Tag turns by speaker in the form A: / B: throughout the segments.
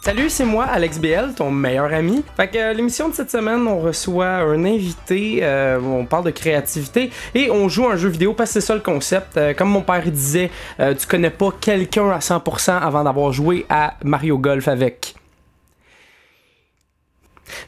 A: Salut, c'est moi, Alex BL, ton meilleur ami. Fait que euh, l'émission de cette semaine, on reçoit un invité, euh, on parle de créativité et on joue à un jeu vidéo parce que c'est ça le concept. Euh, comme mon père disait, euh, tu connais pas quelqu'un à 100% avant d'avoir joué à Mario Golf avec.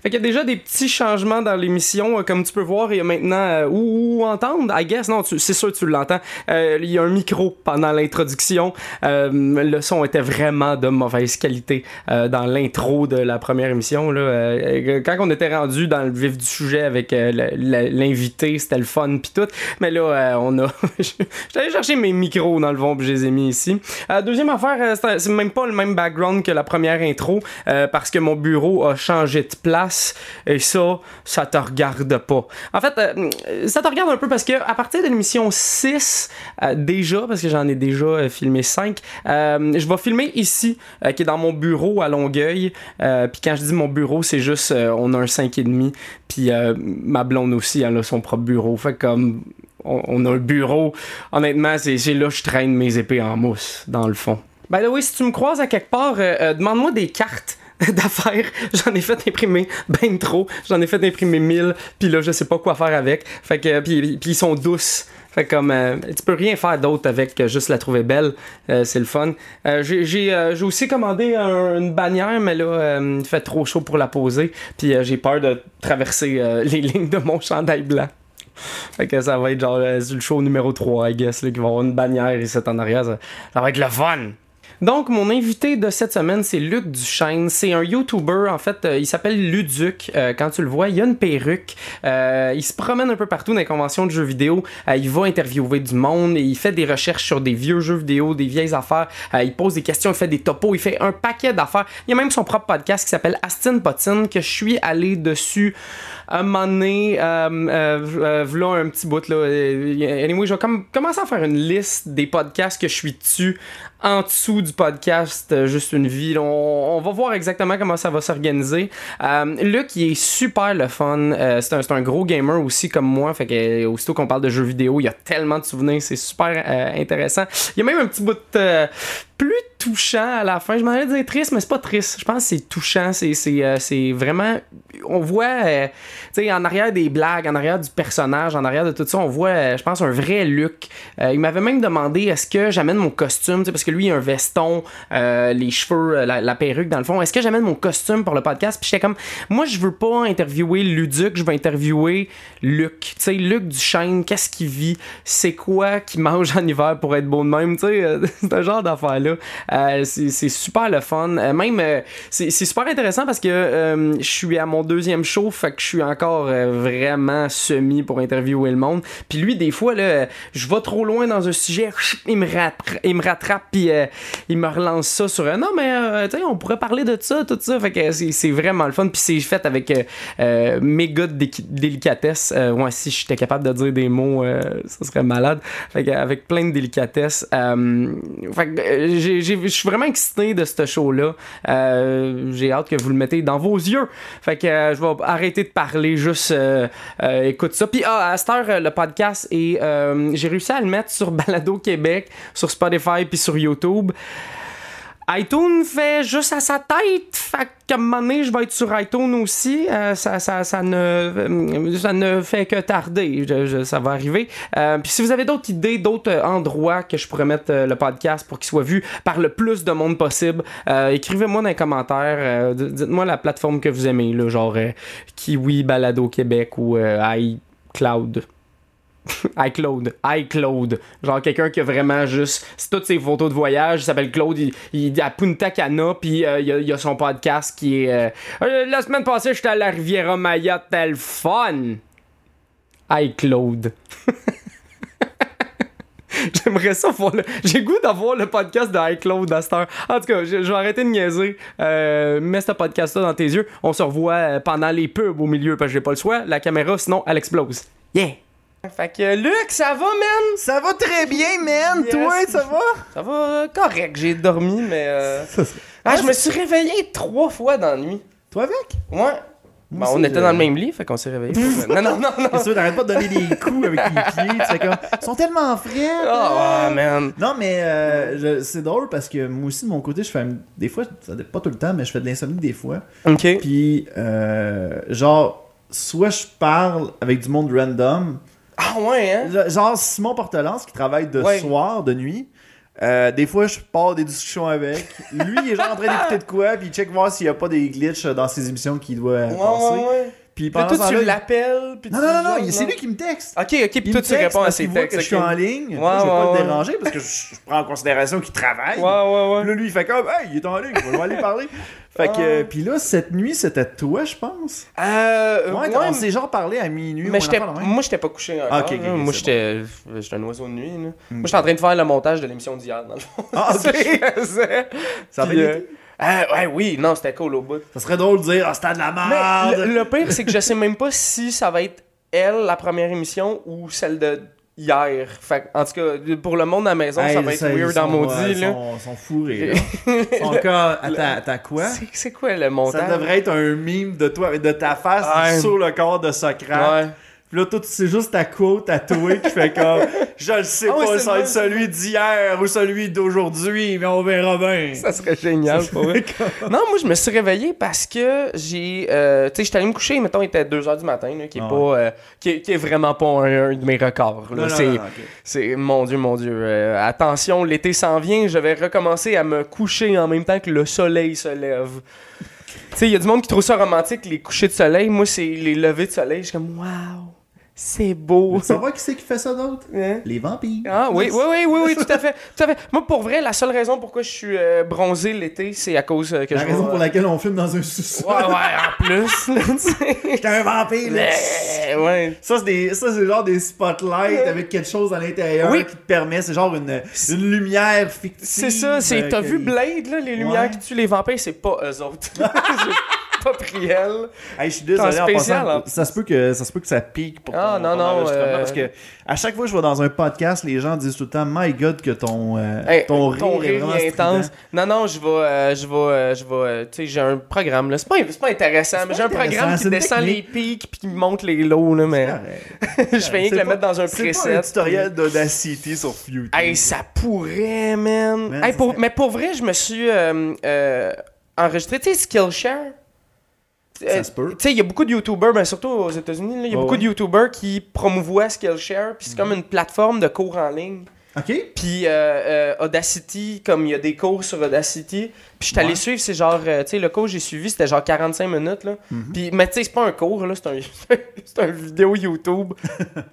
A: Fait qu'il y a déjà des petits changements dans l'émission, euh, comme tu peux voir, il y a maintenant euh, ou, ou entendre, I guess, non, tu- c'est sûr que tu l'entends. Euh, il y a un micro pendant l'introduction. Euh, le son était vraiment de mauvaise qualité euh, dans l'intro de la première émission. Là, Euh, euh, quand on était rendu dans le vif du sujet avec euh, la- la- l'invité, c'était le fun pis tout. Mais là, euh, on a. J'allais chercher mes micros dans le vent, puis je les ai mis ici. Euh, deuxième affaire, euh, c'est un- c'est même pas le même background que la première intro euh, parce que mon bureau a changé de place et ça, ça te regarde pas. En fait, euh, ça te regarde un peu parce que à partir de l'émission 6, euh, déjà, parce que j'en ai déjà euh, filmé 5, je vais filmer ici, euh, qui est dans mon bureau à Longueuil. Euh, puis quand je dis mon bureau, c'est juste, euh, on a un 5,5, puis euh, ma blonde aussi, elle a son propre bureau. Fait comme, on, on a un bureau. Honnêtement, c'est c'est là que je traîne mes épées en mousse, dans le fond. By the way, Ben si tu me croises à quelque part, euh, euh, demande-moi des cartes d'affaires. J'en ai fait imprimer ben trop. J'en ai fait imprimer 1000, puis là, je sais pas quoi faire avec. Fait que, puis, puis- puis ils sont douces. Fait que comme, euh, tu peux rien faire d'autre avec que juste la trouver belle. Euh, c'est le fun. Euh, j'ai, j'ai, euh, j'ai aussi commandé un- une bannière, mais là, euh, il fait trop chaud pour la poser. Puis euh, j'ai peur de traverser euh, les lignes de mon chandail blanc. Fait que ça va être genre euh, sur le show numéro 3, I guess, là, qui va avoir une bannière et c'est en arrière. Ça, ça va être le fun! Donc, mon invité de cette semaine, c'est Luc Duchesne. C'est un YouTuber, en fait, euh, il s'appelle Luduc. Euh, quand tu le vois, il a une perruque. Euh, il se promène un peu partout dans les conventions de jeux vidéo. Euh, il va interviewer du monde et il fait des recherches sur des vieux jeux vidéo, des vieilles affaires. Euh, il pose des questions, il fait des topos, il fait un paquet d'affaires. Il y a même son propre podcast qui s'appelle Astin Potin, que je suis allé dessus un moment donné, euh, euh, euh, v'là un petit bout là. Euh, Anyway, je vais comme commencer à faire une liste des podcasts que je suis dessus en dessous du podcast euh, Juste une vie. là. On, on va voir exactement comment ça va s'organiser. Euh, Luc, il est super le fun. Euh, c'est, un, c'est un gros gamer aussi comme moi. Fait que euh, aussitôt qu'on parle de jeux vidéo, il y a tellement de souvenirs. C'est super euh, intéressant. Il y a même un petit bout euh, plus touchant à la fin. Je m'en allais dire triste, mais c'est pas triste. Je pense que c'est touchant. C'est, c'est, euh, c'est vraiment. On voit. euh, tu sais, en arrière des blagues, en arrière du personnage, en arrière de tout ça, on voit, euh, je pense, un vrai Luc. Euh, il m'avait même demandé est-ce que j'amène mon costume, tu sais, parce que lui, il a un veston, euh, les cheveux, euh, la, la perruque dans le fond. Est-ce que j'amène mon costume pour le podcast Puis j'étais comme, moi, je veux pas interviewer Luduc, je veux interviewer Luc. Tu sais, Luc Duchesne, qu'est-ce qu'il vit C'est quoi qu'il mange en hiver pour être beau de même Tu sais, euh, c'est un genre d'affaire-là. Euh, c'est c'est super le fun. Euh, même, euh, c'est c'est super intéressant parce que euh, je suis à mon deuxième show, fait que je suis encore euh, vraiment semi pour interviewer le monde. Puis lui, des fois, là, euh, je vais trop loin dans un sujet, il me, rattra- il me rattrape, puis euh, il me relance ça sur euh, Non, mais euh, tu sais, on pourrait parler de ça, tout ça. Fait que c'est c'est vraiment le fun. Puis c'est fait avec euh, euh, méga de déqui- délicatesse. Euh, ouais, si j'étais capable de dire des mots, euh, ça serait malade. Fait que, avec plein de délicatesse. Euh, fait que, euh, j'ai- j'ai- je suis vraiment excité de ce show-là. Euh, j'ai hâte que vous le mettez dans vos yeux. Fait que euh, je vais arrêter de parler, juste euh, euh, écoute ça. Puis ah, à cette heure, euh, le podcast est. euh, j'ai réussi à le mettre sur Balado Québec, sur Spotify, puis sur YouTube iTunes fait juste à sa tête. Fait qu'à un moment donné, je vais être sur iTunes aussi. Euh, ça, ça, ça, ne, ça ne fait que tarder. Je- je- ça va arriver. Euh, Puis si vous avez d'autres idées, d'autres euh, endroits que je pourrais mettre euh, le podcast pour qu'il soit vu par le plus de monde possible, euh, écrivez-moi dans les commentaires. Euh, d- dites-moi la plateforme que vous aimez, là, genre euh, Kiwi, Balado Québec ou euh, iCloud iCloud, iCloud. Genre quelqu'un qui a vraiment juste. C'est toutes ses photos de voyage. Il s'appelle Claude. Il, il est à Punta Cana. Puis euh, il, y a, il y a son podcast qui est. euh, Euh, la semaine passée, j'étais à la Riviera Maya. Tel fun! iCloud. J'aimerais ça voir le... J'ai goût d'avoir le podcast de iCloud à cette heure. En tout cas, je, je vais arrêter de niaiser. Euh, mets ce podcast-là dans tes yeux. On se revoit euh, pendant les pubs au milieu parce que j'ai pas le choix. La caméra, sinon, elle explose. Yeah! Fait que Luc, ça va, man?
B: Ça va très bien, man!
A: Yes.
B: Toi, ça va?
A: Ça va euh, correct, j'ai
B: Ah,
A: dormi, mais. euh, Ah, je me suis réveillé trois fois dans la nuit.
B: Toi avec?
A: Ouais. Ben, on était dans le même lit, fait qu'on s'est réveillés. non, non, non, non.
B: C'est sûr, t'arrêtes pas de donner des coups avec tes pieds. Tu fais comme. Ils sont tellement frais.
A: Oh,
B: là.
A: ah, man.
B: Non, mais euh, je- c'est drôle parce que moi aussi, de mon côté, je fais. Des fois, ça dé- pas tout le temps, mais je fais de l'insomnie des fois.
A: Ok.
B: Puis, euh, genre, soit je parle avec du monde random.
A: Ah, ouais, hein?
B: Le- Genre, Simon Portelance qui travaille de
A: Ouais.
B: soir, de nuit. euh, des fois, je pars des discussions avec. Lui, il est genre en train d'écouter de quoi, puis il check voir s'il n'y a pas des glitches dans ses émissions qu'il doit
A: Ouais,
B: passer.
A: ouais, ouais.
B: Puis
A: Puis
B: pendant
A: toi,
B: ce
A: tu
B: temps-là,
A: l'appelles. puis
B: non,
A: tu
B: non, non, non,
A: dis,
B: il- c'est lui qui me texte.
A: Ok, ok, puis
B: Il
A: toi,
B: me
A: tu
B: texte
A: réponds à
B: parce
A: ses
B: qu'il voit
A: textes.
B: que je suis
A: ok.
B: en ligne.
A: Ouais,
B: Moi, je veux pas
A: ouais,
B: le
A: ouais.
B: déranger parce que je, je prends en considération qu'il travaille.
A: Ouais, ouais, ouais.
B: Là, lui, il fait comme, hey, il est en ligne, on va aller parler. Fait que,
A: Ah.
B: euh, puis là, cette nuit, c'était toi, je pense.
A: Euh,
B: Ouais,
A: ouais,
B: on s'est genre parlé à minuit. ou
A: mais
B: un
A: j'étais-
B: affaire de même.
A: moi, j'étais pas couché encore.
B: Ah, ok, ok,
A: là.
B: ok,
A: moi,
B: c'est
A: j'étais j'étais un oiseau de nuit. là. Moi, j'étais en train de faire le montage de l'émission d'hier. dans le fond.
B: Ah, ok.
A: C'est ce que je faisais.
B: Ça
A: Puis,
B: avait
A: euh, euh, ouais, oui, non, c'était cool au bout.
B: Ça serait drôle de dire, ah, c'était de la
A: Mais
B: merde.
A: le, le pire, c'est que je sais même pas si ça va être elle, la première émission, ou celle de hier. Fait que, en tout cas, pour le monde à la maison,
B: Hey,
A: ça va être weird en maudit.
B: Ils
A: là.
B: sont, sont fourrés, là. Ils sont encore, attends, attends, quoi?
A: C'est- C'est quoi le montage?
B: Ça devrait être un mime de toi, de ta face
A: Ouais.
B: sur le corps de Socrate.
A: Ouais.
B: Puis là, toi, tu sais juste ta quote tatouée qui fait comme, je le sais
A: Ah oui,
B: pas,
A: c'est
B: ça va
A: le
B: être celui d'hier ou celui d'aujourd'hui, mais on verra bien.
A: Ça serait génial pour vrai. Non, moi, je me suis réveillé parce que j'ai. euh, tu sais, j'étais allé me coucher, mettons, il était 2h du matin, là, qui, est
B: Ah
A: pas, euh, qui, est, qui est vraiment pas un, un de mes records. là.
B: Non, non,
A: C'est-
B: non, non, ok.
A: C'est mon dieu, mon dieu. Euh, attention, l'été s'en vient. Je vais recommencer à me coucher en même temps que le soleil se lève. tu sais, il y a du monde qui trouve ça romantique les couchers de soleil. Moi, c'est les levées de soleil. Je suis comme waouh, c'est beau.
B: Ça va qui c'est qui fait ça d'autre?
A: Hein?
B: Les vampires.
A: Ah oui, oui, oui, oui, oui, tout à fait, tout à fait. Moi, pour vrai, la seule raison pourquoi je suis euh, bronzé l'été, c'est à cause euh, que
B: La
A: je.
B: raison
A: vois-
B: pour laquelle on filme dans un sous-sol.
A: Ouais, ouais, en plus. là, tu sais.
B: J'étais un vampire, là.
A: Mais, ouais.
B: Ça, c'est des- ça, c'est genre des spotlights avec quelque chose à l'intérieur
A: Oui.
B: qui te permet, c'est genre une, une lumière fictive.
A: C'est ça, c'est
B: euh,
A: t'as
B: que-
A: vu Blade là, les lumières
B: Ouais.
A: qui tuent les vampires, c'est pas eux autres. C'est pas Priel.
B: Hey, je suis désolé
A: T'es
B: en
A: en spécial,
B: passant,
A: hein.
B: ça se peut que ça se peut que ça pique pour
A: Ah,
B: ton,
A: non,
B: ton
A: non,
B: enregistrement,
A: euh,
B: parce que à chaque fois que je vais dans un podcast, les gens disent tout le temps my god que ton euh,
A: Hey,
B: ton rire, est vraiment
A: est intense.
B: strident.
A: Non non, je vais euh, je vais euh, je vais euh, tu sais j'ai un programme là, c'est pas c'est pas intéressant,
B: C'est
A: mais
B: pas
A: j'ai un
B: intéressant,
A: programme
B: c'est
A: qui
B: une
A: descend les
B: technique.
A: pics puis qui monte les lows là, mais je fais rien que le
B: C'est pas-
A: mettre dans un
B: C'est
A: preset.
B: pas un tutoriel d'audacity sur YouTube.
A: Hey, ça pourrait, man.
B: Man,
A: Hey,
B: ça
A: pour-
B: serait-
A: Mais pour vrai, je me suis euh, euh, enregistré. Tu sais, Skillshare. Euh,
B: se peut.
A: Tu sais, il y a beaucoup de YouTubers, ben, surtout aux États-Unis, là, il y a
B: Ouais,
A: beaucoup
B: ouais. Mm.
A: de YouTubers qui promouvoient Skillshare, puis c'est comme une plateforme de cours en ligne.
B: OK.
A: Puis euh, euh, Audacity, comme il y a des cours sur Audacity, puis je suis allé
B: Ouais.
A: suivre, c'est genre, euh, tu sais, le cours que j'ai suivi, c'était genre 45 minutes, là.
B: Mhm.
A: Puis, mais tu sais, c'est pas un cours, là, c'est un, c'est un vidéo YouTube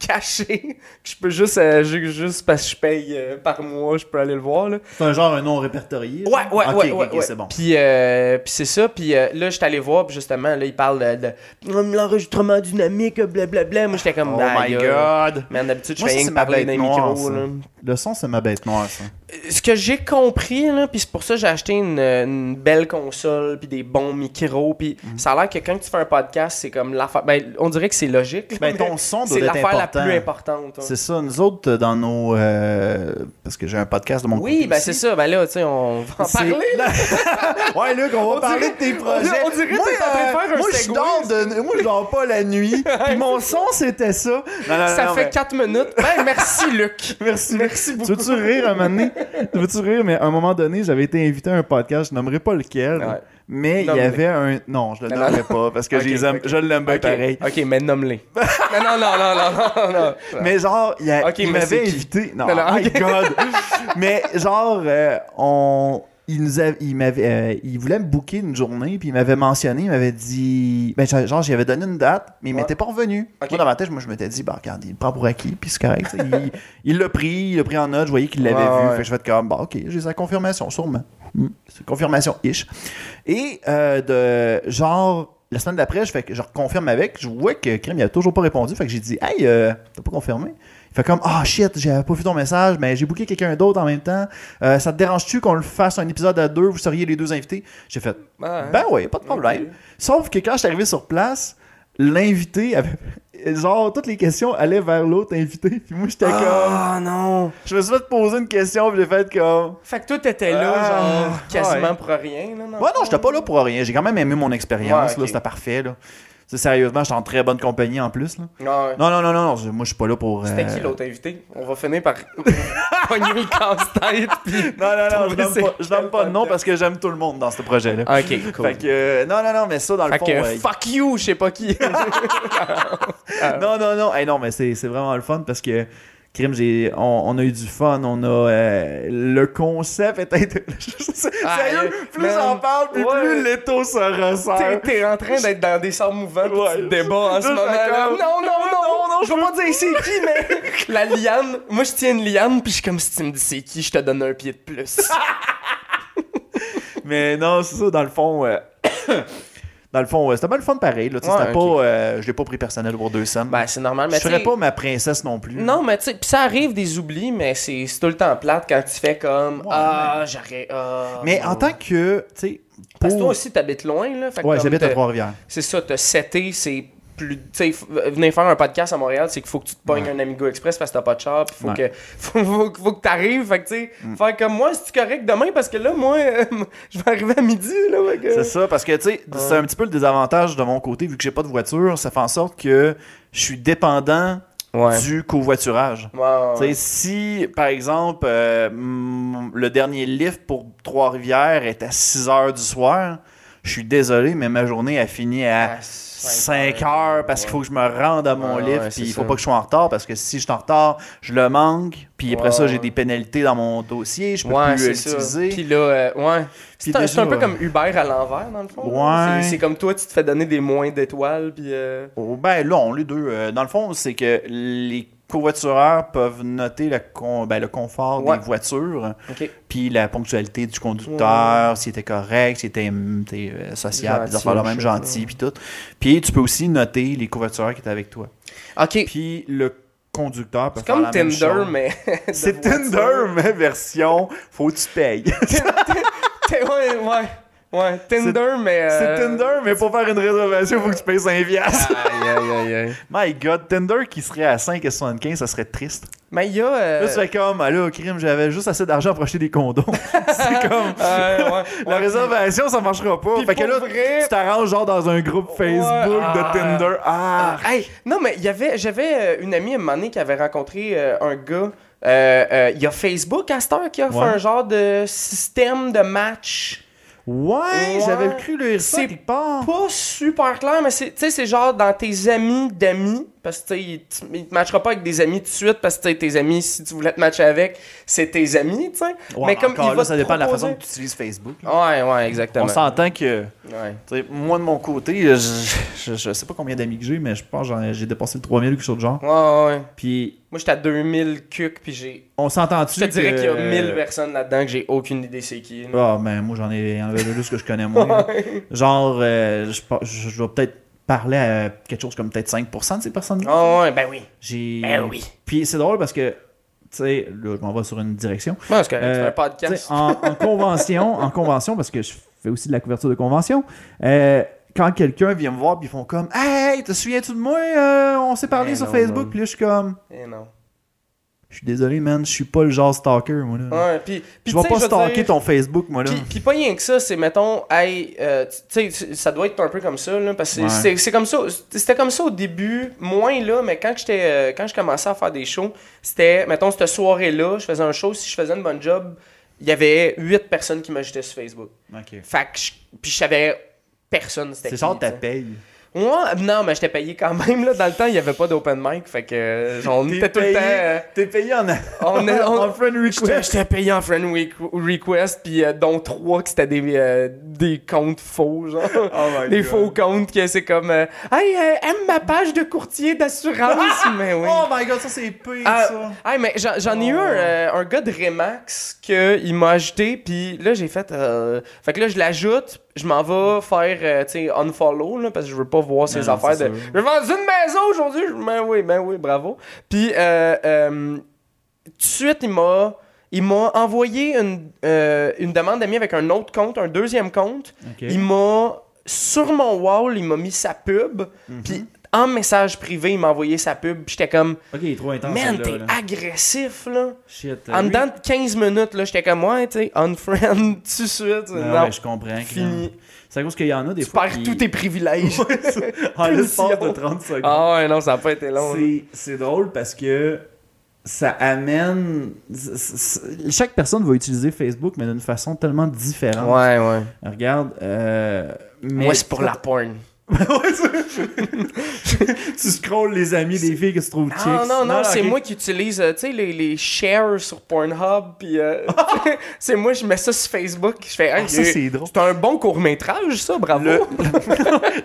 A: caché, que je peux juste, euh, ju- juste parce que je paye euh, par mois, je peux aller le voir, là.
B: C'est un genre un nom répertorié.
A: Ouais,
B: ça?
A: ouais,
B: Ok,
A: ouais,
B: ok,
A: ouais,
B: ok,
A: ouais.
B: c'est bon.
A: Puis, euh, puis c'est ça. Puis euh, là, j'étais allé voir, puis justement, là, il parle de, de l'enregistrement dynamique, blablabla. Moi, j'étais comme,
B: Oh
A: Ah,
B: my
A: gars.
B: god.
A: Man, d'habitude, je
B: Moi,
A: fais
B: ça,
A: rien
B: c'est
A: que
B: ma
A: parler
B: bête
A: d'un
B: noire,
A: micro,
B: ça.
A: là.
B: Le son c'est ma bête noire ça.
A: ce que j'ai compris, là, puis c'est pour ça que j'ai acheté une, une belle console, puis des bons micros, puis
B: Mhm.
A: ça a l'air que quand tu fais un podcast, c'est comme l'affaire. Ben, on dirait que c'est logique. là,
B: Ben
A: mais
B: ton son doit
A: c'est
B: être
A: l'affaire la
B: important.
A: plus importante. hein.
B: C'est ça, nous autres, dans nos. euh, parce que j'ai un podcast de mon côté.
A: Oui, ben c'est
B: aussi.
A: ça. Ben là, tu sais, on va en
B: C'est-
A: parler. là.
B: ouais, Luc, on va
A: On
B: parler
A: dirait-
B: de tes
A: on
B: projets.
A: dirait- on dirait que t'es en train de faire un
B: euh, moi, je
A: segway,
B: dors de- moi, je dors pas la nuit. Puis mon son, c'était ça. Non, non,
A: Ça
B: Ah, non,
A: fait
B: mais-
A: 4 minutes. Ben, merci, Luc.
B: Merci,
A: Merci
B: Tu veux-tu rire un moment donné? Tu veux-tu rire? Mais à un moment donné, j'avais été invité à un podcast, je nommerai pas lequel,
A: Ouais.
B: mais il y
A: Nomme-le.
B: avait un... Non, je le
A: Non, non,
B: nommerai pas, parce que
A: Ok,
B: je les aime-
A: ok.
B: je l'aime
A: Bah,
B: bien
A: Ok,
B: pareil.
A: Ok, mais nomme-les. non, non, non, non, non, non, non.
B: Mais genre, il, a-
A: Ok,
B: il
A: mais
B: m'avait
A: c'est qui?
B: invité. Non,
A: Non, non,
B: my
A: ok.
B: God. mais genre, euh, on, il nous avait, il m'avait, euh, il voulait me booker une journée, puis il m'avait mentionné, il m'avait dit, ben genre, genre, j'avais donné une date, mais il
A: Ouais.
B: m'était pas revenu.
A: Ok.
B: Moi dans ma tête, moi je m'étais dit, bah regarde, il me prend pour acquis, puis c'est correct. tu sais, il- il l'a pris, il l'a pris en note, je voyais qu'il l'avait
A: Ouais,
B: vu,
A: ouais.
B: fait que je fais comme, bah ok, j'ai sa confirmation, sûrement. Hmm, c'est une confirmation ish. Et euh, de genre la semaine d'après, je fais que je reconfirme avec, je vois que Crème il a toujours pas répondu, fait que j'ai dit "Hey, euh, t'as pas confirmé Il fait comme "Ah shit, j'avais pas vu ton message, mais j'ai booké quelqu'un d'autre en même temps. Euh, ça te dérange-tu qu'on le fasse un épisode à deux, vous seriez les deux invités J'ai fait
A: Ah, hein.
B: "Ben ouais, pas de problème."
A: Ok.
B: Sauf que quand je suis arrivé sur place, l'invité avait genre toutes les questions allaient vers l'autre invité, puis moi j'étais comme
A: Ah, non.
B: je me suis fait poser une question, puis j'ai fait comme
A: Fait que toi, t'étais là,
B: Ah,
A: genre, quasiment pour rien. là, dans le
B: Ouais, non,
A: fond.
B: j'étais pas là pour rien. J'ai quand même aimé mon expérience.
A: Ouais,
B: là,
A: ok.
B: C'était parfait. Là. sais, sérieusement, je suis en très bonne compagnie en plus. Là.
A: Ah ouais.
B: Non, non, non, non, non, je- moi je suis pas là pour. euh,
A: C'était qui l'autre invité? On va finir par pogner le casse-tête. puis-
B: Non, non, non, je
A: Trouver c'est
B: donne pas, je donne
A: quel
B: pas de nom
A: podcast.
B: parce que j'aime tout le monde dans ce projet-là.
A: Ok, cool.
B: Fait que, euh, non, non, non, mais ça, dans le
A: Fait
B: fond.
A: que,
B: euh,
A: fuck you, je sais pas qui.
B: non, non, non. Hey, non, mais c'est c'est vraiment le fun parce que. Crime, j'ai- on, on a eu du fun, on a. euh, le concept est. int-
A: Ah,
B: Sérieux,
A: euh,
B: plus
A: man,
B: j'en parle, puis
A: ouais.
B: plus l'étau se
A: T'es
B: resserre.
A: t'es en train d'être dans des sortes mouvants pis
B: Ouais.
A: tu te débats en ce
B: Là,
A: moment là.
B: j'accorde.
A: Non, non, non, non, je veux pas dire c'est qui, mais la liane, moi je tiens une liane pis je suis comme si tu me dis c'est qui, je te donne un pied de plus.
B: Mais non, c'est ça, dans le fond. euh, dans le fond, euh, c'était pas le fun pareil. Là, tu sais,
A: Ouais,
B: c'était
A: ok.
B: pas, euh, je l'ai pas pris personnel pour deux cents.
A: ben c'est normal, mais
B: je
A: tu
B: ferais pas ma princesse non plus.
A: Non, mais tu sais, pis ça arrive des oublis, mais c'est c'est tout le temps plate quand tu fais comme
B: Ouais,
A: Ah, j'aurais. ah,
B: Mais
A: non.
B: en tant que. Tu sais.
A: Parce que toi
B: pour-
A: aussi t'habites loin, là. fait que
B: Ouais,
A: comme
B: j'habite à
A: t'as-
B: Trois-Rivières.
A: C'est ça, t'as seté, c'est plus. Tu sais, f- venir faire un podcast à Montréal, c'est qu'il faut que tu te pognes
B: Ouais.
A: un Amigo Express parce que t'as pas de char, pis faut,
B: Ouais. Mm.
A: que, faut, faut, faut que t'arrives. Fait que, tu sais, faire comme moi, c'est correct demain parce que là, moi, euh, je vais arriver à midi, là, fait que-
B: C'est ça, parce que tu sais, c'est un petit peu le désavantage de mon côté, vu que j'ai pas de voiture, ça fait en sorte que je suis dépendant
A: Ouais.
B: du covoiturage.
A: Ouais, ouais,
B: Tu sais,
A: ouais.
B: si, par exemple, euh, mm, le dernier lift pour Trois-Rivières est à 6 heures du soir, je suis désolé, mais ma journée a fini à
A: À cinq
B: 5 heures parce qu'il faut que je me rende à mon
A: Ouais,
B: lift,
A: ouais,
B: puis
A: c'est
B: il faut
A: ça.
B: pas que je sois en retard, parce que si je suis en retard, je le manque, puis après ça,
A: Ouais,
B: j'ai
A: ouais.
B: des pénalités dans mon dossier, je peux
A: Ouais,
B: plus euh,
A: c'est ça.
B: l'utiliser.
A: Puis là, euh, ouais.
B: Puis
A: C'est un,
B: déjà,
A: c'est un peu
B: euh,
A: comme Uber à l'envers, dans le fond. là.
B: Ouais.
A: C'est c'est comme toi, tu te fais donner des moins d'étoiles, puis. euh,
B: Oh, ben là, on les deux. Euh, dans le fond, c'est que les covoitureurs peuvent noter le, con- ben, le confort
A: Ouais.
B: des voitures,
A: Ok.
B: puis la ponctualité du conducteur, s'il était correct, s'il était hum, t'sais, euh, sociable,
A: Gentil,
B: des affaires de même
A: je sais
B: gentil, puis tout. Puis tu peux aussi noter les covoitureurs qui étaient avec toi.
A: Ok.
B: Puis le conducteur peut
A: C'est
B: faire
A: comme
B: la même
A: Tinder,
B: chose.
A: mais. de
B: C'est
A: voiture.
B: Tinder, mais version faut que tu payes.
A: T- ouais, ouais. Ouais, Tinder, mais.
B: C'est
A: euh, Ah.
B: Tinder, mais pour faire une réservation, faut que tu payes 5 piastres.
A: Aïe, aïe, aïe, aïe.
B: My God, Tinder qui serait à 5,75, ça serait triste.
A: Mais il y a. euh,
B: Là, tu fais comme, ah là, au crime, j'avais juste assez d'argent pour acheter des condoms. c'est comme,
A: euh, ouais,
B: la
A: ouais.
B: réservation, ça marchera pas.
A: Puis
B: fait que
A: pour
B: là,
A: vrai-
B: tu t'arranges genre dans un groupe Facebook
A: ah.
B: de Tinder. Ah!
A: Hey, non, mais il y avait, j'avais euh, une amie à un moment donné qui avait rencontré euh, un gars. Euh, euh, Il y a Facebook à cette heure qui offre
B: Ouais.
A: un genre de système de match.
B: Ouais,
A: Ouais.
B: j'avais cru
A: C'est
B: le ça quelque part.
A: Pas super clair, mais c'est- tu sais, c'est genre dans tes amis d'amis. Parce que tu sais, il te- il te matchera pas avec des amis tout de suite. Parce que tu sais, tes amis, si tu voulais te matcher avec, c'est tes amis, tu sais.
B: Ouais,
A: mais comme
B: encore
A: il
B: là,
A: va
B: ça
A: te
B: dépend de la façon
A: proposer-
B: que tu utilises Facebook.
A: Ouais, ouais, exactement.
B: On s'entend que,
A: Ouais.
B: tu sais, moi de mon côté, je, je, je sais pas combien d'amis que j'ai, mais je pense que j'en ai- j'ai dépassé le 3000 ou quelque chose de genre.
A: Ouais, ouais, ouais.
B: Puis,
A: Moi, j'étais à 2000 cucs, puis j'ai.
B: on s'entend-tu
A: Je te dirais
B: que-
A: qu'il y a 1000 personnes là-dedans que j'ai aucune idée c'est qui. là.
B: Ah, ben, moi, j'en ai un peu plus que je connais moins. là. Genre, euh, je, par- je- je vais peut-être parler à quelque chose comme peut-être 5% de ces personnes-là.
A: Ah ouais, ben oui.
B: J'ai...
A: Ben oui.
B: Puis c'est drôle parce que, tu sais, là, je m'en vais sur une direction.
A: Moi, c'est correct, tu
B: Euh,
A: fais un
B: Tu sais,
A: podcast.
B: En, en convention, en convention, parce que je fais aussi de la couverture de convention, euh, quand quelqu'un vient me voir puis ils font comme « Hey, te souviens-tu de moi? Euh, on s'est parlé
A: Ben
B: sur
A: non,
B: Facebook.
A: non. »
B: Puis là, je suis comme
A: Eh non.
B: « Je suis désolé, man, je suis pas le genre stalker, moi, là.
A: Ouais, puis. puis
B: Je vais
A: tu sais,
B: pas
A: veux
B: stalker
A: dire-
B: ton Facebook, moi, là.
A: Puis, puis pas rien que ça, c'est mettons, hey, euh, tu tu sais, ça doit être un peu comme ça, là, parce que
B: Ouais.
A: c'est- c'est comme ça, c'était comme ça au début, moins là, mais quand j'étais, euh, quand je commençais à faire des shows, c'était, mettons, cette soirée-là, je faisais un show, si je faisais une bonne job, il y avait 8 personnes qui m'ajoutaient sur Facebook. Fait que, je- puis je savais personne, c'était
B: C'est
A: qui,
B: genre
A: tu
B: ta
A: sais.
B: paye.
A: Moi, non, mais j'étais payé quand même, là, dans le temps, il y avait pas d'open mic, fait que, euh, genre, on
B: T'es
A: était tout le
B: payé-
A: temps... euh,
B: T'es payé en,
A: on est- on-
B: en friend
A: J'étais-
B: request.
A: J'étais payé en friend week- request, puis euh, dont trois que c'était des, euh, des comptes faux, genre.
B: Oh my
A: des
B: God.
A: faux comptes que c'est comme euh, Hey, euh, aime ma page de courtier d'assurance! » Mais oui.
B: Oh my god, ça c'est pire
A: Ah,
B: ça.
A: hey, mais j'en j'en ai eu
B: Oh.
A: un, euh, un gars de Remax que il m'a ajouté, puis là j'ai fait. euh, Fait que là je l'ajoute, je m'en vais faire, euh, tu sais, unfollow, là, parce que je veux pas voir ses
B: Ah Non, non,
A: affaires
B: c'est
A: de.
B: sûr.
A: Je vends une maison aujourd'hui, Je- ben oui, ben oui, bravo. Puis, euh, euh, tout de suite, il m'a. Il m'a envoyé une, euh, une demande d'amis avec un autre compte, un deuxième compte.
B: Ok. Mm-hmm.
A: Il m'a. Sur mon wall, il m'a mis sa pub. Puis en message privé, il m'a envoyé sa pub. puis J'étais comme,
B: Ok, il est trop intense.
A: man,
B: celle-là,
A: t'es
B: là.
A: agressif, là.
B: Shit.
A: En
B: euh,
A: dedans de 15 minutes, là, j'étais comme, ouais, tu sais, unfriend, tout de suite.
B: oui.
A: Non,
B: Non, mais je comprends.
A: fini.
B: que- C'est à cause qu'il y en a des
A: Tu
B: fois.
A: perds
B: qui- Ah,
A: tous tes privilèges.
B: En l'espace de
A: punitions.
B: 30 secondes.
A: ah ouais, non, ça n'a pas été long. là.
B: C'est- C'est drôle parce que ça amène. c- c- Chaque personne va utiliser Facebook, mais d'une façon tellement différente.
A: Ouais, ouais.
B: Regarde. euh, mais-
A: Moi, c'est pour la porn.
B: Ouais, c'est- tu scrolles les amis des filles que tu trouves
A: Non,
B: Ah, chicks.
A: non, non, c'est
B: ok.
A: moi qui utilise, euh, tu sais, les, les shares sur Pornhub, puis euh, c'est moi, je mets ça sur Facebook, je fais, hey,
C: Ah, ça,
A: j'ai-
C: c'est drôle.
A: c'est un bon court-métrage, ça, bravo.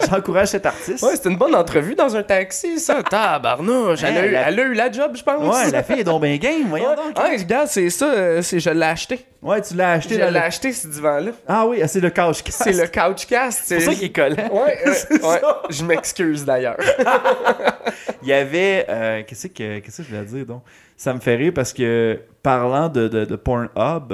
C: J'encourage cet artiste.
A: Ouais, c'était une bonne entrevue dans un taxi, ça, tabarnouche, elle, a
C: Hein,
A: eu-
C: la-
A: elle a eu la job, je pense.
C: Ouais, la fille est donc bien game, voyons
A: Ouais,
C: donc.
A: ouais, regarde, c'est ça, euh, c'est, je l'ai acheté.
B: Ouais, tu l'as
A: Je
B: acheté. là,
A: l'ai
B: le-
A: acheté, ce divan-là.
B: Ah oui, ah, c'est le cache
A: C'est le couchcast. C'est
C: pour ça qu'il est collant.
A: Ouais, euh, ouais. je m'excuse d'ailleurs.
B: Il y avait. euh, Qu'est-ce que, qu'est-ce que je voulais dire donc Ça me fait rire parce que parlant de, de, de Pornhub,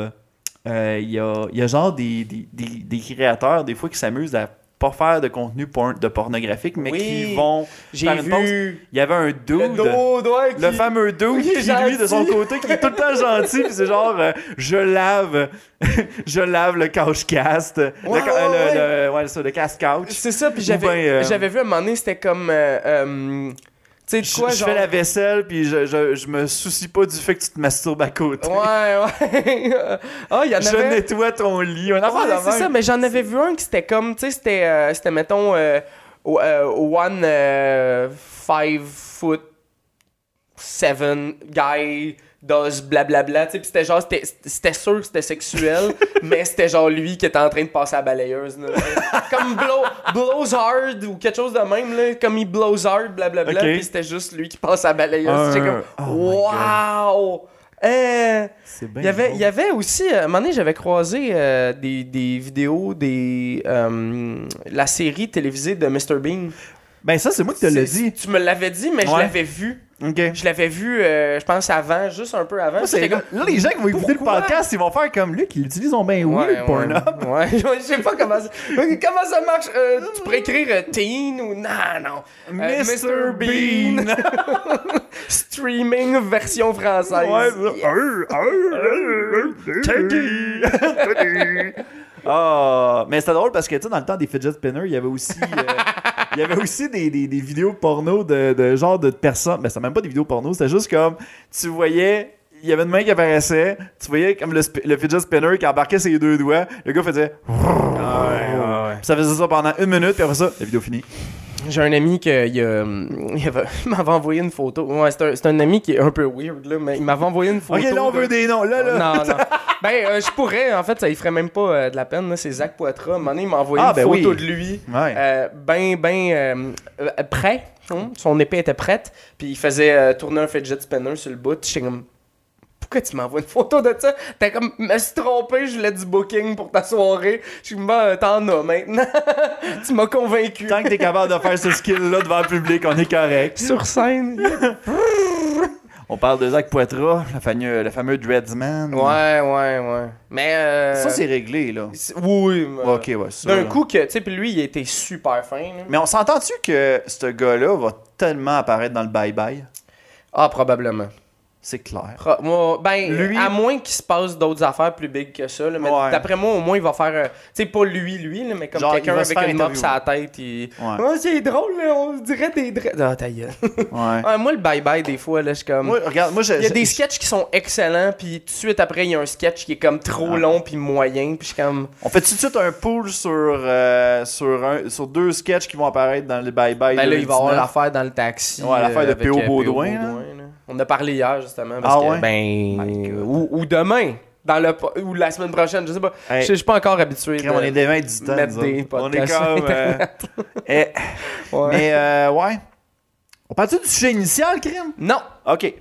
B: euh, il y, a, il y a genre des, des, des, des créateurs des fois qui s'amusent à pas faire de contenu porn- de pornographique, mais
A: Oui.
B: qui vont.
A: J'ai
B: faire une pause.
A: vu
B: Il y avait un dude.
A: le dos, ouais,
B: Le
A: qui-
B: fameux dude
A: Il est
B: qui, lui, de son
A: gentil.
B: côté, qui est tout le temps gentil, puis c'est genre, euh, je lave, je lave le couch-cast, le,
A: Ouais,
B: ca- euh,
A: ouais,
B: le- le- ouais, ça, le cast-couch,
A: C'est ça, puis
B: Ou
A: j'avais,
B: ben, euh,
A: j'avais vu à un moment donné, c'était comme. euh, euh, tu sais, de
B: je,
A: quoi,
B: je
A: genre.
B: fais la vaisselle, puis je, je, je me soucie pas du fait que tu te masturbes à côté.
A: Ouais, ouais. Ah, il y en
B: je
A: avait.
B: nettoie ton lit, un affaire
A: Ouais,
B: de
A: c'est
B: même.
A: ça, mais j'en avais vu un qui c'était comme. Tu sais, c'était, euh, c'était, mettons, euh, au- euh, one euh, five foot seven guy does blablabla. Tu sais, puis c'était genre. C'était, c'était sûr que c'était sexuel, mais c'était genre lui qui était en train de passer à la balayeuse. là. comme blow, blows hard ou quelque chose de même, là. Comme il blows hard, blablabla.
B: Ok.
A: Puis c'était juste lui qui passe à la balayeuse.
B: Un-
A: J'étais comme.
B: oh my
A: wow! Eh,
B: C'est bien
A: il y, avait,
B: Ben drôle.
A: il y avait aussi, euh, à un moment donné, j'avais croisé euh, des, des vidéos des euh, la série télévisée de Mr. Bean.
B: Ben ça, c'est moi qui te l'ai dit.
A: Tu me l'avais dit, mais je
B: Ouais.
A: l'avais vu.
B: OK.
A: Je l'avais vu, euh, je pense, avant, juste un peu avant.
B: Moi, c'est-
A: J'étais
B: là, les gens qui vont écouter le
A: Pourquoi?
B: podcast, ils vont faire comme lui, qui l'utilisent en ben
A: Ouais,
B: weird,
A: ouais.
B: Pornhub.
A: Ouais, ouais, je sais pas comment ça, comment ça marche. Euh, tu pourrais écrire euh, teen ou non, non. Euh,
B: Mr. Bean.
A: Streaming version française.
B: Ouais, euh, euh, euh, Teddy. Ah, mais c'était drôle parce que tu sais, dans le temps des fidget spinners, il y avait aussi, euh, il y avait aussi des, des- des vidéos porno de, de genre de personnes. Mais c'était même pas des vidéos porno, c'était juste comme tu voyais. Il y avait une main qui apparaissait, tu voyais comme le, spi- le fidget spinner qui embarquait ses deux doigts, le gars faisait. Puis Ça faisait ça pendant une minute, puis après ça, la vidéo finie.
A: J'ai un ami qui il, a- hum, il avait- il m'avait envoyé une photo. Ouais, c'est un, c'est un ami qui est un peu weird, là, mais il m'avait envoyé une photo.
B: ok, là on
A: de-
B: veut des noms, là là.
A: Non, non. Ben, euh, je pourrais, en fait, ça lui ferait même pas euh, de la peine. là, C'est Zach Poitras. À un moment donné, il m'a envoyé
B: Ah,
A: une
B: ben
A: photo
B: oui.
A: de lui.
B: Ouais.
A: euh, ben, ben, euh, euh, prêt. hein, Son épée était prête. Puis il faisait euh, tourner un fidget spinner sur le bout. J'étais comme, pourquoi tu m'envoies une photo de ça? T'es comme, me suis trompé, je voulais du booking pour ta soirée. Je suis comme, ben, t'en as maintenant. tu m'as convaincu.
B: Tant que t'es capable de faire ce skill-là devant le public, on est correct.
A: Sur scène,
B: On parle de Zach Poitras, le fameux, le fameux Dreadsman.
A: Ouais, ouais, ouais. Mais. euh,
B: Ça, c'est réglé, là.
A: c'est- Oui, oui. mais-
B: Ok, ouais, ça.
A: D'un
B: là.
A: coup que. Tu sais, puis lui, il était super fin. là.
B: Mais on s'entend-tu que ce gars-là va tellement apparaître dans le bye-bye?
A: Ah, probablement.
B: C'est clair.
A: Pro- moi, ben,
B: Lui-
A: à moins qu'il se passe d'autres affaires plus big que ça. là, mais
B: Ouais.
A: d'après moi, au moins, il va faire. euh, tu sais, pas lui, lui, là, mais comme
B: Genre,
A: quelqu'un
B: il va se
A: avec
B: faire
A: une mop
B: interviewer.
A: sur la tête. Il...
B: Ouais.
A: Oh, c'est drôle, là, on dirait des. dra- Ah, ta gueule.
B: Ouais.
A: Ah, moi, le bye-bye, des fois, là, je suis comme.
B: Moi, regarde, moi, je-
A: il y a
B: je-
A: des
B: je-
A: sketchs qui sont excellents, puis tout de suite après, il y a un sketch qui est comme trop
B: Ah.
A: long, puis moyen, puis je suis comme.
B: On fait tout de suite un pool sur, euh, sur, un, sur deux sketchs qui vont apparaître dans le bye-bye.
A: Ben là,
B: le
A: il va avoir
B: 19.
A: l'affaire dans le taxi.
B: Ouais, l'affaire
A: euh,
B: de
A: avec,
B: P.O.
A: euh,
B: Baudouin,
A: là. On en a parlé hier, justement. Parce
B: Ah
A: que,
B: ouais? My
A: Ben.
B: God.
A: Ou, ou demain. Dans le, po- ou la semaine prochaine, je sais pas.
B: Hey.
A: Je sais- je suis pas encore habitué.
B: Crème, on est des 20 du temps.
A: mettre
B: nous
A: des
B: autres. on est
A: podcasts sur
B: comme. euh, eh,
A: Ouais.
B: Mais, euh, ouais. On parle-tu du sujet initial, Crime?
A: Non!
B: OK.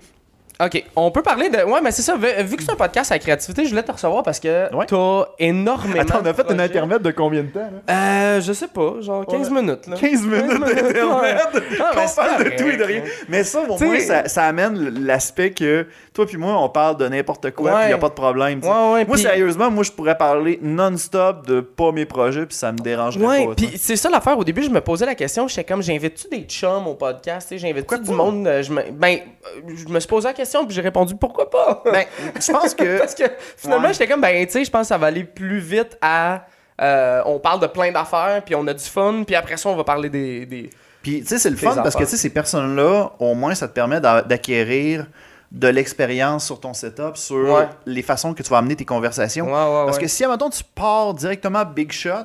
A: OK, on peut parler de. Ouais, mais c'est ça. Vu, vu que c'est un podcast à la créativité, je voulais te recevoir parce que
B: Ouais.
A: t'as énormément.
B: Attends, on a
A: de
B: fait une
A: projets.
B: intermède de combien de temps? là?
A: Euh, je sais pas, genre 15 minutes. Là.
B: 15 minutes d'intermède!
A: Ah, mais
B: Qu'on
A: c'est
B: parle de
A: correct,
B: tout et de rien.
A: hein.
B: Mais ça, au
A: T'sais-
B: moins, ça, ça amène l'aspect que toi puis moi, on parle de n'importe quoi puis il
A: Ouais.
B: a pas de problème. t'sais.
A: Ouais, ouais,
B: moi,
A: puis-
B: sérieusement, moi, je pourrais parler non-stop de pas mes projets puis ça me dérangerait
A: Ouais,
B: pas.
A: puis c'est ça l'affaire. Au début, je me posais la question, j'étais comme, j'invite-tu des chums au podcast, tu sais, j'invite-tu du monde, euh, je me... ben, euh, je me suis posé la question, puis j'ai répondu, pourquoi pas?
B: Ben, je pense que...
A: Parce que finalement,
B: Ouais.
A: j'étais comme, ben, tu sais, je pense que ça va aller plus vite à, euh, on parle de plein d'affaires, puis on a du fun, puis après ça, on va parler des, des...
B: Puis, tu sais, c'est le
A: Tes
B: fun parce que,
A: affaires.
B: tu sais, ces personnes-là, au moins, ça te permet d'a- d'acquérir de l'expérience sur ton setup, sur
A: Ouais.
B: les façons que tu vas amener tes conversations.
A: Ouais, ouais,
B: parce
A: ouais.
B: que si, admettons, tu pars directement big shot,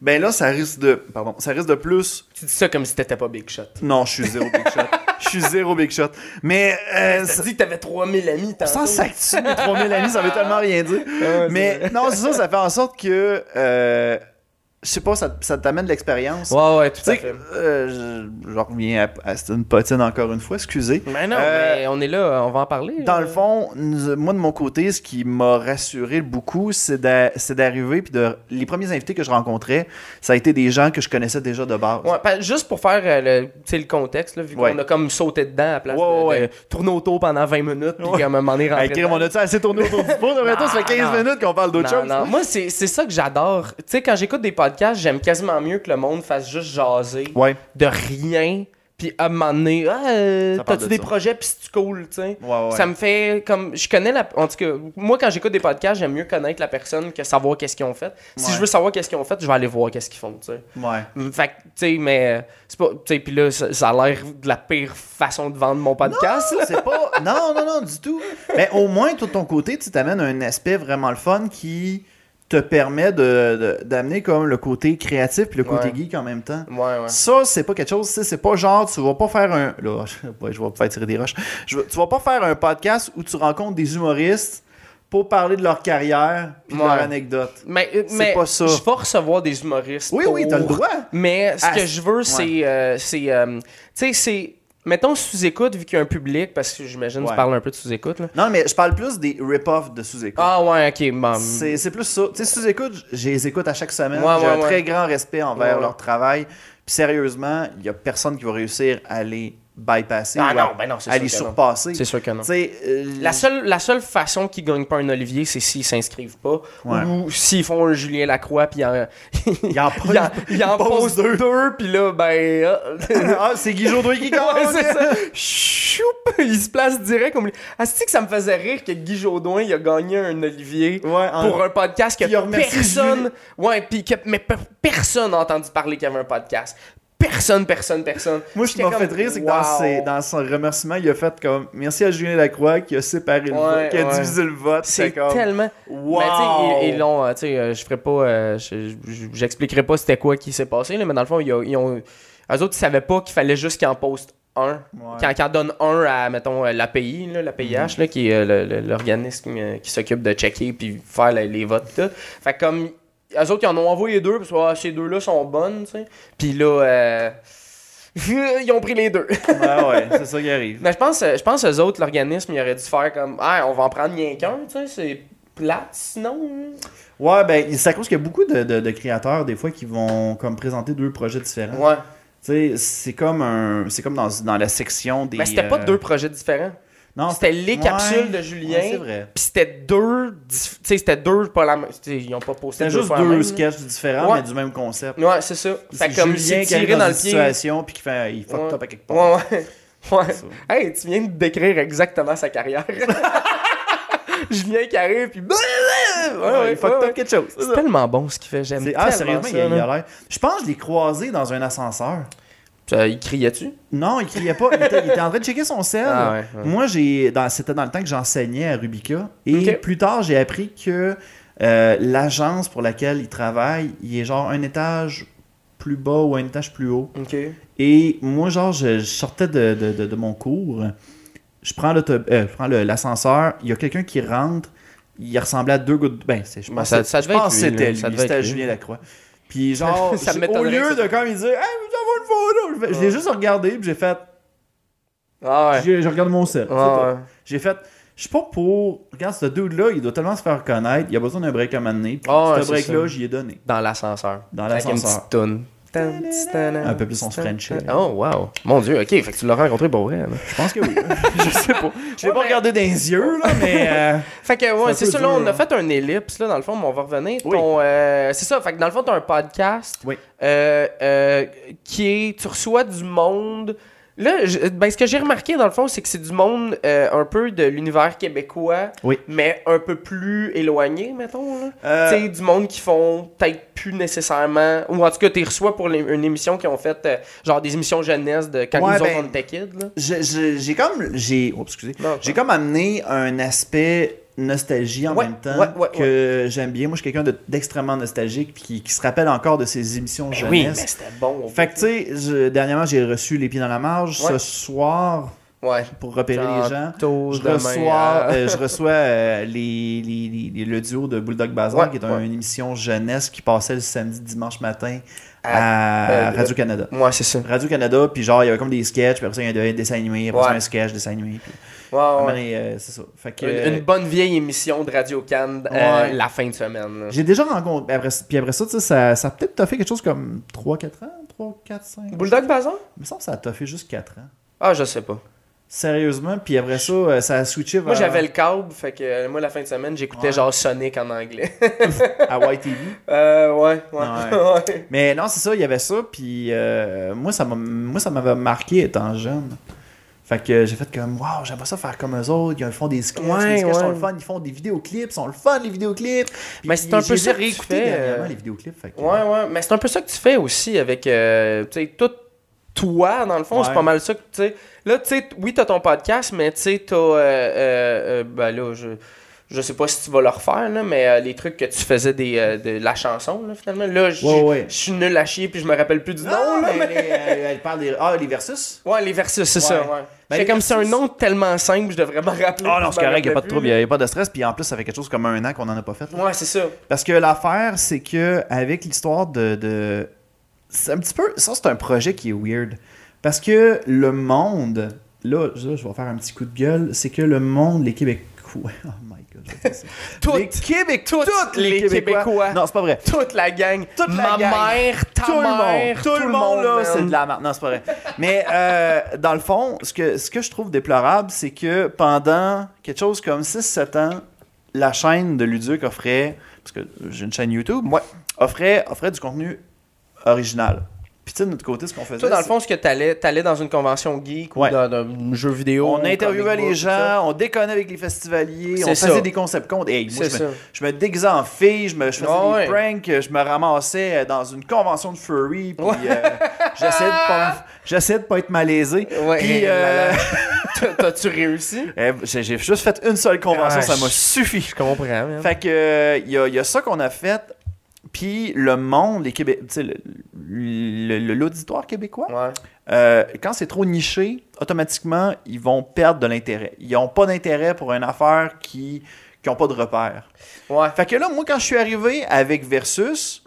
B: ben là, ça risque de... Pardon, ça risque de plus...
A: Tu dis ça comme si t'étais pas Big Shot.
B: Non, je suis zéro big shot. Je suis zéro big shot. Mais... euh,
A: T'as
B: ça-
A: dit que t'avais 3000 amis tantôt.
B: sans s'actuer mes 3000 amis, ça veut tellement rien dire. Mais non, c'est ça, ça fait en sorte que... euh, je sais pas, ça, ça t'amène de l'expérience.
A: Ouais, ouais, tout
B: Tu
A: à
B: sais,
A: fait.
B: euh, je, je reviens à, à Aston Potine encore une fois, excusez.
A: Mais Ben non,
B: Euh,
A: mais on est là, on va en parler.
B: Dans
A: euh.
B: le fond, nous- moi de mon côté, ce qui m'a rassuré beaucoup, c'est d'a- c'est d'arriver puis de les premiers invités que je rencontrais, ça a été des gens que je connaissais déjà de base.
A: Ouais, pa- juste pour faire euh, le, tu sais, le contexte, là, vu
B: Ouais.
A: qu'on a comme sauté dedans à la place
B: Ouais,
A: de,
B: ouais.
A: de tourner autour pendant 20 minutes, puis
B: Ouais.
A: qu'à un moment donné, rentrer
B: Hey, Krim,
A: dedans.
B: on a-tu assez tourné autour du pot? Non, ça fait 15
A: Non.
B: minutes qu'on parle d'autre
A: Non,
B: chose.
A: non. Moi, c'est c'est ça que j'adore. Tu sais, quand j'écoute des podcasts, j'aime quasiment mieux que le monde fasse juste jaser
B: Ouais.
A: de rien, puis à un moment donné, ah, euh,
B: Ça parle
A: t'as-tu
B: de
A: des
B: ça.
A: projets, puis c'est cool, tu sais.
B: Ouais, ouais.
A: Ça me fait comme. Je connais la. En tout cas, moi, quand j'écoute des podcasts, j'aime mieux connaître la personne que savoir qu'est-ce qu'ils ont fait. Si
B: Ouais.
A: je veux savoir qu'est-ce qu'ils ont fait, je vais aller voir qu'est-ce qu'ils font, tu sais.
B: Ouais.
A: Fait que, tu sais, mais euh, c'est pas. Tu sais, puis là, ça, ça a l'air de la pire façon de vendre mon podcast. là.
B: C'est pas. Non, non, non, du tout. Mais au moins, toi, de ton côté, tu t'amènes un aspect vraiment le fun qui te permet de- de- d'amener comme le côté créatif puis le côté
A: Ouais.
B: geek en même temps.
A: Ouais, ouais.
B: Ça, c'est pas quelque chose, tu sais, c'est pas genre, tu vas pas faire un. Là, je- ouais, je vais me faire tirer des roches. Je, vais- tu vas pas faire un podcast où tu rencontres des humoristes pour parler de leur carrière puis de
A: Ouais.
B: leur anecdote.
A: Mais, euh,
B: C'est
A: mais
B: pas ça.
A: je vais recevoir des humoristes.
B: Oui, oui,
A: pour-
B: t'as le droit.
A: Mais ce
B: Ah,
A: que
B: c'est-
A: je veux, c'est. euh, c'est euh, tu sais, c'est. Mettons sous-écoute, vu qu'il y a un public, parce que j'imagine que
B: Ouais.
A: tu parles un peu de sous-écoute. là.
B: Non, mais je parle plus des rip-off de sous-écoute.
A: Ah, ouais, ok. Bon.
B: C'est c'est plus ça. Tu sais, sous-écoute, je les écoute à chaque semaine.
A: Ouais,
B: J'ai
A: ouais,
B: un
A: ouais.
B: très grand respect envers
A: Ouais.
B: leur travail. Puis sérieusement, il y a personne qui va réussir à les bypasser
A: Ah
B: ou à,
A: non, ben non, c'est
B: à
A: sûr
B: les
A: que non.
B: surpasser.
A: C'est sûr que non.
B: Tu sais, euh,
A: La seule, la seule façon qu'ils gagnent pas un Olivier, c'est s'ils s'inscrivent pas.
B: Ouais.
A: Ou s'ils font un Julien Lacroix, puis ils en,
B: Il en
A: ils en- ils en
B: pose
A: posent deux, puis là, ben. ah.
B: ah, c'est Guy Jodoin qui hein? compte!
A: Ouais, c'est ça. Choup! Il se place direct comme. Asti que ça me faisait rire que Guy Jodoin il a gagné un Olivier
B: Ouais, en-
A: pour euh, un podcast que
B: Puis il a remercié
A: personne. Ouais, puis que mais pe- personne n'a entendu parler qu'il y avait un podcast. Personne, personne, personne.
B: Moi, ce qui m'a
A: J'étais
B: fait
A: comme,
B: rire, c'est que
A: wow.
B: dans, ses- dans son remerciement, il a fait comme merci à Julien Lacroix qui a séparé le vote,
A: Ouais,
B: qui a
A: ouais.
B: divisé le vote.
A: C'est
B: comme,
A: tellement.
B: Wow!
A: Mais tu sais, ils- ils l'ont, euh, tu sais, euh, je ferai pas, euh, je- je- j'expliquerai pas c'était quoi qui s'est passé, là, mais dans le fond, ils, ont- ils ont, eux autres, ils savaient pas qu'il fallait juste qu'ils en postent un.
B: Ouais. Mhm.
A: Qu'ils en- qu'ils en donnent un à, mettons, euh, l'API, là, l'APIH, là, qui est euh, le- le- l'organisme euh, qui s'occupe de checker puis faire les, les votes pis tout. Fait que comme, eux autres, ils en ont envoyé deux, parce que ah, ces deux-là sont bonnes, tu sais. Puis là, euh, ils ont pris les deux.
B: Ouais, ouais, c'est ça qui arrive.
A: Mais je pense, je pense aux autres, l'organisme, il aurait dû faire comme Ah, on va en prendre rien qu'un, tu sais, c'est plate sinon.
B: Ouais, ben, c'est à cause qu'il y a beaucoup de, de- de créateurs, des fois, qui vont comme présenter deux projets différents.
A: Ouais.
B: Tu sais, c'est comme un. C'est comme dans, dans la section des.
A: Mais c'était pas
B: euh,
A: deux projets différents.
B: Non,
A: C'était les
B: ouais,
A: capsules de
B: ouais, c'est
A: Julien.
B: vrai.
A: Puis c'était deux. dif- Tu sais, c'était deux, pas la même. tu sais, Ils ont pas posté
B: C'était
A: deux
B: juste
A: fois la
B: deux
A: même,
B: sketchs différents,
A: Ouais.
B: mais du même concept.
A: là. Ouais, c'est ça. Fait
B: C'est
A: comme
B: Julien
A: si
B: qui arrive
A: tiré
B: dans,
A: dans le
B: une
A: pied.
B: situation puis qui fait il fuck
A: Ouais.
B: up à quelque part.
A: Ouais, ouais. Ouais.
B: ça.
A: Hey, tu viens de décrire exactement sa carrière. Julien qui arrive, puis. Ouais, ouais,
B: Ouais,
A: ouais,
B: il fuck
A: ouais.
B: up quelque chose. c'est
A: C'est
B: ça.
A: tellement bon ce qu'il fait, j'aime
B: C'est-
A: tellement
B: Ah, sérieusement,
A: ça,
B: il, a- il
A: là.
B: a l'air. Je pense que je l'ai croisé dans un ascenseur.
A: Euh, il criait-tu?
B: Non, il criait pas. Il était, il était en train de checker son sel.
A: Ah ouais, ouais.
B: Moi, j'ai, dans- c'était dans le temps que j'enseignais à Rubica. Et
A: Ok.
B: plus tard, j'ai appris que euh, l'agence pour laquelle il travaille, il est genre un étage plus bas ou un étage plus haut.
A: Ok.
B: Et moi, genre, je, je sortais de, de- de- de mon cours. Je prends, l'auto- euh, je prends le- l'ascenseur. Il y a quelqu'un qui rentre. Il ressemblait à deux gouttes. Ben, c'est- je
A: Ouais,
B: pense
A: ça-
B: que-
A: ça
B: je
A: devait être
B: pense que
A: lui,
B: c'était
A: là.
B: lui.
A: Ça devait
B: C'était
A: être lui.
B: Julien Lacroix. Puis genre,
A: Ça
B: j'ai- au
A: m'étonnerait
B: lieu
A: que ça-
B: de comme il dit Hey, nous avons une photo! Je, fais- je l'ai juste regardé. Puis j'ai fait
A: Ah ouais.
D: J'ai- Je regarde mon sel. c'est tout.
A: Ah ouais.
D: J'ai fait. Je suis pas pour. Regarde, ce dude-là, il doit tellement se faire connaître. Il a besoin d'un break à un moment donné. Puis
A: Ah,
D: ce
A: ouais, c'est
D: break-là,
A: ça.
D: j'y ai donné.
A: Dans l'ascenseur.
D: Dans
A: Avec une
D: l'ascenseur.
A: petite toune. Tan, t's, tan,
D: Un peu plus on se frenchait.
A: Oh, wow. Mon Dieu, ok. Fait que tu l'as rencontré pour vrai. là.
D: Je pense que oui. je sais pas. Je l'ai
A: Ouais,
D: pas
A: mais-
D: regardé dans les yeux, là, mais. euh,
A: Fait que, ouais,
D: C'est
A: c'est
D: un peu
A: ça. Là,
D: dur,
A: on a
D: hein.
A: fait un ellipse, là, dans le fond, mais on va revenir.
D: Oui.
A: Ton, euh, c'est ça. Fait que, dans le fond, t'as un podcast.
D: Oui.
A: euh, euh, qui est. Tu reçois du monde. Là, je- ben, ce que j'ai remarqué, dans le fond, c'est que c'est du monde euh, un peu de l'univers québécois.
D: Oui.
A: Mais un peu plus éloigné, mettons, là.
D: euh,
A: Tu sais, du monde qui font peut-être plus nécessairement. Ou en tout cas, t'es reçois pour les- une émission qui ont fait, euh, genre des émissions jeunesse de quand
B: Ouais,
A: nous autres,
B: ben-
A: on était kids, là.
B: Je- je- J'ai comme. J'ai oh, excusez.
A: Non,
B: J'ai comme amené un aspect nostalgie en
A: Ouais,
B: même temps
A: ouais, ouais,
B: que j'aime bien. Moi, je suis quelqu'un de- d'extrêmement nostalgique puis qui, qui se rappelle encore de ses émissions
D: Ben
B: jeunesse.
A: Ben Oui, mais c'était bon.
B: Fait que, tu sais, je- dernièrement, j'ai reçu Les Pieds dans la marge.
A: Ouais.
B: Ce soir,
A: Ouais.
B: pour repérer les gens,
A: Tantôt,
B: je
A: demain,
B: reçois,
A: euh,
B: euh, je reçois euh, les, les- les- les- le duo de Bulldog Bazar,
A: Ouais,
B: qui est
A: ouais.
B: une émission jeunesse qui passait le samedi, dimanche matin à,
A: euh,
B: Radio-Canada.
A: Ouais, c'est ça.
B: Radio-Canada, puis genre, il y avait comme des sketchs, puis après ça, il y avait des dessins animés, après ça,
A: Ouais.
B: un sketch, dessin animé. puis-
A: Ouais, ouais.
B: Mais, euh, c'est ça. Fait que,
A: Une, une bonne vieille émission de Radio Can euh,
B: Ouais.
A: la fin de semaine. là.
B: euh, J'ai déjà rencontré. Après, puis après ça, tu sais, ça, ça a peut-être toffé quelque chose comme 3-4 ans 3, 4, 5.
A: Bulldog Bazar
B: Il me semble que ça a toffé juste 4 ans.
A: Ah, je sais pas.
B: Sérieusement, puis après ça, euh, ça a switché vers.
A: Moi, j'avais le câble, fait que euh, moi, la fin de semaine, j'écoutais
B: Ouais.
A: genre Sonic en anglais.
B: à YTV.
A: euh, ouais, ouais.
B: Ouais.
A: ouais.
B: Mais non, c'est ça, il y avait ça, puis euh, moi, ça m'a- moi, ça m'avait marqué étant jeune. Fait que j'ai fait comme, waouh, j'aimerais ça faire comme eux autres, ils font des sketchs,
A: Ouais,
B: les sketchs
A: ouais.
B: sont le fun, ils font des vidéoclips, ils sont le fun, les vidéoclips. Puis
A: Mais c'est un peu
B: j'ai
A: ça que tu
B: réécouté
A: fais,
B: dernièrement,
A: euh,
B: les vidéoclips. Fait que,
A: Ouais, ouais. Mais c'est un peu ça que tu fais aussi avec, euh, tu sais, tout toi, dans le fond, c'est
B: Ouais.
A: pas mal ça que, tu sais. Là, tu sais, t- oui, t'as ton podcast, mais tu sais, t'as, euh, euh, euh, ben là, je... Je sais pas si tu vas le refaire, là, mais euh, les trucs que tu faisais des, euh, de la chanson, là, finalement. Là, je
B: Ouais, ouais.
A: je suis nul à chier puis je me rappelle plus du nom.
B: Non,
A: là,
B: Ah, mais les- elle, elle parle des. Ah, les Versus
A: Ouais, les versus, c'est
B: Ouais.
A: ça. Ouais.
B: Ben,
A: c'est
B: les
A: comme c'est un
B: versus-
A: nom tellement simple, je devrais me rappeler.
B: Ah non,
A: je
B: c'est
A: me
B: correct, il n'y a pas de
A: rappelle
B: trouble, il n'y a pas de stress, puis en plus, ça fait quelque chose comme un an qu'on n'en a pas fait. là.
A: plus. Ouais, c'est ça.
B: Parce que l'affaire, c'est que avec l'histoire de, de- c'est un petit peu ça, c'est un projet qui est weird parce que le monde, là, je, je vais faire un petit coup de gueule, c'est que le monde, les Québécois, oh my god, je vais dire ça.
A: Toutes,
B: les Québécois,
A: toutes, les Québécois.
B: non, c'est pas vrai.
A: Toute la gang.
B: Toute la
A: Ma
B: gang.
A: mère, ta
B: Tout le monde,
A: mère.
B: tout, le monde, là,
A: man.
B: c'est de la merde. Non, c'est pas vrai. Mais euh, dans le fond, ce que, ce que je trouve déplorable, c'est que pendant quelque chose comme 6-7 ans, la chaîne de Luduc offrait, parce que j'ai une chaîne YouTube, offrait, offrait du contenu original. Puis tu sais, de notre côté, ce qu'on faisait.
A: Toi, dans le
B: c'est-
A: fond, ce que t'allais, t'allais dans une convention geek
B: Ouais.
A: ou dans un jeu vidéo.
B: on
A: comic
B: interviewait
A: book,
B: les
A: tout ça.
B: gens, on déconnait avec les festivaliers, on
A: C'est ça.
B: faisait des concepts comptes. Hey, moi,
A: C'est
B: je
A: ça.
B: me, je me déguisais en fille, je, me, je faisais
A: Ouais.
B: des pranks, je me ramassais euh, dans une convention de furry, puis
A: Ouais.
B: euh, j'essayais de pas- j'essayais de pas être malaisé.
A: Ouais,
B: puis
A: eh là
B: euh,
A: là. T'as- T'as-tu réussi?
B: eh, j'ai j'ai juste fait une seule convention,
A: Ah,
B: ça
A: je-
B: m'a suffi.
A: Je comprends, man.
B: Fait que euh, il y, a- il y a ça qu'on a fait, puis le monde, les Québé... tu sais, le- le- le- l'auditoire québécois.
A: Ouais.
B: Euh, quand c'est trop niché, automatiquement, ils vont perdre de l'intérêt. Ils n'ont pas d'intérêt pour une affaire qui n'ont pas de repère.
A: Ouais.
B: Fait que là, moi, quand je suis arrivé avec Versus,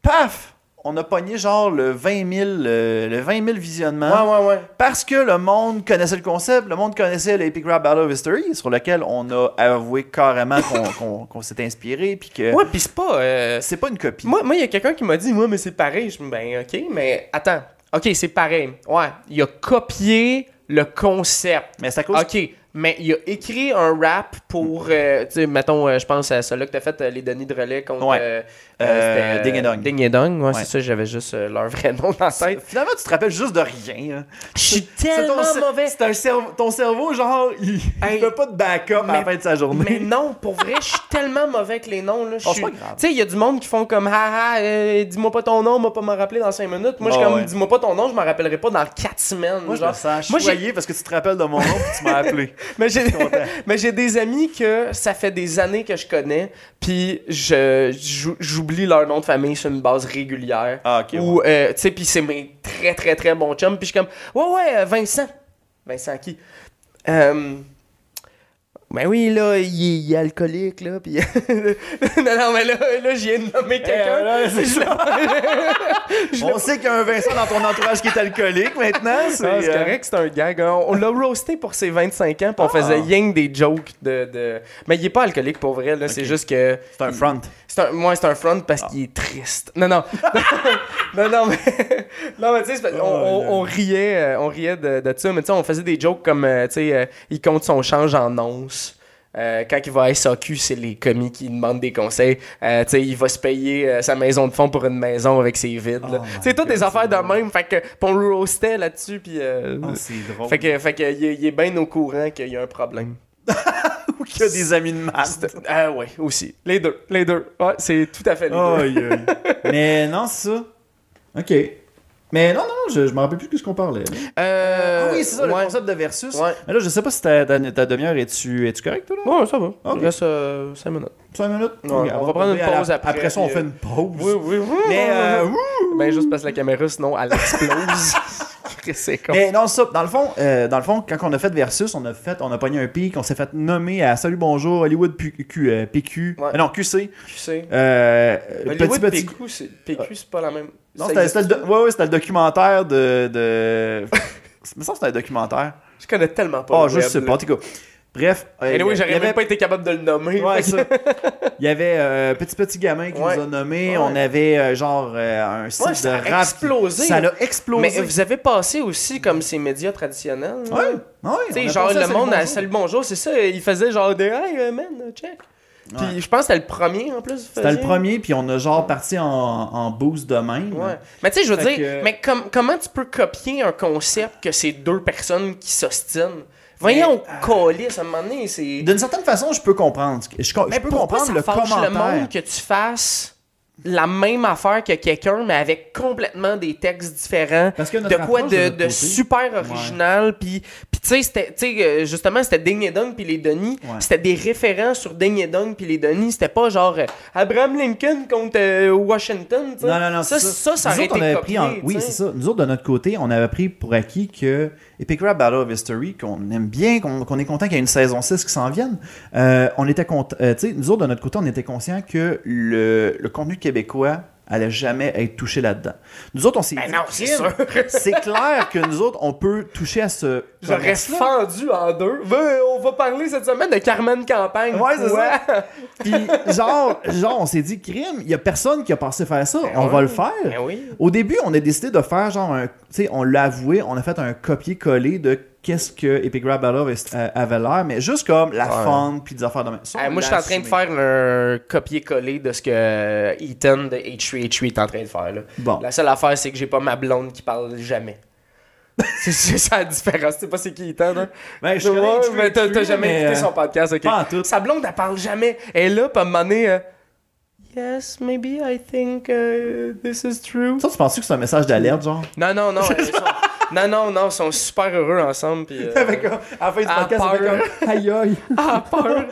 B: paf! On a pogné genre le 20 000, euh, le 20 000 visionnements.
A: Ouais, ouais, ouais.
B: Parce que le monde connaissait le concept, le monde connaissait l'Epic Rap Battle of History, sur lequel on a avoué carrément qu'on qu'on- qu'on s'est inspiré, puis que
A: Ouais, pis c'est pas. euh,
B: c'est pas une copie.
A: Moi, moi, il y a quelqu'un qui m'a dit, moi, mais c'est pareil. Je me dis, ben, ok, mais attends. Ok, c'est pareil. Ouais, il a copié le concept.
B: Mais c'est à cause
A: Ok, mais il a écrit un rap pour, euh, tu sais, mettons, euh, je pense à celui-là que t'as fait, euh, les Denis de relais contre.
B: Ouais.
A: euh,
B: Euh,
A: c'était,
B: Ding et Dong.
A: Ding et Dong, ouais,
B: Ouais.
A: c'est ça, j'avais juste euh, leur vrai nom dans la tête.
B: Finalement, tu te rappelles juste de rien. hein.
A: Je suis
B: C'est
A: tellement
B: ton cer-
A: mauvais.
B: C'est un cerveau, ton cerveau, genre, il, il
A: Hey.
B: fait pas de backup à la
A: Mais-
B: fin de sa journée.
A: Mais non, pour vrai, je suis tellement mauvais avec les noms. là. Je
B: Oh,
A: suis-
B: c'est pas
A: Tu
B: grave.
A: sais, il y a du monde qui font comme Haha, euh, dis-moi pas ton nom, on m'a pas m'en rappeler dans 5 minutes. Moi, je suis
B: Ah
A: comme
B: ouais.
A: Dis-moi pas ton nom, je m'en rappellerai pas dans 4 semaines.
B: moi, je
A: genre.
B: me sens
A: Moi, j'ai-
B: choyé parce que tu te rappelles de mon nom et tu m'as appelé.
A: Mais j'ai,
B: content.
A: mais j'ai des amis que ça fait des années que je connais, puis je, j'ou- j'oublie leur nom de famille sur une base régulière.
B: Ah, ok,
A: Ou, euh, tu sais, puis c'est mes très, très, très bons chums, puis je suis comme, ouais, ouais, euh, Vincent. Vincent qui? Euh, Ben oui, là, il est, il est alcoolique, là, pis... non, non, mais là, là je viens de
B: Eh,
A: nommer quelqu'un.
B: là, c'est
A: Je l'ai-
B: On sait qu'il y a un Vincent dans ton entourage qui est alcoolique maintenant. C'est
A: Ah, c'est
B: euh,
A: correct, c'est un gag. hein. On, l'a roasté pour ses 25 ans, puis
B: Ah!
A: on faisait yang des jokes de, de- Mais il est pas alcoolique pour vrai, là. C'est juste que.
B: c'est un front.
A: C'est un, moi, c'est un front parce qu'il est triste. Non, non. non, non, mais. Non, mais tu sais, c'est parce qu'on- on, on riait, euh, on riait de, de ça, mais tu sais, on faisait des jokes comme, euh, tu sais, euh, il compte son change en once. Euh, quand il va à SAQ, c'est les commis qui demandent des conseils. Euh, tu sais, il va se payer euh, sa maison de fond pour une maison avec ses vides. là.
B: my
A: c'est toutes des affaires de même. Fait que, pis on le roastait là-dessus. Puis, euh,
B: Ah, c'est drôle.
A: fait que, fait que, il, est- il est bien au courant qu'il y a un problème.
B: Ou qu'il y a des amis de masse.
A: C'est- Ah ouais, aussi. Les deux, les deux. Ouais, c'est tout à fait les deux.
B: Aïe, aïe. Mais non, c'est ça. OK. Mais non, non, je, je me rappelle plus de ce qu'on parlait. là.
A: Euh,
B: Ah oui, c'est ça,
A: ouais.
B: le concept de versus.
A: Ouais.
B: Mais là, je sais pas si ta, ta, ta demi-heure, es-tu es correct, toi, là?
A: Ouais, ça va.
B: Ok.
A: Il reste 5 minutes.
B: 5 euh, minutes?
A: Ouais,
B: Ok,
A: on va prendre une
B: à la-
A: pause après,
B: Après ça, on
A: puis,
B: fait
A: euh,
B: une pause.
A: oui, oui.
B: Mais, euh, ouh.
A: Ben, juste parce que la caméra, sinon, elle explose. Chris, c'est con.
B: mais non, ça, dans le fond, euh, dans le fond, quand on a fait Versus, on a fait, on a pogné un pic, on s'est fait nommer à Salut Bonjour Hollywood Pu- Q- euh, PQ,
A: Ouais.
B: euh, non QC,
A: Tu sais.
B: euh,
A: Hollywood,
B: petit petit.
A: PQ, c'est... PQ, c'est pas la même.
B: Non,
A: Ça
B: c'était
A: existe.
B: c'était le, do- ouais, ouais, c'était le documentaire de. de... me semble que c'était un documentaire.
A: Je connais tellement pas.
B: Ah,
A: le
B: je
A: web,
B: sais
A: là.
B: pas, en tout cas. Bref. euh,
A: Anyway,
B: il y
A: j'aurais
B: avait-
A: même pas été capable de le nommer.
B: Ouais,
A: fait que-
B: ça. Il y avait euh, Petit Petit Gamin qui
A: Ouais.
B: nous a nommé.
A: Ouais.
B: On avait euh, genre euh, un site
A: Ouais, ça
B: de
A: a
B: rap. qui-
A: explosé.
B: Ça l'a explosé.
A: Mais vous avez passé aussi comme ces médias traditionnels. là.
B: Ouais, ouais,
A: Tu
B: on
A: sais,
B: a
A: genre
B: pensé à
A: le
B: Salut
A: monde à
B: Bonjour.
A: Salut Bonjour, c'est ça. Il faisait genre des Hey, euh, man, check. Puis
B: Ouais.
A: je pense que c'était le premier en plus.
B: C'était le
A: faisait.
B: premier, puis on a genre parti en, en boost de même.
A: Ouais. Mais tu sais, je veux dire,
B: Fait que-
A: mais com- comment tu peux copier un concept que c'est deux personnes qui s'ostinent? Voyons,
B: euh,
A: au colis, à un moment donné, c'est.
B: D'une certaine façon, je peux comprendre. Je, je
A: Mais
B: peux
A: pourquoi
B: comprendre
A: ça
B: le
A: fâche
B: commentaire.
A: le monde que tu fasses la même affaire que quelqu'un, mais avec complètement des textes différents.
B: Parce que notre
A: de quoi
B: approche
A: de,
B: de notre
A: de
B: côté.
A: super original. Puis, puis tu sais, c'était- tu sais, euh, justement, c'était Ding et Dong puis les Denis.
B: Ouais.
A: C'était des référents sur Ding et Dong puis les Denis. C'était pas genre euh, Abraham Lincoln contre euh, Washington. tu sais.
B: Non, non, non,
A: Ça,
B: c'est
A: ça, ça
B: Nous
A: aurait
B: autres, on
A: été
B: avait
A: copié.
B: pris en- Oui,
A: tu sais.
B: c'est ça. Nous autres, de notre côté, on avait pris pour acquis que Epic Rap Battle of History, qu'on aime bien, qu'on qu'on est content qu'il y ait une saison 6 qui s'en vienne, euh, on était cont- euh, tu sais, nous autres, de notre côté, on était conscients que le, le contenu québécois allait jamais être touché là-dedans. Nous autres, on s'est
A: Ben
B: dit,
A: non, c'est
B: Crime,
A: sûr.
B: c'est clair que nous autres, on peut toucher à ce...
A: J'aurais
B: commerce-là.
A: fendu en deux. Ben, on va parler cette semaine de Carmen Campagne.
B: Ouais, c'est
A: Quoi?
B: Puis genre, genre, on s'est dit, crime, il y a personne qui a pensé faire ça. on
A: ouais.
B: va le faire.
A: Ben oui.
B: Au début, on a décidé de faire genre un. Tu sais, on l'a avoué, on a fait un copier-coller de qu'est-ce que Epic Rap Battle avait- euh, avait l'air, mais juste comme la fun puis des affaires de même. Ça,
A: Ah,
B: on
A: moi, je suis
B: l'a
A: en train de
B: assumé.
A: faire un copier-coller de ce que euh, Ethan de H3H3 est en train de faire. là.
B: Bon.
A: La seule affaire, c'est que j'ai pas ma blonde qui parle jamais. c'est c'est ça la différence. Tu sais pas c'est qui Ethan. Hein?
B: Ben, je connais
A: Ouais,
B: H3H3,
A: mais t'as t'as jamais
B: mais,
A: écouté
B: euh,
A: son podcast, ok?
B: pas en tout.
A: Sa blonde, elle parle jamais. Elle est là, puis à un moment donné, euh, Yes, maybe I think uh, this is true.
B: Ça, tu penses que c'est un message d'alerte, genre
A: Non, non, non. elles sont- Non, non, non, ils sont super heureux ensemble. Puis, euh,
B: À la fin du
A: Ah,
B: podcast, c'est
A: peur.
B: comme. Aïe aïe
A: Ah, peur!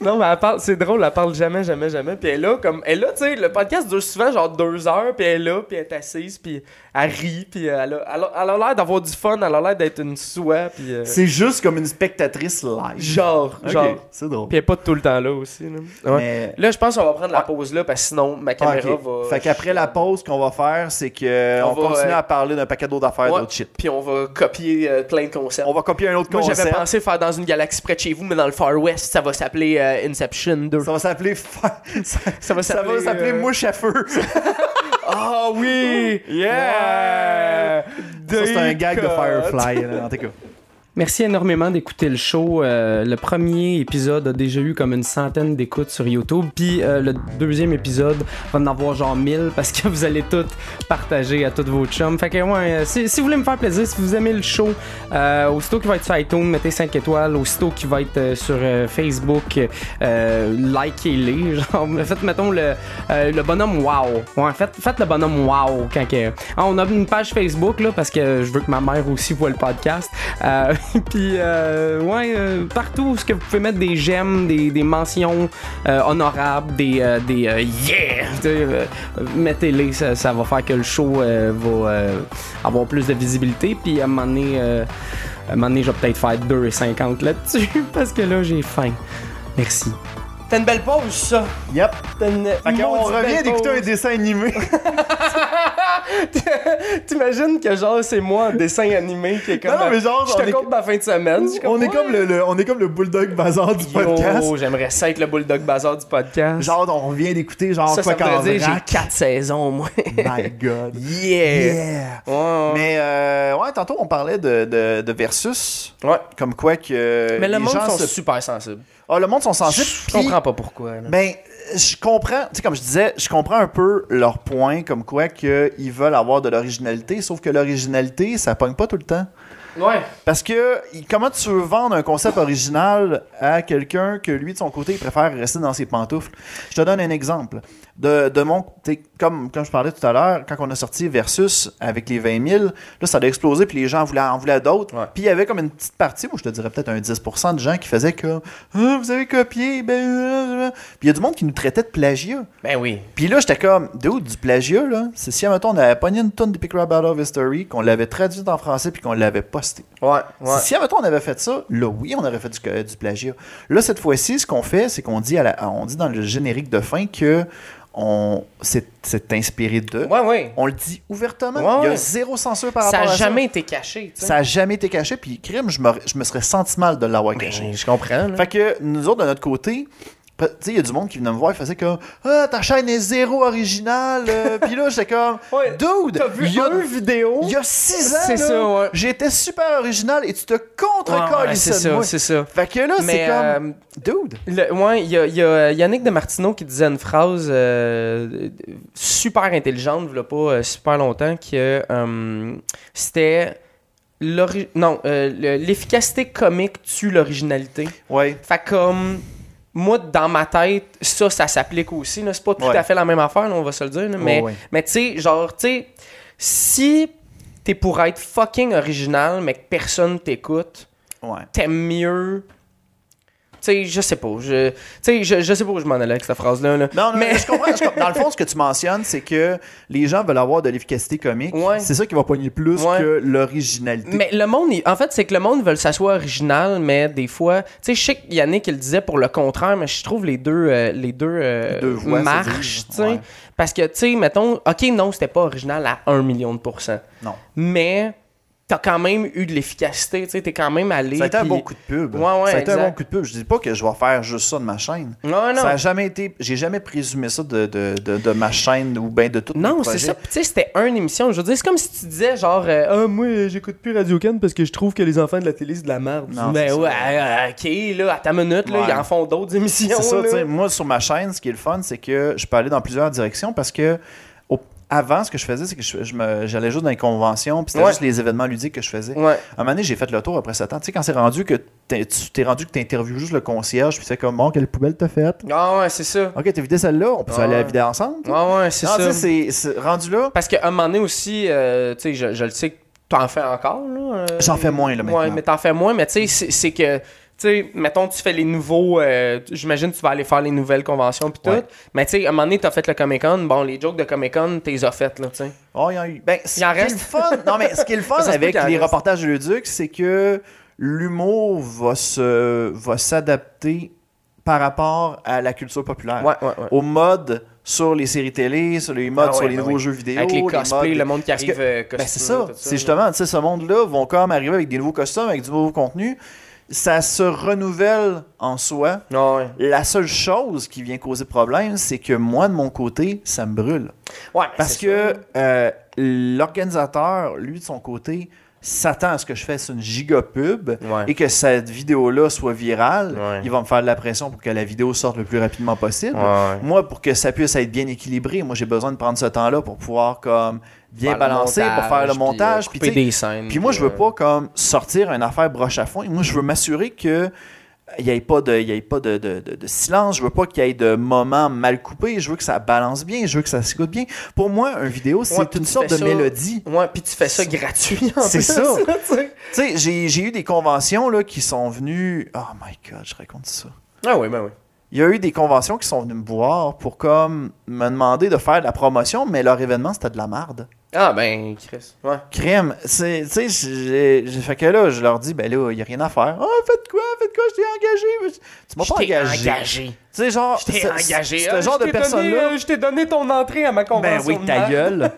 A: non, mais elle parle, c'est drôle, elle parle jamais, jamais, jamais. Puis elle est là, comme, elle est là, tu sais, le podcast dure souvent genre deux heures, puis elle est là, puis elle est assise, puis elle rit, puis elle a elle a- elle a l'air d'avoir du fun, elle a l'air d'être une soie, puis. euh,
B: C'est juste comme une spectatrice live.
A: genre,
B: Ok,
A: genre.
B: C'est drôle.
A: Puis elle est pas tout le temps là aussi. Là, Ouais.
B: Mais-
A: là je pense qu'on va prendre la pause là, parce que sinon, ma
B: Ah,
A: caméra
B: ok.
A: va.
B: Fait qu'après la pause, ce qu'on va faire, c'est que
A: On
B: on,
A: va,
B: continue
A: euh,
B: à parler d'un paquet d'autres affaires,
A: Ouais,
B: d'autres shit.
A: Puis on va copier euh, plein de concepts.
B: On va copier un autre
A: Moi, j'avais
B: concept.
A: pensé faire dans une galaxie près de chez vous, mais dans le Far West, ça va s'appeler euh, Inception 2.
B: Ça va s'appeler. fa- Ça,
A: Ça va
B: ça va s'appeler
A: euh,
B: mouche à feu.
A: Ah oui!
B: Yeah! Ça, c'est un gag de
A: Deep cut.
B: Firefly, là, en tout cas.
E: Merci énormément d'écouter le show. Euh, le premier épisode a déjà eu comme une centaine d'écoutes sur YouTube. Puis euh, le deuxième épisode va en avoir genre 1000 parce que vous allez tout partager à toutes vos chums. Fait que ouais, euh, si, si vous voulez me faire plaisir, si vous aimez le show, euh, aussitôt qu'il va être sur iTunes, mettez 5 étoiles. Aussitôt qu'il va être euh, sur euh, Facebook, euh, likez-les. Genre, faites, mettons, le, euh, le bonhomme wow. Ouais, faites, faites le bonhomme wow quand que- Ah, on a une page Facebook là parce que je veux que ma mère aussi voit le podcast. Euh, puis euh, ouais, euh, partout où ce que vous pouvez mettre des j'aime, des, des mentions euh, honorables, des euh, des euh, yeah, tu sais, euh, mettez-les, ça, ça va faire que le show euh, va euh, avoir plus de visibilité. Puis à un moment donné. euh, un moment donné, je vais peut-être faire 2,50 là-dessus parce que là, j'ai faim. Merci.
A: T'as une belle pause, ça.
B: Yep.
A: T'as une
B: Fait qu'on
A: maudite
B: revient
A: belle
B: d'écouter un
A: pause.
B: dessin animé.
A: T'imagines que genre c'est moi en dessin animé qui est comme
B: Non, non, mais genre,
A: je
B: on
A: te
B: est-
A: coupe ma fin de semaine. Je suis
B: on, est
A: ouais.
B: comme le, le- on est comme le bulldog bazar du podcast.
A: Yo, j'aimerais ça être le bulldog bazar du podcast.
B: Genre, on revient d'écouter genre
A: ça, ça
B: quoi qu'en
A: veut dire j'ai
B: vrac.
A: 4 saisons moi.
B: Oh My God.
A: yeah.
B: Yeah.
A: Ouais, ouais.
B: Mais euh, ouais, tantôt on parlait de, de, de versus,
A: Ouais.
B: comme quoi que
A: Mais le
B: les
A: monde
B: gens
A: sont
B: se-
A: super sensibles.
B: Ah, le monde sont sensibles.
A: Je
B: puis-
A: comprends pas pourquoi. là.
B: Ben, je comprends, tu sais, comme je disais, je comprends un peu leur point, comme quoi qu'ils veulent avoir de l'originalité, sauf que l'originalité, ça pogne pas tout le temps.
A: Ouais.
B: Parce que il- comment tu veux vendre un concept original à quelqu'un que lui, de son côté, il préfère rester dans ses pantoufles? Je te donne un exemple. De, de mon, tu sais, comme, comme je parlais tout à l'heure, quand on a sorti Versus avec les 20 000, là, ça a explosé, puis les gens en voulaient, en voulaient d'autres.
A: Ouais.
B: Puis il y avait comme une petite partie, moi, je te dirais peut-être un 10 de gens qui faisaient comme Ah, Vous avez copié, ben. euh, euh. Puis il y a du monde qui nous traitait de plagiat.
A: Ben oui.
B: Puis là, j'étais comme, d'où du plagiat, là? C'est si, admettons, on avait pogné une tonne de Pick Battle of History, qu'on l'avait traduite en français, puis qu'on l'avait postée.
A: Ouais. Ouais.
B: Si, admettons, on avait fait ça, là, oui, on aurait fait du, euh, du plagiat. Là, cette fois-ci, ce qu'on fait, c'est qu'on dit, à la- on dit dans le générique de fin que on s'est s'est inspiré de.
A: Ouais, ouais.
B: On le dit ouvertement.
A: Ouais,
B: Il y a
A: ouais.
B: zéro censure par
A: Ça
B: rapport
A: a
B: à
A: jamais été caché. tu
B: ça.
A: sais.
B: Ça a jamais été caché, puis crime, je me, je me serais senti mal de l'avoir caché.
A: Ben, Je comprends. là.
B: Fait que nous autres, de notre côté, tu sais, il y a du monde qui venait me voir, il faisait comme Ah, ta chaîne est zéro originale. euh. Puis là, j'étais comme
A: Ouais,
B: Dude,
A: T'as vu
B: il y a-
A: une vidéo?
B: il y a six ans,
A: C'est
B: là,
A: ça, ouais.
B: j'étais super original et tu te contre
A: Ouais, ouais, C'est
B: de
A: ça,
B: moi.
A: c'est ça.
B: Fait que là, c'est
A: Mais,
B: comme
A: euh,
B: Dude.
A: Le- ouais, il y a, il y a Yannick Demartino qui disait une phrase euh, super intelligente, voilà pas euh, super longtemps, que euh, c'était l'ori- non euh, le- l'efficacité comique tue l'originalité.
B: Ouais.
A: Fait comme moi dans ma tête, ça ça s'applique aussi. là. C'est pas tout
B: Ouais.
A: à fait la même affaire, là, on va se le dire. là, mais
B: ouais.
A: mais tu sais, genre tu sais, si t'es pour être fucking original mais que personne t'écoute
B: Ouais.
A: t'aimes mieux. Tu sais, je sais pas. Je, tu sais, je, je sais pas où je m'en allais avec cette phrase-là. là.
B: Non, non,
A: mais.
B: mais je comprends, je comprends. Dans le fond, ce que tu mentionnes, c'est que les gens veulent avoir de l'efficacité comique.
A: Ouais.
B: C'est ça qui va poigner plus
A: Ouais.
B: que l'originalité.
A: Mais le monde, il- en fait, c'est que le monde veut que ça soit original, mais des fois, tu sais, je sais que Yannick, il disait pour le contraire, mais je trouve les deux, euh, les deux, euh,
B: Les deux voix se
A: marchent,
B: disent,
A: tu sais.
B: ouais.
A: Parce que, tu sais, mettons, OK, non, c'était pas original à 1 million de pourcents.
B: Non.
A: Mais t'as quand même eu de l'efficacité, tu sais, t'es quand même allé.
B: Ça a été un
A: puis-
B: bon coup de pub.
A: Ouais, ouais,
B: ça a été un
A: exact.
B: bon coup de pub. Je dis pas que je vais faire juste ça de ma chaîne.
A: Non, non.
B: Ça a jamais été. J'ai jamais présumé ça de, de, de, de ma chaîne ou bien de tout.
A: Non, c'est ça. Puis, Tu sais, c'était une émission. Je veux dire, c'est comme si tu disais genre, euh, ah, moi, euh, j'écoute plus Radio Can parce que je trouve que les enfants de la télé, c'est de la merde.
B: Non,
A: mais
B: c'est
A: ouais, euh, ok, là, à ta minute, là,
B: Ouais.
A: ils en font d'autres émissions.
B: C'est ça,
A: Oh, là.
B: tu sais. Moi, sur ma chaîne, ce qui est le fun, c'est que je peux aller dans plusieurs directions parce que. au- Avant, ce que je faisais, c'est que je- je me- j'allais juste dans les conventions, puis c'était
A: Ouais.
B: juste les événements ludiques que je faisais.
A: Ouais.
B: À un moment donné, j'ai fait le tour après 7 ans. Tu sais, quand c'est rendu que t'es- tu t'es rendu que t'interviews juste le concierge, puis c'est comme, bon, quelle poubelle t'as faite?
A: Ah ouais, c'est ça.
B: Ok, t'as vidé celle-là, on peut
A: Ouais.
B: aller la vider ensemble? toi?
A: Ouais, ouais, c'est
B: Non, tu sais,
A: ça.
B: c'est- c'est rendu là.
A: Parce qu'à un moment donné aussi, euh, tu sais, je, je le sais que t'en fais encore, là. euh,
B: J'en fais moins, là,
A: Ouais,
B: maintenant.
A: mais t'en fais moins, mais tu sais, c'est c'est que. Tu sais, mettons, tu fais les nouveaux. euh, tu- J'imagine que tu vas aller faire les nouvelles conventions pis tout.
B: Ouais.
A: Mais tu sais, à un moment donné, t'as fait le Comic Con. Bon, les jokes de Comic Con, t'es as faites, là, tu sais.
B: Oh, il y en a eu. Ben, ce
A: Il en
B: qui est
A: reste.
B: le fun, non, mais ce qui est le fun
A: Ça se peut
B: avec
A: qu'il en
B: les
A: reste.
B: reportages de Leduc, c'est que l'humour va se va s'adapter par rapport à la culture populaire.
A: Ouais, ouais, ouais.
B: Au mode sur les séries télé, sur les modes
A: Ah
B: sur
A: ouais,
B: les
A: ben
B: nouveaux
A: oui.
B: jeux vidéo,
A: Avec les
B: modes-
A: cosplays, le monde qui
B: Parce
A: arrive
B: que-
A: euh,
B: Ben,
A: costumé,
B: c'est ça.
A: tout
B: C'est justement, tu sais, ce monde-là vont comme arriver avec des nouveaux costumes, avec du nouveau contenu. Ça se renouvelle en soi.
A: là. Ouais, ouais.
B: La seule chose qui vient causer problème, c'est que moi, de mon côté, ça me brûle.
A: Ouais, mais
B: Parce
A: c'est
B: que
A: ça.
B: euh, l'organisateur, lui, de son côté, s'attend à ce que je fasse une giga pub
A: Ouais.
B: et que cette vidéo-là soit virale.
A: Ouais.
B: Il va me faire de la pression pour que la vidéo sorte le plus rapidement possible.
A: Ouais, ouais.
B: Moi, pour que ça puisse être bien équilibré, moi, j'ai besoin de prendre ce temps-là pour pouvoir comme bien
A: Faire le
B: balancer, pour faire le
A: montage,
B: montage.
A: Puis,
B: Puis,
A: euh, couper
B: tu sais,
A: des scènes.
B: puis moi, je veux
A: euh,
B: pas comme sortir une affaire broche à fond. Moi,
A: Mm.
B: je veux m'assurer que il n'y ait pas, de, il y ait pas de, de- de- de silence. Je veux pas qu'il y ait de moments mal coupés. Je veux que ça balance bien. Je veux que ça s'écoute bien. Pour moi, une vidéo, c'est
A: Ouais, puis
B: une
A: tu
B: sorte
A: fais
B: de
A: ça-
B: mélodie.
A: Ouais, puis tu fais ça gratuit en
B: C'est
A: plus,
B: ça.
A: là, tu sais.
B: Tu sais, j'ai j'ai eu des conventions là, qui sont venues. Oh my God, je raconte ça.
A: Ah oui, ben oui.
B: Il y a eu des conventions qui sont venues me voir pour comme me demander de faire de la promotion, mais leur événement, c'était de la merde.
A: Ah ben, Chris. Ouais.
B: Crème, c'est, tu sais, j'ai- j'ai- fait que là, je leur dis, ben là, il n'y a rien à faire. Ah, faites quoi, faites quoi, je t'ai engagé. mais tu- Tu m'as pas engagé. Tu sais, genre,
A: Je t'ai
B: ce-
A: engagé.
B: ce-
A: Ah,
B: ce genre
A: je
B: de
A: t'ai donné,
B: personne-là.
A: euh, Je t'ai donné ton entrée à ma
B: Ben
A: convention.
B: oui,
A: de
B: ta
A: merde.
B: gueule.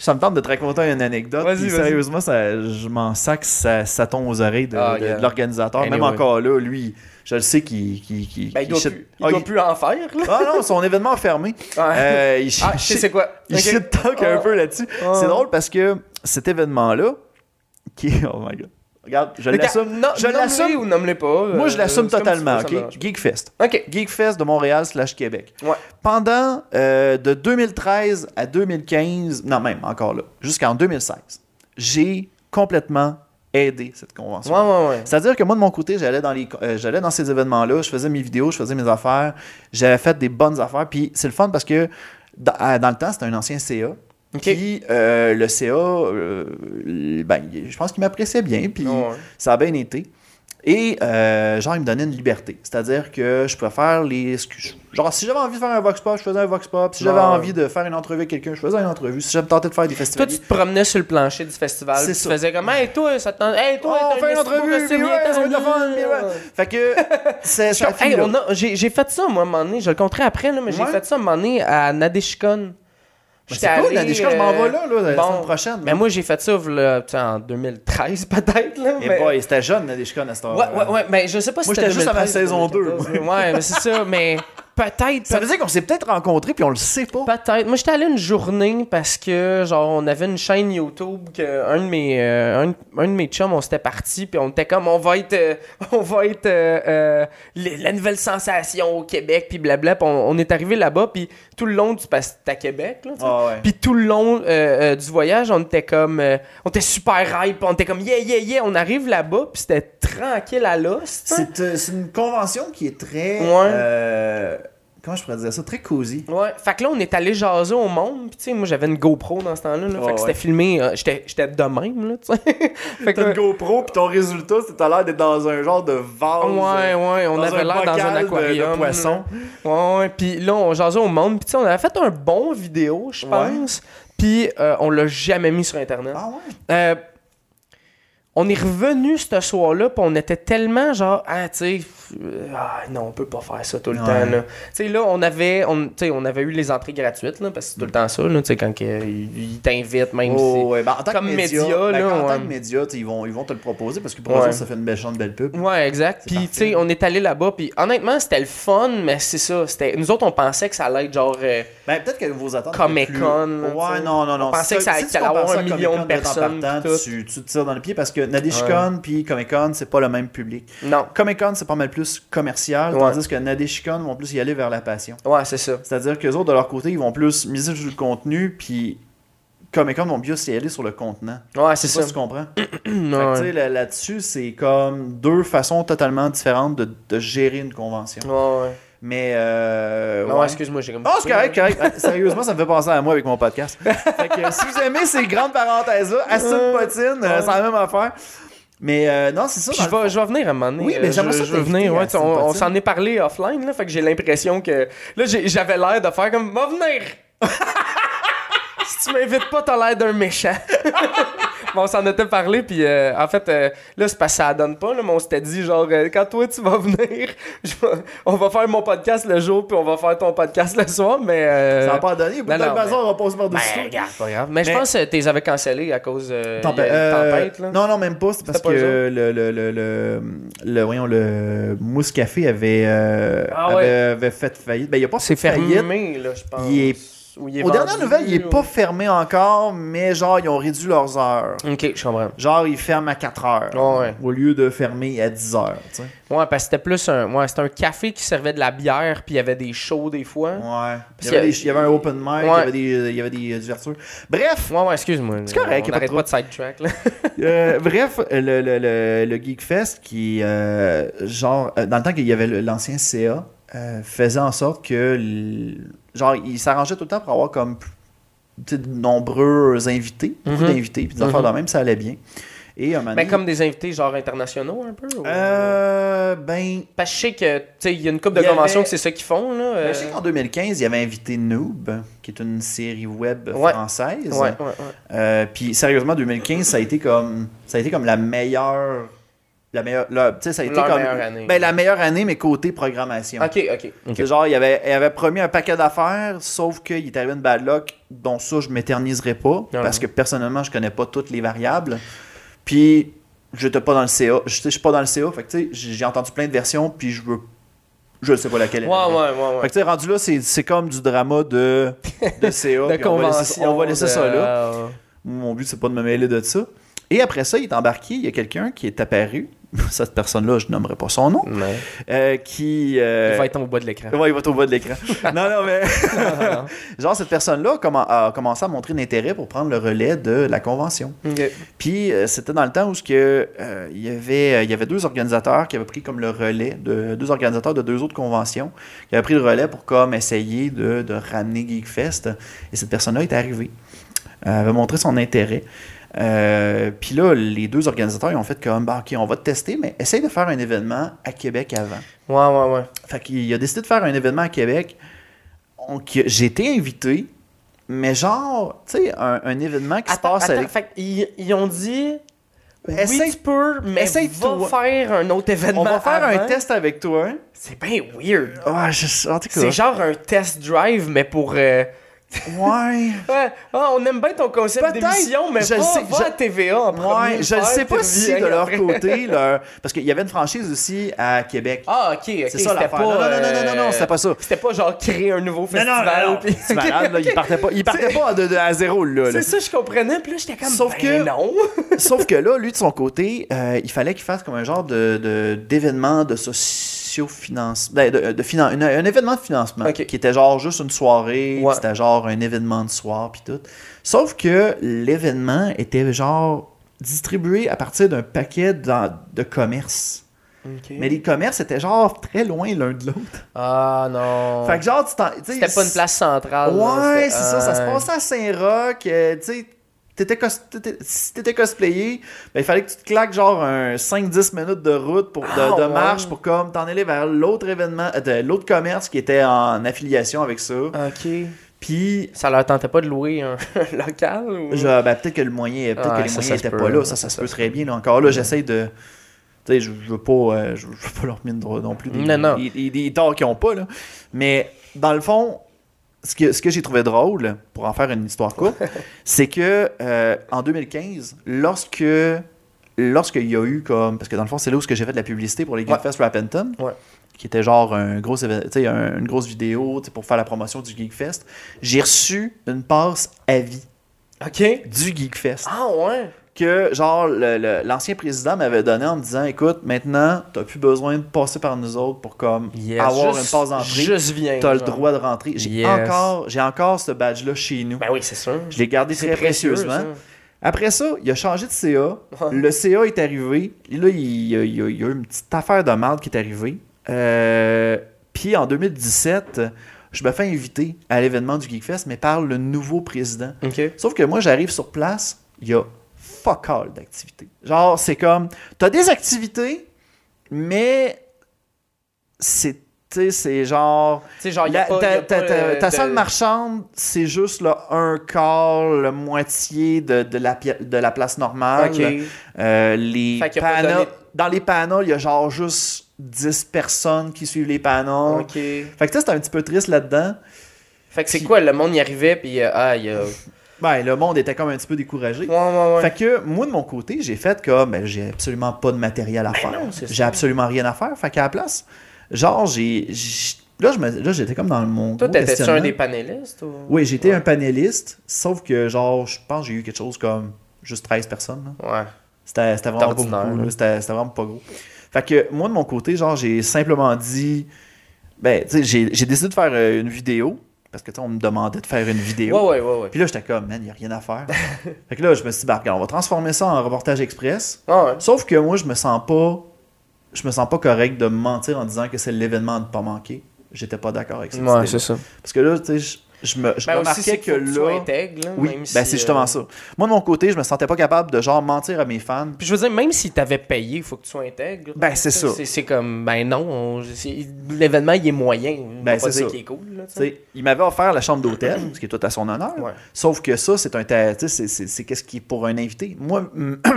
B: Ça me tente de te raconter une anecdote.
A: Vas-y,
B: puis
A: vas-y.
B: Sérieusement, ça, je m'en sac, ça, ça tombe aux oreilles de,
A: Ah,
B: de-
A: yeah.
B: de l'organisateur. Même
A: Anyway.
B: encore là, lui, je le sais qu'il. qu'il- qu'il-
A: Ben, il
B: qu'il
A: doit,
B: shit-
A: plus, il
B: Ah,
A: doit
B: il-
A: plus en faire, là.
B: Ah non, son événement a fermé. Euh, il shit-
A: ah, je sais c'est quoi.
B: il
A: Ok.
B: shit talk un
A: Ah.
B: peu là-dessus. C'est drôle parce que cet événement-là, qui est- Oh my god. Regarde, je
A: Mais
B: l'assume.
A: non-
B: je
A: nomme-les
B: l'assume.
A: ou nomme-les pas.
B: Moi, je
A: euh,
B: l'assume
A: c'est comme
B: totalement,
A: tu veux, ça me
B: OK?
A: dérange
B: Geekfest.
A: pas. OK.
B: Geekfest de Montréal slash Québec.
A: Ouais.
B: Pendant euh, de 2013 à 2015, non même encore là, jusqu'en 2016, j'ai complètement aidé cette convention.
A: Ouais, ouais, ouais.
B: C'est-à-dire que moi, de mon côté, j'allais dans, les, euh, j'allais dans ces événements-là, je faisais mes vidéos, je faisais mes affaires, j'avais fait des bonnes affaires. Puis c'est le fun parce que dans, à- dans le temps, c'était un ancien CA.
A: Ok.
B: Puis euh, le CA, euh, ben, je pense qu'il m'appréciait bien, puis
A: Ouais.
B: ça a bien été. Et euh, genre, il me donnait une liberté. C'est-à-dire que je pouvais faire les. ce que je- Genre, si j'avais envie de faire un vox pop, je faisais un vox pop. Si j'avais
A: Ouais.
B: envie de faire une entrevue avec quelqu'un, je faisais une entrevue. Si j'avais tenté de faire des
A: Toi,
B: festivals.
A: tu te promenais sur le plancher du festival.
B: C'est
A: puis
B: ça.
A: Tu faisais comme, hey, toi, ça te tente. Hey, toi,
B: Oh,
A: t'as
B: on fait une
A: esti beau
B: entrevue,
A: costume,
B: puis
A: viens,
B: ouais,
A: t'as
B: ça va être le
A: une-
B: fun, puis ouais. Fait que c'est ça. a fini
A: Hey,
B: là.
A: on a- j'ai j'ai fait ça, moi, à un moment donné. Je le compterai après, là, mais j'ai
B: Ouais.
A: fait ça à un moment donné à Nadeshikon.
B: C'est cool, la Nishka, je m'en vais là, là, la
A: euh, bon.
B: semaine prochaine.
A: Mais ben, moi, j'ai fait ça v'là, tu sais, en 2013, peut-être. là,
B: Eh
A: mais-
B: boy, c'était jeune, la Nishka, à cette heure.
A: euh, Ouais, ouais, ouais, mais je sais pas si
B: Moi,
A: c'était
B: j'étais juste à ma
A: 2013,
B: saison
A: 2014, là. Ouais, mais c'est ça, mais peut-être.
B: Ça veut dire qu'on s'est peut-être rencontrés, puis on le sait pas.
A: Peut-être. Moi, j'étais allé une journée parce que, genre, on avait une chaîne YouTube que un de mes, euh, un, un de mes chums, on s'était parti, puis on était comme, on va être, euh, on va être euh, euh, les- la nouvelle sensation au Québec, puis blabla. Puis on, on est arrivé là-bas, puis tout le long du parce que c'était à Québec, là, tu sais.
B: Ah ouais.
A: Puis tout le long euh, euh, du voyage, on était comme, euh, on était super hype, on était comme, yeah, yeah, yeah, on arrive là-bas, puis c'était tranquille à l'os. tu sais.
B: C'est euh, c'est une convention qui est très.
A: Ouais.
B: euh, comment je pourrais dire ça Très cozy.
A: Ouais, fait que là, on est allé jaser au monde. Puis, tu sais, moi, j'avais une GoPro dans ce temps-là. là. fait
B: Ouais,
A: que c'était
B: ouais.
A: filmé. euh, J'étais j'étais de même, là, tu sais. fait que.
D: T'as une
A: là,
D: GoPro, puis ton résultat, c'est t'as l'air d'être dans un genre de vase.
A: Ouais, ouais, on
D: euh, dans
A: avait
D: un
A: l'air dans
D: bocal
A: un
D: de- de
A: aquarium.
D: poissons.
A: là. Ouais, ouais. Puis là, on jasait au monde. Puis, tu sais, on avait fait un bon vidéo, je pense. Puis, euh, on l'a jamais mis sur Internet.
B: Ah ouais
A: Euh, on est revenu ce soir-là, puis on était tellement genre, ah, tu sais, euh, ah, non, on peut pas faire ça tout le
B: Ouais.
A: temps. là. Tu sais, là, on avait, on, tu sais, on avait eu les entrées gratuites, là, parce que c'est tout le temps ça, là, tu sais, quand que, ils ils t'invitent, même
B: Oh, ouais, ben, en tant
A: Comme
B: que média,
A: média,
B: ben,
A: là,
B: en
A: ouais.
B: tant que média, tu sais, ils vont, ils vont te le proposer parce que pour
A: Ouais.
B: eux autres, ça fait une belle chante, belle pub.
A: si. Ouais, exact. Puis, tu sais, on est allé là-bas, puis honnêtement, c'était le fun, mais c'est ça. c'était Nous autres, on pensait que ça allait être genre. euh,
B: Ben, peut-être que vos attentes. étaient
A: Comic
B: plus-
A: Con, tu
B: Ouais,
A: sais.
B: non, non, non.
A: On pensait
B: Si
A: que ça
B: tu-
A: allait
B: si tu
A: avoir
B: compares ça
A: un
B: à Comic
A: million de
B: Con, là, t'en
A: personnes,
B: partant,
A: puis tout.
B: Tu, tu te tires dans le pied parce que Nadeshikon puis Comic Con, c'est pas le même public.
A: non.
B: Comic Con, c'est pas mal plus commercial,
A: Ouais.
B: tandis que Nadeshikon vont plus y aller vers la passion.
A: Ouais, c'est ça.
B: C'est-à-dire qu'eux autres, de leur côté, ils vont plus miser sur le contenu, puis Comic Con vont plus y aller sur le contenant.
A: Ouais, Ah, c'est
B: Je
A: ça.
B: sais pas si tu comprends. Fait que, tu
A: Ouais.
B: sais, là- là-dessus, c'est comme deux façons totalement différentes de, de gérer une convention.
A: Ouais, ouais.
B: Mais. Euh,
A: Non,
B: ouais.
A: excuse-moi, j'ai comme.
B: Ah, c'est correct, correct. Ah, Sérieusement, ça me fait penser à moi avec mon podcast. Fait que, euh, si vous aimez ces grandes parenthèses-là, Aston Potine, euh, c'est la même affaire. Mais euh, non, c'est ça.
A: Puis
B: dans
A: je vais, je vais venir à un moment donné.
B: Oui, mais
A: Euh,
B: j'aimerais
A: je-
B: ça
A: je vais
B: t'inviter hein,
A: venir.
B: à
A: Ouais, tu sais, on on
B: Cinépotine.
A: s'en est parlé offline, là, fait que j'ai l'impression que. Là, j'ai- j'avais l'air de faire comme. Va venir! si tu m'invites pas, t'as l'air d'un méchant. Bon, on s'en était parlé, puis euh, en fait, euh, là, c'est parce que ça donne pas, là, mais on s'était dit, genre, euh, quand toi, tu vas venir, je vais- on va faire mon podcast le jour, puis on va faire ton podcast le soir, mais... euh,
B: le- Ça n'a pas donné. Pour
A: non,
B: le
A: non,
B: bazar, on passe
A: ben,
B: par-dessus. tout.
A: regarde, pas grave. Mais, je
B: Mais-
A: pense que t'es avais cancellé à cause euh,
B: Tempête,
A: il y a eu
B: euh,
A: tempête, là.
B: Non, non, même pas. C'est parce
A: pas
B: que
A: eux
B: le, le, le, le, le- voyons, le Mousse Café avait, euh,
A: Ah
B: avait,
A: ouais.
B: avait fait faillite. Ben, il a pas
A: C'est
B: fait faillite.
A: fermé, là, je pense.
B: Il est-
A: Ou il est
B: Aux dernières
A: vendu,
B: nouvelles, il est
A: ou-
B: pas fermé encore, mais genre, ils ont réduit leurs heures.
A: Ok, je comprends.
B: Genre, ils ferment à 4 heures.
A: Ah Ouais,
B: Au lieu de fermer à 10 heures, tu sais.
A: ouais parce que c'était plus un, ouais, c'était un café qui servait de la bière, puis il y avait des shows des fois.
B: Ouais. Il y,
A: qu'il y a-
B: avait des- il y avait un open mic, il, y
A: Ouais.
B: avait des, il y avait des euh, ouvertures. Bref,
A: Ouais, ouais, excuse-moi.
B: C'est correct,
A: on
B: y a pas
A: arrête
B: de
A: pas de sidetrack, là.
B: euh, bref, le, le, le, le Geek Fest qui, euh, genre, euh, dans le temps qu'il y avait le- l'ancien CA, euh, faisait en sorte que, l- genre, il s'arrangeait tout le temps pour avoir comme, tu sais, de nombreux invités, beaucoup
A: Mhm.
B: d'invités, puis des affaires de même, ça allait bien. Et à un moment
A: Mais
B: donné-
A: comme des invités genre internationaux un peu? ou-
B: Euh, ben.
A: Parce que je sais que, tu sais, il y a une couple de
B: il y avait-
A: conventions que c'est ça qu'ils font, là.
B: ben,
A: euh.
B: Je sais qu'en 2015, il y avait invité Noob, qui est une série web
A: Ouais.
B: française.
A: Ouais, ouais, ouais.
B: Euh, puis sérieusement, 2015, ça a été comme ça a été comme la meilleure la meilleure là, tu sais, ça a été
A: Leur
B: comme
A: meilleure année.
B: ben la meilleure année mais côté programmation.
A: Ok, ok.
B: C'est Genre il avait il avait promis un paquet d'affaires sauf qu'il est arrivé une bad luck dont ça je m'éterniserai pas parce que personnellement, je connais pas toutes les variables. Puis j'étais pas dans le CA, je tu sais, je suis pas dans le CA, fait que tu sais, j'ai j'ai entendu plein de versions puis je veux je sais pas laquelle. est
A: Ouais,
B: la meilleure.
A: ouais, ouais.
B: Fait
A: ouais.
B: que tu sais, rendu là, c'est- c'est comme du drama de, de CA.
A: De
B: puis on va laisser-
A: convention.
B: On va laisser
A: de-
B: ça là.
A: euh,
B: Mon but, c'est pas de me mêler de ça. Et après ça, il est embarqué, il y a quelqu'un qui est apparu. Cette personne-là, je nommerai pas son nom.
A: non.
B: euh, qui. euh,
A: Mm. Il va être au bas de l'écran.
B: Ouais, il va être au bas de l'écran. non, non, mais.
A: Ah,
B: Genre, cette personne-là commen- a commencé à montrer l'intérêt pour prendre le relais de la convention.
A: ok.
B: Puis, euh, c'était dans le temps où ce que, euh, il, y avait, il y avait deux organisateurs qui avaient pris comme le relais, de, deux organisateurs de deux autres conventions, qui avaient pris le relais pour comme essayer de, de ramener Geekfest. Et cette personne-là est arrivée. Euh, Elle avait montré son intérêt. Euh, Puis là, les deux organisateurs, ils ont fait comme, bah, OK, on va te tester, mais essaye de faire un événement à Québec avant.
A: Ouais, ouais, ouais.
B: Fait qu'il a décidé de faire un événement à Québec. On- que- J'ai été invité, mais genre, tu sais, un, un événement qui se
A: Attends,
B: passe
A: attends,
B: avec...
A: fait qu'ils ils ont dit...
B: Essaye-
A: oui, tu peux, mais
B: essaye
A: va
B: toi.
A: faire un autre événement
B: On va faire
A: avant.
B: un test avec toi. hein?
A: C'est bien weird.
B: Ouais, je... en tout cas.
A: C'est genre un test drive, mais pour... euh,
B: Ouais.
A: Ouais, ah, on aime bien ton concept
B: Peut-être.
A: d'émission, mais
B: Je le
A: va,
B: sais,
A: va
B: je-
A: à TVA en premier.
B: Ouais, je ne
A: faire,
B: sais pas
A: puis
B: si
A: reviens
B: de leur
A: après.
B: côté, leur... parce qu'il y avait une franchise aussi à Québec.
A: Ah, ok, ok.
B: C'est ça
A: c'était
B: l'affaire. Non, non, non, non, non, non,
A: euh,
B: c'était pas ça.
A: C'était pas genre créer un nouveau
B: Non, non,
A: festival.
B: non, non.
A: puis-
B: C'est malade, là, ils partaient pas, ils partaient pas de, de- à zéro, là. là.
A: C'est ça, je comprenais. Puis là, j'étais comme.
B: Sauf
A: ben
B: que-
A: Non.
B: Sauf que là, lui, de son côté, euh, il fallait qu'il fasse comme un genre de, de- d'événement de sociofinance. ben, De, de finan- une- un événement de financement.
A: Ok.
B: Qui était genre juste une soirée, puis
A: Ouais.
B: c'était genre un événement de soir, puis tout. Sauf que l'événement était genre distribué à partir d'un paquet d'en- de commerces. Mais les commerces étaient genre très loin l'un de l'autre.
A: Ah, non.
B: Fait que genre, tu t'en- tu sais,
A: C'était pas une place centrale. là,
B: Ouais,
A: c'était-
B: c'est ça, ça se
A: Ah.
B: passait à Saint-Roch, euh, tu sais, t'étais cos- t'étais- si t'étais cosplayé, ben, il fallait que tu te claques genre un 5-10 minutes de route, pour, de,
A: Ah,
B: de
A: ouais.
B: marche, pour comme t'en aller vers l'autre événement, euh, de- l'autre commerce qui était en affiliation avec ça.
A: Ok.
B: Puis,
A: Ça leur tentait pas de louer un local ou.
B: genre, ben, peut-être que le moyen, peut-être
A: Ouais,
B: que les
A: ça,
B: moyens
A: ça se
B: étaient
A: peut,
B: pas
A: ouais,
B: là, ça, ça, se peut très bien. là. encore là, j'essaie de... Tu sais, je je veux pas, euh, je veux je veux pas leur mine droit non plus. Des,
A: Non, non.
B: Des, des- des torts qu'ils ont pas, là. Mais, dans le fond, ce que, ce que j'ai trouvé drôle, pour en faire une histoire courte, c'est que euh, en 2015, lorsque lorsqu'il y a eu comme parce que dans le fond c'est là où ce que j'ai fait de la publicité pour les Geekfest Rappenton
A: Ouais.
B: qui était genre un gros éve- tu sais, un- une grosse vidéo tu sais, pour faire la promotion du Geekfest j'ai reçu une passe à vie
A: Ok.
B: du Geekfest
A: Ah, ouais.
B: que genre le- le- l'ancien président m'avait donné en me disant écoute maintenant t'as plus besoin de passer par nous autres pour comme avoir
A: Juste-
B: une passe d'entrée
A: Juste viens.
B: T'as le
A: genre.
B: droit de rentrer. J'ai
A: Yes.
B: encore, j'ai encore ce badge-là chez nous.
A: Ben oui, c'est sûr.
B: Je l'ai gardé
A: C'est
B: très
A: précieux,
B: précieusement.
A: ça.
B: Après ça, il a changé de CA. le CA est arrivé. Et Là, il y a, il y a- il y a eu une petite affaire de merde qui est arrivée. Euh, Puis en 2017, je me fais inviter à l'événement du Geekfest, mais par le nouveau président.
A: Ok.
B: Sauf que moi, j'arrive sur place, il y a fuck all d'activités. Genre, c'est comme, t'as des activités, mais c'est, tu sais, c'est genre...
A: Tu sais, genre, il Ah, y a
B: La-
A: pas- y
B: ta,
A: a
B: ta-
A: pas,
B: ta-
A: euh,
B: ta
A: de-
B: salle marchande, c'est juste là, un quart, la moitié de, de la, pi- de la place normale.
A: Ah, Ok.
B: Euh, les
A: Fait qu'il y a pas
B: panneaux-
A: donné-
B: Dans les panneaux, il y a genre juste 10 personnes qui suivent les panneaux.
A: Ah, Ok. Fait
B: Fait que ça, c'est un petit peu triste là-dedans.
A: que c'est quoi, le monde y arrivait, puis euh, ah, il y a. Ouais,
B: Ben, le monde était comme un petit peu découragé.
A: ouais, ouais.
B: Fait que moi, de mon côté, j'ai fait comme, ben, j'ai absolument pas de matériel à faire.
A: Ben non, c'est ça.
B: j'ai absolument rien à faire. Fait qu'à la place, genre, j'ai. j'ai- Là, je me- là, j'étais comme dans mon.
A: Toi,
B: gros
A: t'étais-tu un
B: questionnement.
A: des panélistes ou...
B: Oui, j'étais un panéliste, sauf que genre, je pense que j'ai eu quelque chose comme juste 13 personnes. là.
A: Ouais.
B: C'était c'était vraiment pas
A: Ordinaire,
B: beaucoup,
A: là.
B: là. C'était c'était vraiment pas gros. Fait que moi, de mon côté, genre, j'ai simplement dit. Ben, tu sais, j'ai j'ai décidé de faire euh, une vidéo, parce que tu sais, on me demandait de faire une vidéo.
A: Ouais, ouais, ouais, ouais.
B: Puis là, j'étais comme, man, y a rien à faire. fait que là, je me suis dit, bah, regarde, on va transformer ça en reportage express.
A: Ah, ouais.
B: Sauf que moi, je me sens pas. Je me sens pas correct de me mentir en disant que c'est l'événement à ne pas manquer. J'étais pas d'accord avec ça.
A: Ouais, c'est ça.
B: Parce que là, tu sais, je- je me je
A: Ben aussi,
B: remarquais
A: c'est
B: que
A: que, faut que tu sois
B: là
A: intègre, là,
B: oui
A: même
B: ben
A: si,
B: c'est justement
A: euh,
B: ça moi de mon côté je me sentais pas capable de genre mentir à mes fans
A: Puis je veux dire, même si t'avais payé, faut que tu sois intègre.
B: Ben, c'est ça.
A: C'est comme, ben non, on- c'est- l'événement, il est moyen. On
B: Ben,
A: va pas
B: c'est
A: dire
B: ça.
A: qu'il est cool, là, tu
B: Tu
A: sais.
B: sais, il m'avait offert la chambre d'hôtel, ce qui est tout à son honneur.
A: Ouais.
B: Sauf que ça, c'est un ta- tu sais, c'est- c'est c'est qu'est-ce qui est pour un invité. Moi,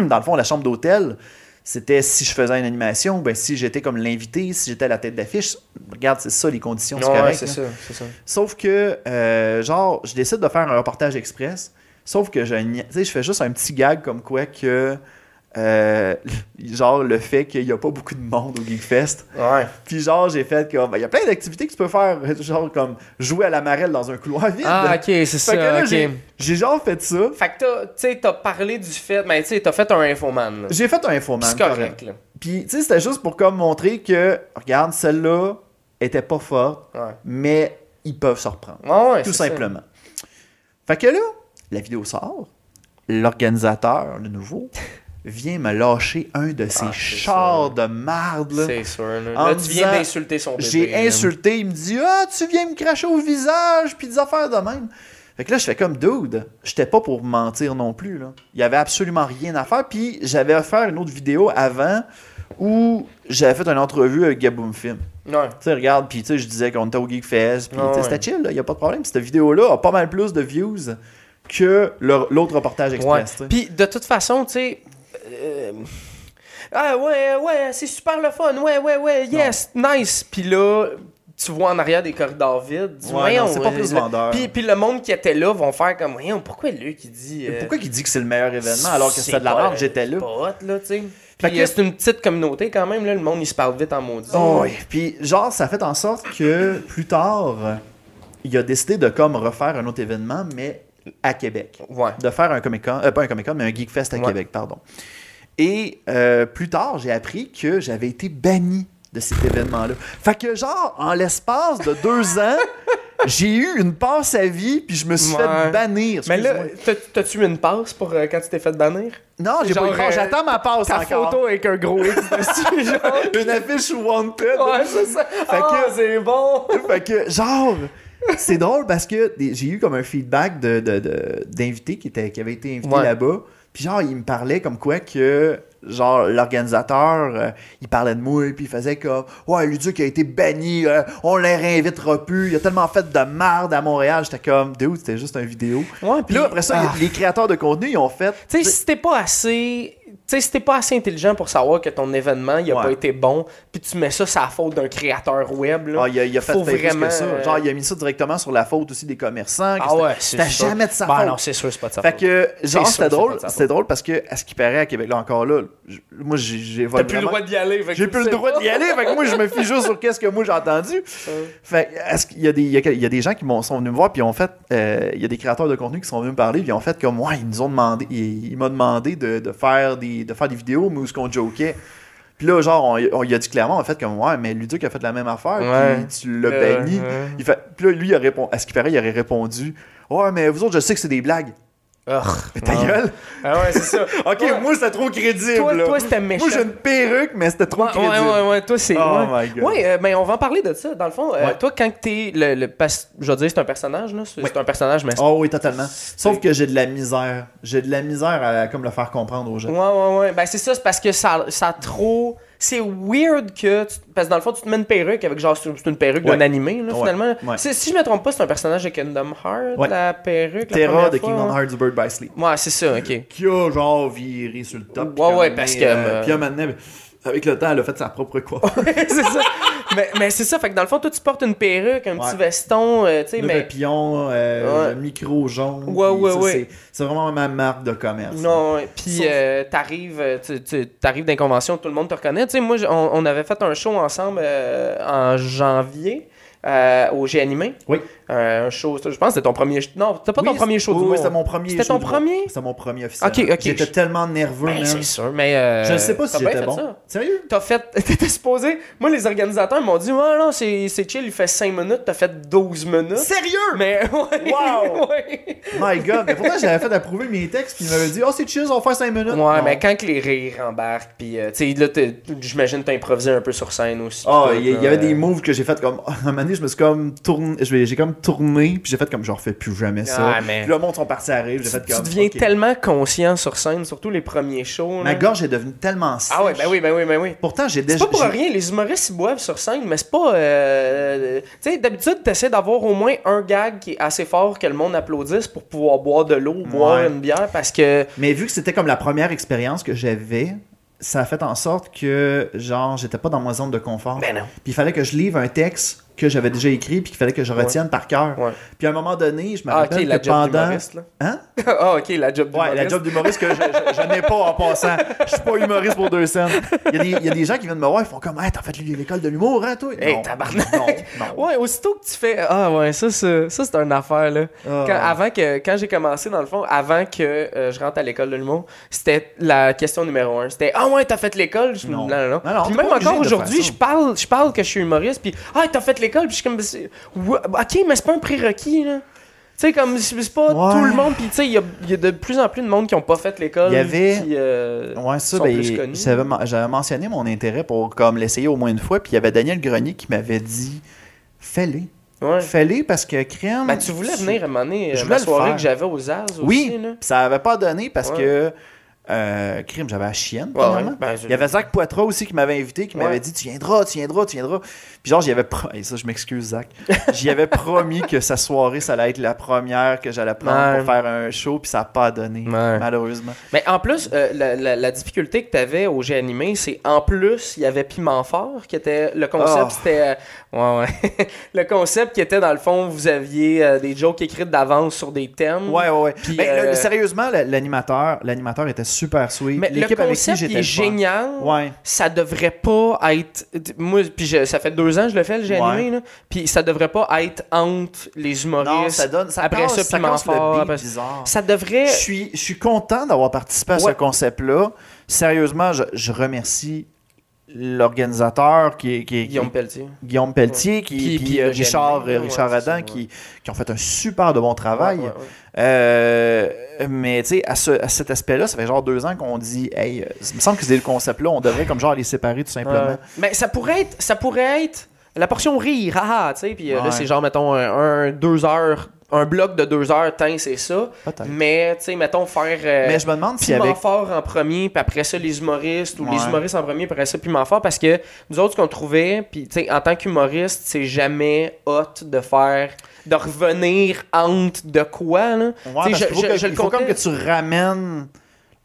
B: dans le fond, la chambre d'hôtel, c'était si je faisais une animation, ben, si j'étais comme l'invité, si j'étais à la tête d'affiche. Regarde, c'est ça les conditions. c'est
A: Ouais,
B: correct,
A: c'est
B: là.
A: ça, c'est ça.
B: Sauf que, euh, genre, je décide de faire un reportage express. Sauf que je, nia- tu sais, je fais juste un petit gag comme quoi que, euh, genre, le fait qu'il n'y a pas beaucoup de monde au Geekfest.
A: Ouais.
B: Puis genre, j'ai fait comme. ben, Il y a plein d'activités que tu peux faire, genre comme jouer à la marelle dans un couloir vide.
A: Ah, ok, c'est ça,
B: fait que là,
A: ok.
B: j'ai- j'ai genre fait ça.
A: Fait que t'as, tu sais, t'as parlé du fait, mais tu sais, t'as fait un infoman, là.
B: J'ai fait un
A: Puis
B: infoman.
A: c'est
B: correct.
A: correct, là.
B: Puis, tu sais, c'était juste pour comme montrer que, regarde, celle-là était pas forte,
A: Ouais.
B: mais ils peuvent se reprendre.
A: Ouais, ouais,
B: tout
A: c'est ça.
B: simplement. Fait que là, la vidéo sort. L'organisateur, le nouveau, vient me lâcher un de ses
A: Ah, c'est
B: chars de marde. là.
A: C'est sûr, là.
B: En
A: Là, tu viens
B: disant-
A: d'insulter son bébé.
B: J'ai
A: là.
B: insulté, il me dit Ah, tu viens me cracher au visage, puis des affaires de même. Fait que là, je fais comme dude, j'étais pas pour mentir non plus. Là. Il y avait absolument rien à faire, puis j'avais offert une autre vidéo avant où j'avais fait une entrevue avec Gaboum Film.
A: Ouais.
B: Tu sais, regarde, puis tu sais, je disais qu'on était au Geek Fest, puis
A: Ah
B: tu sais,
A: ouais.
B: c'était chill, il y a pas de problème. Cette vidéo-là a pas mal plus de views que le- l'autre reportage
A: Ouais.
B: express. tu sais.
A: Puis de toute façon, tu sais. euh, Ah ouais, ouais, c'est super le fun. Ouais, ouais, ouais, yes, nice. Puis là, tu vois en arrière des corridors vides. tu dis,
B: Ouais,
A: voyons,
B: non, c'est pas
A: euh,
B: plus
A: le-
B: vendeur.
A: Puis, puis le monde qui était là vont faire comme, voyons, pourquoi Luc il dit. euh,
B: Pourquoi il dit que c'est le meilleur événement alors que c'était de la
A: pas- euh,
B: merde, j'étais là?
A: c'est pas hot, là, tu sais.
B: Fait
A: Puis
B: que-
A: euh, c'est une petite communauté quand même, là. Le monde, il se parle vite en maudit.
B: Oh, oui. Puis genre, ça a fait en sorte que plus tard, euh, il a décidé de comme refaire un autre événement, mais à Québec.
A: Ouais.
B: De faire un Comic Con, pas un Comic Con, mais un Geek Fest à
A: Ouais.
B: Québec, pardon. Et euh, plus tard, j'ai appris que j'avais été banni de cet événement-là. Fait que genre, en l'espace de deux ans, j'ai eu une passe à vie, puis je me suis fait
A: Ouais.
B: bannir.
A: Mais là,
B: excuse-moi.
A: t'as- t'as-tu une passe pour euh, quand tu t'es fait bannir?
B: non, j'ai pas eu
A: genre,
B: de passe.
A: euh,
B: J'attends ma passe
A: Ta
B: encore.
A: photo avec un gros X dessus, genre.
B: Une affiche wanted.
A: Ouais, c'est ça. Ah,
B: que-
A: c'est bon.
B: fait que, genre, c'est drôle parce que des- j'ai eu comme un feedback de, de- de- d'invités qui, étaient- qui avaient été invités
A: Ouais.
B: là-bas. Puis genre, il me parlait comme quoi que, genre, l'organisateur, euh, il parlait de moi, puis il faisait comme, ouais, Luduc a été banni, euh, on ne réinvitera plus, il a tellement fait de merde à Montréal. J'étais comme, dude, c'était juste un vidéo.
A: Ouais,
B: Puis là, après ça,
A: Ah.
B: les créateurs de contenu, ils ont fait.
A: Tu sais, si t'es pas assez. Tu sais, si t'es pas assez intelligent pour savoir que ton événement, il a
B: Ouais.
A: pas été bon, puis tu mets ça, c'est la faute d'un créateur web, là.
B: Ah, il a, il a fait
A: Faut
B: payer plus
A: vraiment,
B: que ça. Genre,
A: euh,
B: il a mis ça directement sur la faute aussi des commerçants. que
A: Ah
B: c'était-
A: ouais, c'est
B: c'était
A: sûr.
B: jamais de sa
A: Ben
B: faute.
A: non, c'est sûr, c'est pas de sa
B: Fait
A: faute.
B: que, genre,
A: sûr,
B: c'était
A: c'est
B: drôle,
A: pas de sa
B: c'était drôle parce que, à ce qui paraît, à Québec, là encore là, je- moi, j'ai j'ai
A: T'as
B: vraiment-
A: plus le droit d'y aller. fait que
B: J'ai
A: tu
B: plus le
A: sais
B: droit
A: pas.
B: d'y aller, fait que moi, je me fie juste sur qu'est-ce que moi j'ai entendu. Fait que, est-ce qu'il y a des, il y a- il y a des gens qui m'ont- sont venus me voir, puis ont fait, euh, il y a des créateurs de contenu qui sont venus me parler, puis ils ont fait comme, ouais, ils nous ont demandé, il, il m'a demandé de, de faire des, de faire des vidéos, mais où ce qu'on jokait. Puis là, genre, on, on lui a dit clairement, en fait, comme, ouais, mais Luduc a fait la même affaire,
A: Ouais.
B: puis tu l'as
A: Euh,
B: banni.
A: ouais.
B: Il fait, puis là, lui, il a répondu, à ce qui paraît, il aurait répondu, ouais, mais vous autres, je sais que c'est des blagues.
A: Urgh.
B: Ta gueule!
A: Ah ouais, c'est ça.
B: Ok,
A: Toi-
B: moi c'était trop crédible.
A: Toi,
B: là.
A: toi c'était méchant.
B: moi j'ai une perruque, mais c'était trop
A: Ouais,
B: crédible.
A: ouais, ouais, ouais, toi, c'est.
B: Oh
A: ouais.
B: my God.
A: Ouais, euh, ben, on va en parler de ça. Dans le fond, euh,
B: Ouais.
A: toi, quand t'es. Le, le, parce- je veux dire, c'est un personnage, là. C'est c'est un personnage, mais.
B: Oh oui, totalement. Sauf que j'ai de la misère. J'ai de la misère à comme le faire comprendre aux gens.
A: Ouais, ouais, ouais. Ben, c'est ça, c'est parce que ça, ça a trop. C'est weird que. tu- Parce que dans le fond, tu te mets une perruque avec genre. C'est c'est une perruque
B: Ouais.
A: d'un animé, là,
B: Ouais.
A: finalement.
B: Ouais.
A: C'est- Si je me trompe pas, c'est un personnage de Kingdom Hearts,
B: Ouais.
A: la perruque. la
B: Terra
A: première
B: de
A: fois, hein.
B: Kingdom
A: ouais.
B: Hearts Bird by Sleep.
A: Ouais, c'est ça, ok.
B: Qui a genre viré sur le
A: Ouais,
B: top. puis qu'à un
A: ouais,
B: moment
A: parce
B: donné,
A: que,
B: euh,
A: euh,
B: Puis un moment donné, avec le temps, elle a fait sa propre quoi.
A: c'est ça. Mais, mais c'est ça, fait que dans le fond, toi, tu portes une perruque, un
B: Ouais.
A: petit veston, euh, tu sais,
B: Le
A: mais.
B: papillon, euh,
A: Ouais.
B: le micro jaune.
A: Ouais,
B: puis
A: ouais,
B: ça,
A: ouais.
B: c'est- C'est vraiment ma marque de commerce.
A: Non, ouais. puis
B: Sauf-
A: euh, t'arrives, euh, tu, tu- t'arrives d'une convention, tout le monde te reconnaît. Tu sais, moi, j- on, on avait fait un show ensemble euh, en janvier euh, au G animé.
B: Oui.
A: Euh, un show, je pense que c'était ton premier. Non, c'était pas
B: Oui,
A: ton premier show
B: oui,
A: du
B: oui,
A: monde.
B: c'était mon premier
A: C'était
B: show
A: ton
B: du
A: premier?
B: monde. C'était mon premier officiel.
A: Ok, ok.
B: J'étais tellement nerveux,
A: Ben,
B: man.
A: c'est sûr, mais. euh,
B: Je ne sais pas si
A: t'as bien
B: j'étais
A: fait
B: bon.
A: ça.
B: Sérieux?
A: T'as fait. T'étais supposé. Moi, les organisateurs m'ont dit, ouais, non, c'est, c'est chill, il fait 5 minutes, t'as fait 12 minutes.
B: Sérieux?
A: Hein? Mais, ouais.
B: Wow!
A: ouais.
B: My God, mais pourtant j'avais fait approuver mes textes puis il m'avait dit oh c'est chill, on va faire 5 minutes.
A: Ouais,
B: Non.
A: mais quand que les rires embarquent, puis euh, tu sais, là, t'es- j'imagine que t'as improvisé un peu sur scène aussi.
B: Ah,
A: Tout,
B: il y, il y
A: là.
B: avait des moves que j'ai fait comme. À un moment donné, je me suis comme tourné. je vais- J'ai comme tourné, puis j'ai fait comme, je refais plus jamais ça.
A: Ah, mais-
B: Puis le monde sont partis à rire, j'ai
A: Tu,
B: fait
A: tu
B: comme.
A: deviens
B: ok.
A: tellement conscient sur scène, surtout les premiers shows.
B: Ma
A: là.
B: gorge est devenue tellement sèche.
A: Ah ouais, ben oui, ben oui, ben oui.
B: Pourtant, j'ai
A: C'est
B: déjà.
A: pas pour
B: j'ai-
A: rien, les humoristes ils boivent sur scène, mais c'est pas. euh, tu sais, d'habitude, t'essaies d'avoir au moins un gag qui est assez fort que le monde applaudisse pour pouvoir boire de l'eau, boire
B: Ouais.
A: une bière, parce que.
B: Mais vu que c'était comme la première expérience que j'avais, ça a fait en sorte que, genre, j'étais pas dans ma zone de confort.
A: Ben non.
B: Puis il fallait que je livre un texte que j'avais déjà écrit, puis qu'il fallait que je retienne par cœur.
A: Ouais.
B: Puis à un moment donné, je me
A: Ah, ok,
B: rappelle
A: la
B: que
A: job
B: pendant.
A: d'humoriste, là.
B: Hein?
A: Ah, ok, la job
B: Ouais, la
A: d'humoriste.
B: job d'humoriste que je, je- je n'ai pas en passant. Je suis pas humoriste pour deux cents. Il y, a des- il y a des gens qui viennent me voir, ils font comme, hey, t'as fait l'école de l'humour, hein, toi?
A: Hey,
B: Non,
A: tabarnak!
B: Non, non.
A: Ouais, aussitôt que tu fais ah ouais, ça c'est ça c'est une affaire là.
B: Ah.
A: Quand, avant que quand j'ai commencé dans le fond, avant que euh, je rentre à l'école de l'humour, c'était la question numéro un. C'était ah ouais, t'as fait l'école Je me-
B: Non.
A: non non. non.
B: Non, non,
A: puis
B: t'es
A: même
B: pas obligé
A: encore
B: de faire
A: aujourd'hui,
B: ça.
A: je parle je parle que je suis humoriste puis ah t'as fait l'école puis je suis comme c'est- ouais, OK, mais c'est pas un prérequis là. Tu sais comme c'est c'est pas
B: Ouais.
A: tout le monde puis tu sais il y a, il y a de plus en plus de monde qui ont pas fait l'école
B: Il y avait-
A: qui euh,
B: Ouais, ça,
A: sont
B: ben,
A: plus connus.
B: j'avais men- j'avais mentionné mon intérêt pour comme l'essayer au moins une fois, puis il y avait Daniel Grenier qui m'avait dit, fais-le.
A: ouais.
B: Fallait parce que crème.
A: Ben, tu voulais venir à un moment donné,
B: Je
A: euh,
B: voulais
A: ma
B: le
A: soirée
B: faire.
A: que j'avais aux As
B: Oui,
A: aussi là.
B: ça avait pas donné parce
A: Ouais.
B: que. Euh, crime, j'avais la chienne.
A: Ouais, ouais.
B: premièrement.
A: Ben, je-
B: Il y avait Zach Poitras aussi qui m'avait invité, qui
A: Ouais.
B: m'avait dit Tu viendras, tu viendras, tu viendras. Puis genre, j'y avais. pro- Et ça, je m'excuse, Zach. J'y avais promis que sa soirée, ça allait être la première que j'allais prendre
A: Ouais.
B: pour faire un show, puis ça n'a pas donné,
A: Ouais.
B: malheureusement.
A: Mais en plus, euh, la, la- la difficulté que tu avais au jeu animé, c'est en plus, il y avait Piment Fort, qui était le concept,
B: Ah.
A: c'était. euh, ouais, ouais. le concept qui était, dans le fond, vous aviez euh, des jokes écrites d'avance sur des thèmes.
B: Ouais, ouais, ouais.
A: Puis,
B: Mais le-
A: euh,
B: sérieusement, le- l'animateur l'animateur était super sweet.
A: Mais le
B: L'équipe avec qui
A: concept
B: j'étais
A: il est
B: le fun.
A: génial.
B: Ouais.
A: Ça devrait pas être. Moi, puis je- ça fait deux ans que je le fais, le jeu
B: Ouais.
A: animé, là. Puis ça devrait pas être entre les humoristes.
B: Non, ça donne. Ça
A: après
B: casse-
A: ça,
B: ça
A: Piment
B: casse le
A: Fort.
B: beat
A: après-
B: bizarre.
A: Ça devrait.
B: Je suis, je suis content d'avoir participé à ce
A: Ouais.
B: concept-là. Sérieusement, je, je remercie l'organisateur qui est, qui est- qui est
A: Guillaume Pelletier.
B: Guillaume Pelletier, qui,
A: Puis-
B: puis,
A: puis
B: euh,
A: le
B: Richard,
A: GMI, ouais,
B: Richard
A: ouais,
B: Adam,
A: c'est ça, ouais.
B: qui, qui ont fait un super de bon travail.
A: Ouais, ouais, ouais.
B: Euh, mais tu sais, à, ce- à cet aspect-là, ça fait genre deux ans qu'on dit, hey, euh, il me semble que c'est le concept-là, on devrait comme genre les séparer tout simplement.
A: Ouais. Euh, Mais ça pourrait être, ça pourrait être la portion rire, haha, tu sais. Puis euh, là,
B: Ouais.
A: c'est genre, mettons, un, un- deux heures, un bloc de deux heures, tiens, c'est ça.
B: Peut-être.
A: Mais, tu sais, mettons, faire. euh,
B: Mais je me demande si
A: Piment
B: avec.
A: fort en premier, puis après ça les humoristes, ou les
B: Ouais.
A: humoristes en premier, puis après ça piment fort, parce que nous autres, ce qu'on trouvait, puis tu sais, en tant qu'humoriste, c'est jamais hot de faire, de revenir honte de quoi, là.
B: Ouais,
A: Tu
B: parce
A: sais,
B: qu'il faut que-
A: le
B: il faut comme
A: comptais.
B: que tu ramènes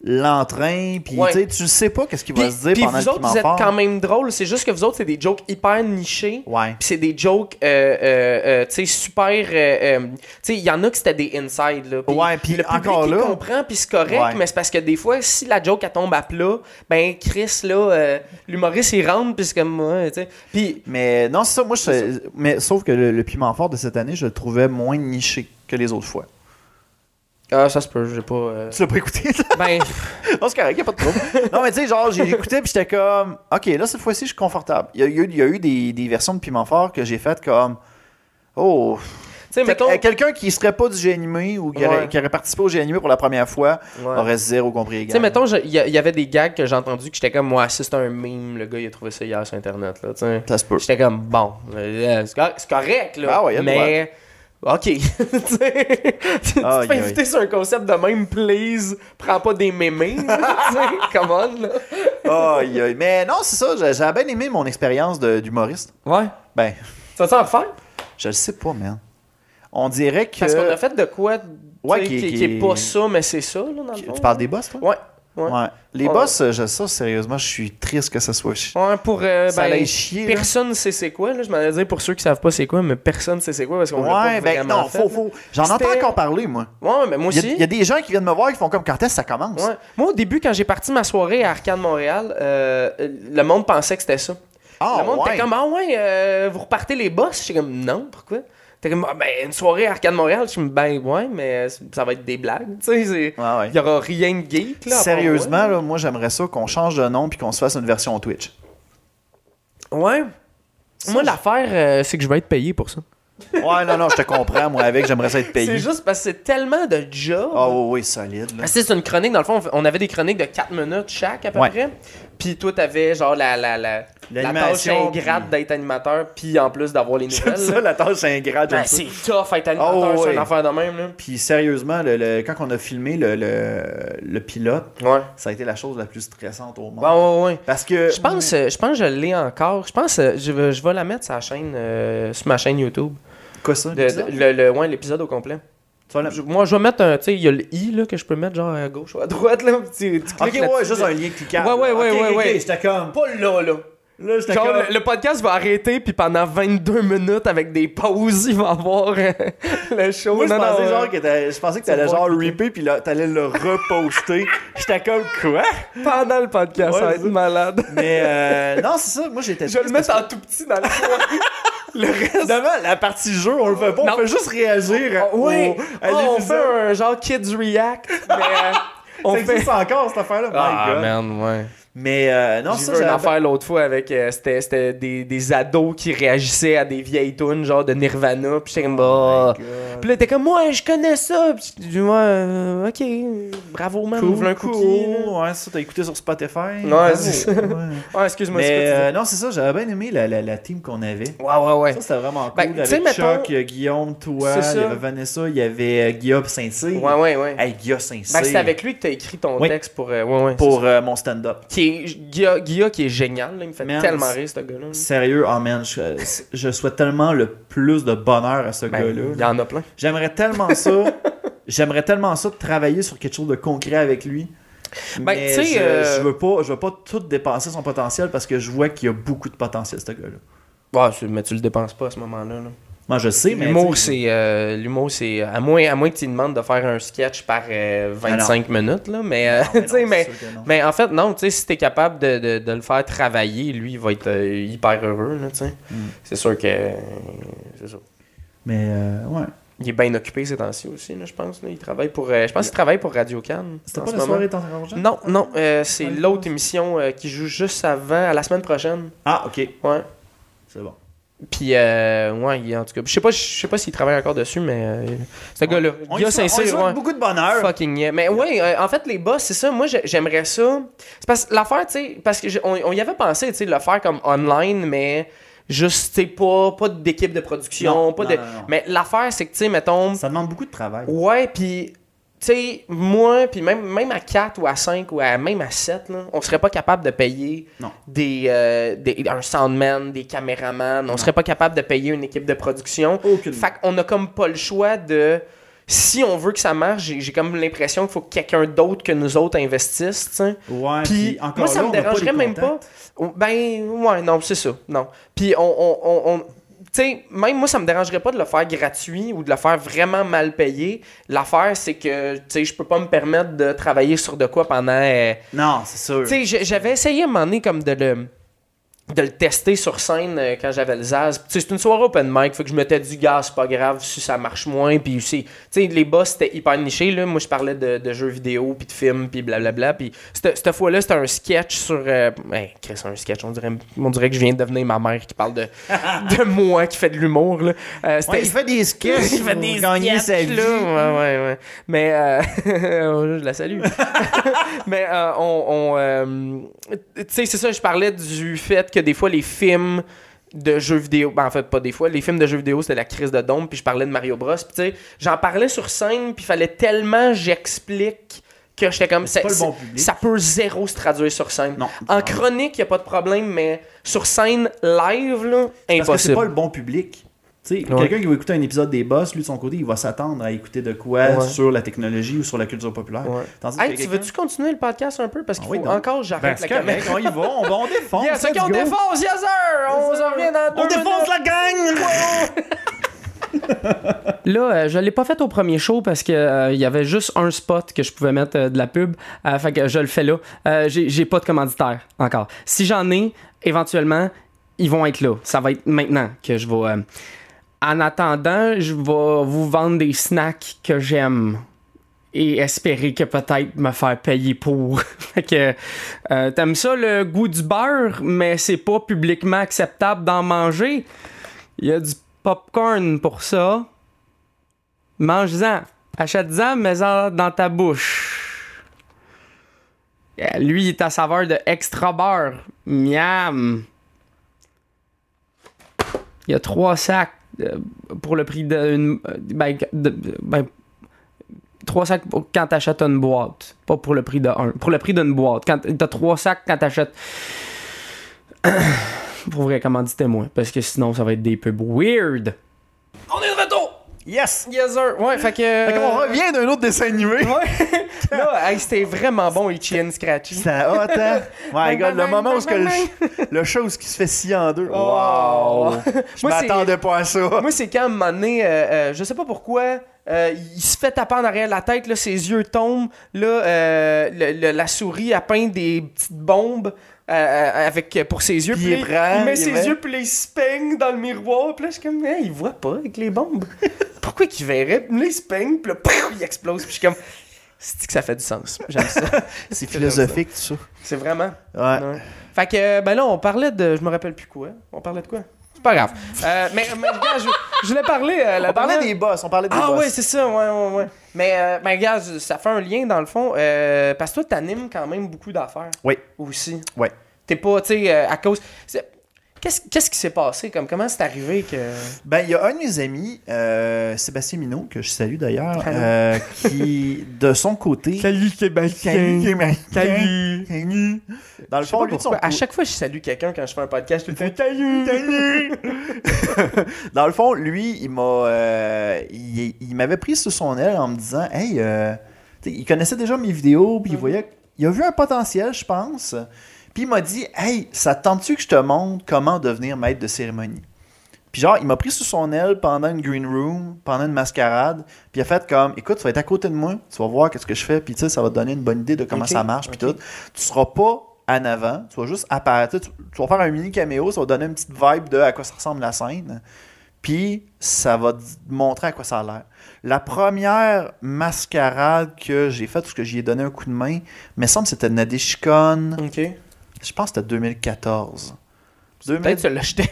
B: l'entrain, puis
A: Ouais.
B: tu sais, tu sais pas qu'est-ce qu'il va
A: Puis,
B: se dire
A: puis
B: pendant
A: vous
B: le
A: autres,
B: piment
A: vous êtes
B: fort.
A: quand même drôles, c'est juste que vous autres, c'est des jokes hyper nichés.
B: Ouais.
A: Puis c'est des jokes, euh, euh, euh, tu sais, super. euh, euh, tu sais, il y en a qui c'était des inside, là.
B: Ouais, puis
A: le public,
B: encore
A: il
B: là-
A: comprend, puis c'est correct,
B: Ouais.
A: mais c'est parce que des fois, si la joke, elle tombe à plat, ben, Chris, là, euh, l'humoriste, il rentre, puis c'est comme, ouais, tu sais. Puis,
B: Mais non, c'est ça. Moi, je- mais sauf que le, le piment fort de cette année, je le trouvais moins niché que les autres fois.
A: ah, ça se peut, j'ai pas. euh,
B: Tu l'as pas écouté, là?
A: ben,
B: Non, c'est correct, y a pas de problème. non, mais tu sais, genre, j'ai écouté, puis j'étais comme, OK, là, cette fois-ci, je suis confortable. Il y a, eu- il y a eu des, des versions de piment fort que j'ai faites comme. Oh,
A: tu sais,
B: Fait que,
A: mettons.
B: euh, quelqu'un qui serait pas du GNME E ou
A: Ouais.
B: qui, aurait, qui aurait participé au GNME E pour la première fois
A: Ouais.
B: aurait zéro compris
A: Tu sais,
B: également.
A: mettons, je- il y, a- il y avait des gags que j'ai entendus que j'étais comme, ouais, ça, c'est un meme, le gars, il a trouvé ça hier sur Internet, là, tu sais.
B: Ça se peut.
A: J'étais comme, bon, euh, c'est cor- c'est correct, là.
B: Ah ouais, y a le
A: mais. Ok. Tu sais, tu te
B: Aïe,
A: fais
B: aïe.
A: inviter sur un concept de même, please, prends pas des mémés. là, tu sais, come on, là.
B: Aïe, aïe. Mais non, c'est ça, j'ai- j'ai bien aimé mon expérience de- d'humoriste.
A: Ouais.
B: Ben,
A: Tu vas-tu en refaire?
B: je le sais pas, man. On dirait que.
A: Parce qu'on a fait de quoi tu
B: Ouais,
A: sais,
B: qui-
A: qui, qui,
B: qui-
A: est pas ça, mais c'est ça, là, dans le fond.
B: Tu parles des boss, toi?
A: Ouais. Ouais.
B: Ouais. Les
A: Ouais.
B: boss, euh, je, ça, sérieusement, je suis triste que ça soit chi-
A: Ouais, pour. euh,
B: Ça
A: ben,
B: allait chier. là.
A: Personne sait c'est quoi, là. Je m'en allais dire pour ceux qui savent pas c'est quoi, mais personne sait c'est quoi parce qu'on l'a pas
B: Ouais, ben
A: vraiment
B: non,
A: fait,
B: faut,
A: là.
B: faut. J'en entends
A: C'était-
B: encore parler, moi.
A: Ouais, mais moi
B: Il y,
A: aussi.
B: a, il y a des gens qui viennent me voir qui font comme quand est-ce que ça commence.
A: Ouais. Moi, au début, quand j'ai parti ma soirée à Arcade Montréal, euh, le monde pensait que c'était ça.
B: Ah,
A: le monde
B: ouais.
A: était comme, ah ouais, euh, vous repartez les boss. J'étais comme, non, pourquoi? T'es comme, Ah, ben, une soirée à Arcade Montréal. Je suis comme, ben, ouais, mais ça va être des blagues. Tu sais, c'est- il
B: Ah, Ouais, ouais.
A: y aura rien de geek, là. à part
B: Sérieusement, là, moi, j'aimerais ça qu'on change de nom puis qu'on se fasse une version Twitch.
A: moi. Ouais. moi, l'affaire, euh, c'est que je vais être payé pour ça.
B: Ouais, non, non, je te comprends, moi, avec, j'aimerais ça être
A: C'est
B: payé.
A: juste parce que c'est tellement de job.
B: Ah oui, oui, solide. là.
A: Ah, c'est une chronique, dans le fond, on avait des chroniques de 4 minutes chaque à peu
B: Ouais.
A: près. Puis toi, t'avais genre la, la, la, la tâche
B: L'animation,
A: ingrate
B: puis-
A: d'être animateur, puis en plus d'avoir les nouvelles.
B: J'aime ça,
A: là.
B: la tâche ingrate. j'aime
A: Ben,
B: ça.
A: c'est tough être animateur
B: Oh,
A: sur
B: ouais.
A: une affaire de même. Là.
B: Puis sérieusement, le, le- quand on a filmé le, le, le pilote,
A: Ouais.
B: ça a été la chose la plus stressante au monde.
A: Ouais, ouais, ouais.
B: Parce que. Hmm,
A: Je pense, euh, je pense que je l'ai encore. Je pense que je, vais- je vais la mettre sur, la chaîne, euh, sur ma chaîne YouTube.
B: Quoi ça?
A: De- de- le, le- ouais, l'épisode au complet.
B: Tu vas la-
A: Je- moi, je vais mettre un. Tu sais, il y a le i là, que je peux mettre genre à gauche ou à droite. Là, tu, tu cliques
B: Ok,
A: là-dessus.
B: ouais, juste un lien cliquable.
A: Ouais, ouais, ouais,
B: Ok,
A: ouais,
B: ok,
A: ouais.
B: J'étais comme.
A: Pas là, là.
B: Là, j'étais
A: Genre,
B: comme.
A: le, le podcast va arrêter, puis pendant 22 minutes, avec des pauses, il va avoir euh, le show.
B: Moi, je
A: Non, non,
B: pensais,
A: euh,
B: genre que t'allais- je pensais que t'allais
A: vas
B: genre
A: cliquer.
B: ripper puis là, t'allais le reposter. J'étais comme quoi?
A: euh, Pendant le podcast,
B: Ouais,
A: ça va
B: c'est
A: être
B: ça.
A: malade.
B: Mais euh, non, c'est ça. Moi, j'étais
A: Je vais le
B: triste
A: mettre en tout petit dans le coin. le reste.
B: Évidemment, la partie jeu, on le fait pas.
A: Non.
B: On fait juste réagir.
A: Oh, ouais.
B: au-
A: Oh,
B: à
A: on fait
B: l'épisode.
A: un genre Kids React, mais euh, on
B: Ça
A: fait.
B: existe encore, cette affaire-là. My God.
A: Ah, man, ouais.
B: Mais euh, non,
A: J'ai
B: ça,
A: vu une
B: j'avais-
A: affaire l'autre fois avec. euh, c'était c'était des, des ados qui réagissaient à des vieilles tunes, genre de Nirvana, pis j'étais comme. bah. Pis là, t'es comme, ouais, je connais ça. Pis tu dis, ouais, euh, ok, bravo, man.
B: Cool,
A: ouvre un
B: cool.
A: cookie. là.
B: Ouais, ça, t'as écouté sur Spotify.
A: Ouais, c'est ça. Ah, excuse-moi, c'est
B: Mais
A: quoi
B: euh, non, c'est ça, j'avais bien aimé la, la, la team qu'on avait.
A: tu dis? euh, Ouais, ouais, ouais.
B: Ça, c'était vraiment cool.
A: Ben, tu
B: avec
A: sais,
B: Chuck,
A: mettons-
B: euh, Guillaume, toi,
A: C'est
B: il y
A: ça.
B: avait Vanessa, il y avait euh, Guillaume Saint-Cyr.
A: Ouais, ouais, ouais.
B: Hey, Guillaume Saint-Cyr.
A: Ben, c'est avec lui que t'as écrit ton
B: Oui.
A: texte pour. euh, ouais, ouais.
B: Pour euh, mon stand-up.
A: c'est ça. Qui est, Guilla, Guilla qui est génial, là, il me fait
B: Man,
A: tellement
B: c'est-
A: rire, ce gars-là.
B: Sérieux, oh man, je, je souhaite tellement le plus de bonheur à ce
A: Ben,
B: gars-là.
A: il y en a plein.
B: J'aimerais tellement ça. J'aimerais tellement ça de travailler sur quelque chose de concret avec lui.
A: Ben,
B: mais
A: tu sais,
B: je,
A: euh,
B: je veux pas, je veux pas tout dépasser son potentiel parce que je vois qu'il y a beaucoup de potentiel ce gars-là.
A: Ouais, c'est- mais tu le dépenses pas à ce moment-là. là.
B: Moi, je sais, mais
A: L'humour,
B: tu sais,
A: c'est. euh, L'humour, c'est. À moins, à moins que tu demandes de faire un sketch par euh, 25 minutes, là. Mais, euh,
B: non, mais non,
A: tu sais,
B: c'est
A: mais,
B: sûr que non.
A: mais en fait, non, tu sais, si t'es capable de, de- de le faire travailler, lui, il va être euh, hyper heureux, là, tu sais.
B: Hmm.
A: C'est sûr que. euh, c'est ça.
B: Mais euh, ouais,
A: Il est bien occupé ces temps-ci aussi, là, je pense. là. Il travaille pour. euh, je pense qu'il travaille pour Radio Cannes.
B: c'était
A: en
B: pas
A: ce
B: la
A: moment.
B: soirée tant argent.
A: Non, non, euh, c'est
B: Ouais,
A: l'autre
B: pense.
A: émission euh, qui joue juste avant, à la semaine prochaine.
B: Ah, ok,
A: Ouais.
B: c'est bon.
A: Puis, euh, ouais, il- en tout cas, je sais pas, je sais pas s'il travaille encore dessus, mais euh, ce gars-là,
B: On
A: il
B: lui
A: a
B: souhaite- on lui
A: Saint-Cyr,
B: souhaite
A: ouais.
B: beaucoup de bonheur.
A: Fucking yeah. Mais ouais, euh, en fait, les boss, c'est ça. Moi, j'ai- j'aimerais ça. C'est parce que l'affaire, tu sais, parce que j'ai- on, on y avait pensé, tu sais, le faire comme online, mais juste, tu sais, pas, pas d'équipe de production,
B: Non,
A: pas
B: non,
A: de.
B: non, non.
A: Mais l'affaire, c'est que, tu sais, mettons.
B: Ça demande beaucoup de travail.
A: Ouais, puis tu sais, moi, puis même, même à 4 ou à 5 ou à, même à 7, là, on serait pas capable de payer
B: Non.
A: Des, euh, des- un soundman, des caméramans, on serait pas capable de payer une équipe de production.
B: Aucunement.
A: Fait qu'on a comme pas le choix de. Si on veut que ça marche, j'ai j'ai comme l'impression qu'il faut que quelqu'un d'autre que nous autres investisse, tu sais.
B: Ouais,
A: Puis
B: puis encore
A: moi, ça
B: là,
A: me
B: on a pas les
A: dérangerait même pas.
B: contacts.
A: On- Ben, ouais, non, c'est ça. Non. Puis on. on, on- on- tu sais, même moi, ça me dérangerait pas de le faire gratuit ou de le faire vraiment mal payé. L'affaire, c'est que, tu sais, je peux pas me permettre de travailler sur de quoi pendant. euh,
B: Non, c'est sûr.
A: tu sais, j'ai- j'avais essayé à un moment donné comme de le de le tester sur scène euh, quand j'avais le Zaz. Tu sais, c'est une soirée open mic, fait que je m'étais dit, gars, c'est pas grave si ça marche moins. Puis aussi, tu sais, les boss, c'était hyper niché. Là. Moi, je parlais de, de jeux vidéo, puis de films, puis blablabla. Puis cette cette fois-là, c'était un sketch sur... Euh... ben, Chris, un sketch, on dirait, on dirait que je viens de devenir ma mère qui parle de, de moi, qui fait de l'humour. là. Euh, c'était-
B: Ouais, il fait des sketchs
A: il fait
B: pour
A: des
B: gagner sa
A: sketchs,
B: vie.
A: là. Ouais, ouais, ouais. Mais euh, je la salue. Mais euh, on, on, euh, tu sais, c'est ça. Je parlais du fait que des fois les films de jeux vidéo, ben en fait pas des fois, les films de jeux vidéo c'était la crise de Dom, puis je parlais de Mario Bros, puis tu sais, j'en parlais sur scène, puis fallait tellement j'explique que j'étais comme
B: c'est
A: ça,
B: pas le
A: ça-
B: bon public.
A: ça peut zéro se traduire sur scène.
B: Non.
A: En chronique, y a pas de problème, mais sur scène live là,
B: Parce que c'est
A: impossible.
B: pas le bon public. Tu sais,
A: Ouais.
B: Quelqu'un qui va écouter un épisode des boss, lui de son côté, il va s'attendre à écouter de quoi
A: Ouais.
B: sur la technologie ou sur la culture populaire.
A: Ouais.
B: Tandis
A: Hey,
B: que
A: tu
B: quelqu'un-
A: veux-tu continuer le podcast un peu? Parce qu'il
B: Ah oui,
A: faut
B: donc.
A: encore
B: Ben,
A: j'arrête
B: c'est
A: la caméra.
B: correct, on y va, on, on défonce.
A: Yes, ok,
B: let's
A: on
B: go.
A: défonce, yes sir! On s'en revient dans deux
B: On défonce la gang!
E: Là, euh, je l'ai pas fait au premier show parce que euh, il y avait juste un spot que je pouvais mettre euh, de la pub. Euh, fait que je le fais là. Euh, j'ai j'ai pas de commanditaire encore. Si j'en ai, éventuellement, ils vont être là. Ça va être maintenant que je vais. euh, En attendant, je vais vous vendre des snacks que j'aime et espérer que peut-être me faire payer pour. fait que euh, t'aimes ça le goût du beurre, mais c'est pas publiquement acceptable d'en manger. Il y a du popcorn pour ça. Mange-en. Achète-en, mets-en dans ta bouche. Euh, Lui, il est à saveur de extra beurre. Miam. Il y a trois sacs euh, pour le prix d'une. euh, Ben, de- ben, trois sacs pour- quand t'achètes une boîte. Pas pour le prix de un. Pour le prix d'une boîte. Quand t'as trois sacs quand t'achètes. pour vrai, commanditez-moi. Parce que sinon, ça va être des pubs weird. On est de retour!
B: Yes!
E: Yes, sir. Ouais, fait que.
B: Fait qu'on revient d'un autre dessin animé.
E: Ouais.
A: euh, Là, hey, c'était vraiment bon, Itchy and Scratchy.
B: Ça hot, hein? My
E: Bang,
B: God, le
E: bang,
B: moment où
E: bang,
B: ce que le,
E: bang,
B: ch- le chose qui se fait scier en deux.
A: Oh.
B: Wow! Je
A: Moi, c'est-
B: m'attendais pas à ça.
A: Moi, c'est quand, à un moment donné, euh, euh, je sais pas pourquoi, euh, il se fait taper en arrière de la tête, là, ses yeux tombent, là, euh, le- le- la souris, a peint des petites bombes euh, euh, avec, euh, pour ses yeux.
B: Puis
A: puis
B: il prend,
A: il met
B: il
A: ses
B: met.
A: yeux, puis là, il se peigne dans le miroir, puis là, je suis comme, Hein, il voit pas avec les bombes. pourquoi qu'il verrait? Puis là, il se peigne, puis là, pouf, il explose, puis je suis comme... cest que ça fait du sens? J'aime ça.
B: C'est philosophique, tout ça.
A: C'est vraiment...
B: Ouais.
A: Ouais. Fait que, euh, ben là, on parlait de. Je me rappelle plus quoi. On parlait de quoi C'est pas grave. Euh, mais, mais gars, je, je voulais parler. euh, la
B: On parlait
A: dernière-
B: des boss, on parlait des
A: Ah
B: boss.
A: ouais, c'est ça, ouais, ouais, ouais. Mais, euh, ben, gars, je- ça fait un lien dans le fond. euh, parce que toi, t'animes quand même beaucoup d'affaires.
B: Oui.
A: Aussi.
B: Oui.
A: T'es pas, tu sais, euh, à cause. c'est- Qu'est-ce qu'est-ce qui s'est passé comme Comment c'est arrivé que.
B: Ben, il y a un de mes amis, euh, Sébastien Minot, que je salue d'ailleurs,
A: Allô.
B: euh, qui, de son côté.
A: Salut
B: Salut,
A: Salut.
B: Salut. Dans le
A: Je sais
B: fond,
A: pas
B: lui, de son
A: pourquoi, Ah, À
B: cô-
A: chaque fois que je salue quelqu'un quand je fais un podcast, je fais
B: Dans le fond, lui, il m'a, euh, il, il m'avait pris sous son aile en me disant, hey, euh, tu sais, il connaissait déjà mes vidéos, puis il voyait, il a vu un potentiel, je pense. Puis il m'a dit, hey, ça te tente-tu que je te montre comment devenir maître de cérémonie? Puis genre, il m'a pris sous son aile pendant une green room, pendant une mascarade, puis il a fait comme, écoute, tu vas être à côté de moi, tu vas voir qu'est-ce que je fais, puis tu sais, ça va te donner une bonne idée de comment
A: Ok,
B: ça marche, puis
A: ok.
B: tout. Tu seras pas en avant, tu vas juste apparaître, tu, tu vas faire un mini caméo, ça va donner une petite vibe de à quoi ça ressemble la scène, puis ça va te montrer à quoi ça a l'air. La première mascarade que j'ai faite, parce que j'y ai donné un coup de main, mais semble que c'était Nadeshikon,
A: Ok.
B: je pense que c'était 2014.
A: Peut-être que tu l'as jeté.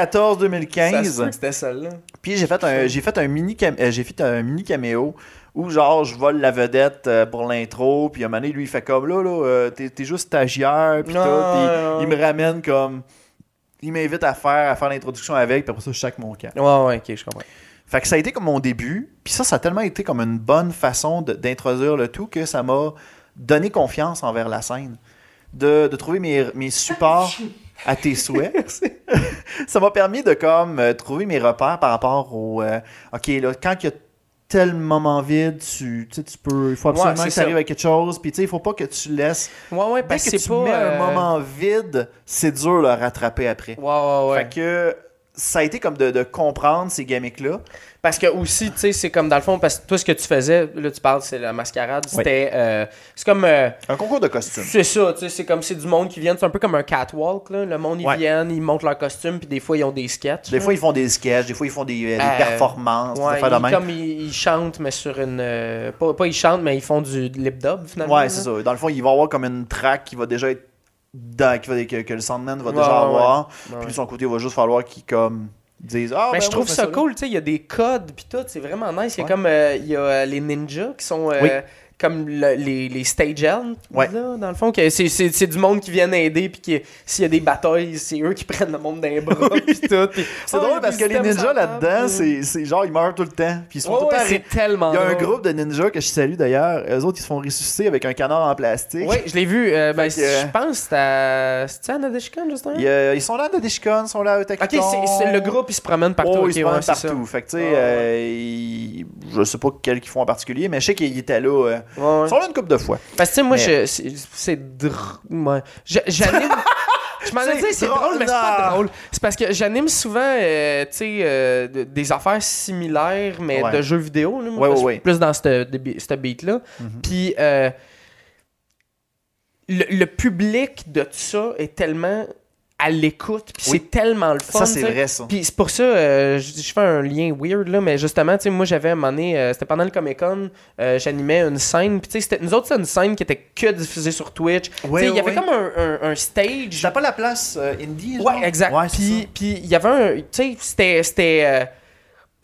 A: Ça se peut que
B: 2014-2015.
A: C'était celle-là.
B: Puis j'ai fait un j'ai fait un mini cam- euh, j'ai fait un mini caméo où genre je vole la vedette euh, pour l'intro puis un moment donné, lui il fait comme là là euh, t'es t'es juste stagiaire puis tout
A: Non,
B: puis
A: non.
B: il me ramène comme il m'invite à faire à faire l'introduction avec puis après ça je chaque mon camp.
A: Ouais, ouais, ok, je comprends.
B: Fait que ça a été comme mon début puis ça ça a tellement été comme une bonne façon de- d'introduire le tout que ça m'a donné confiance envers la scène de, de trouver mes, mes supports à tes souhaits. ça m'a permis de comme euh, trouver mes repères par rapport au euh, OK là quand il y a tel moment vide, tu tu sais, tu peux il faut absolument
A: c'est
B: que
A: ça.
B: ça arrive à quelque chose, puis tu sais il faut pas que tu laisses
A: Ouais, ouais,
B: dès
A: parce
B: que
A: que
B: tu
A: c'est pas.
B: mets
A: euh,
B: un moment vide, c'est dur de le rattraper après.
A: Ouais, ouais, ouais.
B: Fait que ça a été comme de, de comprendre ces gimmicks là.
A: Parce que aussi, tu sais, c'est comme dans le fond, parce que toi, ce que tu faisais, là, tu parles, c'est la mascarade, c'était. euh, c'est comme. euh,
B: Un concours de costumes.
A: c'est ça, tu sais, c'est comme c'est du monde qui vient, c'est un peu comme un catwalk, là. Le monde, ils
B: Ouais.
A: viennent, ils montent leur costume, puis des fois, ils ont des sketchs.
B: Des fois ils font des sketchs, des fois ils font des, des
A: Euh,
B: performances, des
A: Ouais,
B: affaires de
A: ils,
B: même.
A: comme ils, ils chantent, mais sur une. euh, pas, pas ils chantent, mais ils font du lip dub, finalement.
B: Ouais,
A: là.
B: c'est ça. Dans le fond, il va avoir comme une track qui va déjà être dans, qui va, que, que le Sandman va
A: Ouais,
B: déjà
A: ouais,
B: avoir.
A: ouais.
B: Puis
A: Ouais.
B: de son côté, il va juste falloir qu'il comme dise ah
A: Mais
B: ben
A: je
B: moi,
A: trouve
B: fais
A: ça
B: là.
A: cool, tu sais, il y a des codes puis tout, c'est vraiment nice. Il y a
B: Ouais.
A: comme euh, il y a euh, les ninjas qui sont euh,
B: Oui.
A: comme le- les, les stage hands,
B: Ouais.
A: là, dans le fond, que c'est, c'est, c'est du monde qui vient aider puis qui s'il y a des batailles, c'est eux qui prennent le monde d'un bras puis tout. puis- Oh, il y
B: C'est
A: a
B: drôle parce
A: des
B: que les
A: items
B: ninjas
A: sur la
B: là-dedans,
A: table,
B: c'est c'est genre ils meurent tout le temps. Puis ils sont
A: Ouais,
B: tout
A: ouais,
B: le temps
A: c'est
B: ré-
A: tellement
B: Il y a un
A: drôle.
B: groupe de ninjas que je salue d'ailleurs. Eux autres, ils se font ressusciter avec un canard en plastique.
A: Oui, je l'ai vu. euh, ben,
B: Fait que-
A: Je pense que c'est à. C'est-tu à Nadeshikon, justement?
B: Ils, euh, ils sont là de Dishcon, ils sont là au
A: Ok,
B: Tacticon.
A: c'est, c'est- le groupe, il se promène partout.
B: Oh,
A: ok,
B: ils se
A: ouais,
B: promènent
A: c'est ça.
B: partout. Fait que, tu
A: Ouais,
B: sais,
A: ouais.
B: euh, ils- je sais pas quel qu'ils font en particulier, mais je sais qu'ils étaient là. euh,
A: Ouais, ouais.
B: Ils sont là une couple de fois.
A: Parce que, tu sais, moi,
B: Mais-
A: je- c'est- c'est drôle. Moi, je- j'anime. Je m'en ai dit, c'est drôle, mais c'est pas
B: Non.
A: drôle. C'est parce que j'anime souvent, euh, tu sais, euh, de- des affaires similaires, mais
B: Ouais.
A: de jeux vidéo. Là, moi,
B: Ouais,
A: parce
B: ouais, Mm-hmm.
A: que
B: ouais.
A: Plus dans ce beat-là. Puis. euh, le, le public de tout ça est tellement à l'écoute, puis
B: Oui.
A: c'est tellement le fun.
B: Ça, c'est
A: tu sais.
B: vrai, ça.
A: Puis c'est pour ça, euh, je, je fais un lien weird, là, mais justement, tu sais, moi, j'avais un moment donné, euh, c'était pendant le Comic-Con, euh, j'animais une scène, puis tu sais, c'était- nous autres, c'était une scène qui était que diffusée sur Twitch. Tu
B: Ouais,
A: sais, il y avait
B: ouais.
A: comme un, un- un stage.
B: T'as pas la place euh, indie? genre?
A: Ouais, exact.
B: Ouais, c'est
A: puis puis il y avait un. Tu sais, c'était. c'était, euh,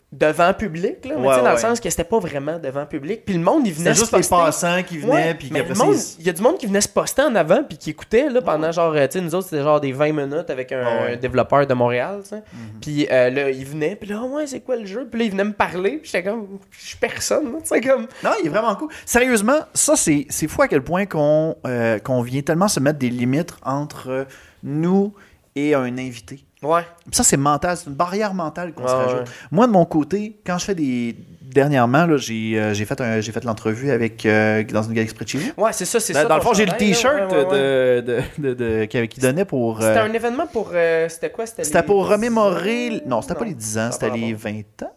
A: devant public, là. mais
D: Ouais,
A: tu sais, dans
D: ouais.
A: le sens que c'était pas vraiment devant public. Puis le monde, il venait
D: C'est
A: se
D: juste les
A: poster.
D: passants qui venaient,
A: Ouais,
D: puis
A: mais
D: qu'après
A: le
D: ça,
A: monde-
D: ils-
A: il y a du monde qui venait se poster en avant puis qui écoutait là, pendant genre euh, tu sais nous autres c'était genre des 20 minutes avec un
D: Ah ouais.
A: développeur de Montréal tu sais.
B: Mhm.
A: puis euh, là il venait puis là Ah ouais c'est quoi le jeu puis là il venait me parler puis j'étais comme je suis personne là, tu sais comme
D: Non, il est vraiment cool.
B: Sérieusement, ça, c'est, c'est fou à quel point qu'on, euh, qu'on vient tellement se mettre des limites entre euh, nous et un invité.
A: ouais
B: Ça, c'est mental, c'est une barrière mentale qu'on se
A: Ouais,
B: rajoute.
A: ouais.
B: Moi, de mon côté, quand je fais des. Dernièrement, là, j'ai, euh, j'ai fait, un- j'ai fait l'entrevue avec, euh, dans une galaxie près de chez nous.
A: ouais c'est ça c'est
B: Dans,
A: ça
B: Ben, dans le
A: ton
B: fond, j'ai le
A: chandail, là.
B: t-shirt
A: Ouais, ouais, ouais.
B: de, de- de- de- qu'il qu'il donnait pour.
A: c'était
B: euh,
A: un événement pour euh, c'était quoi c'était
B: C'était
A: les-
B: pour remémorer. Non, c'était pas les 10 ans,
A: ça
B: c'était
A: va
B: les
A: avoir.
B: 20 ans.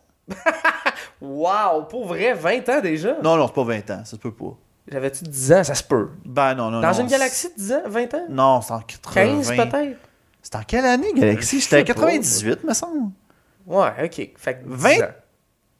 A: wow pour vrai 20 ans déjà
B: Non, non, c'est pas 20 ans, ça se peut pas.
A: j'avais-tu 10 ans ça se peut
B: Ben non, non,
A: dans
B: non,
A: une
B: c'est-
A: galaxie de 10 ans 20 ans
B: Non, c'est en
A: 15
B: 80.
A: peut-être
B: C'était en quelle année, Galaxy? J'étais en
A: sais pas,
B: 98, me semble.
A: ouais ok fait que 10
B: 20?
A: ans.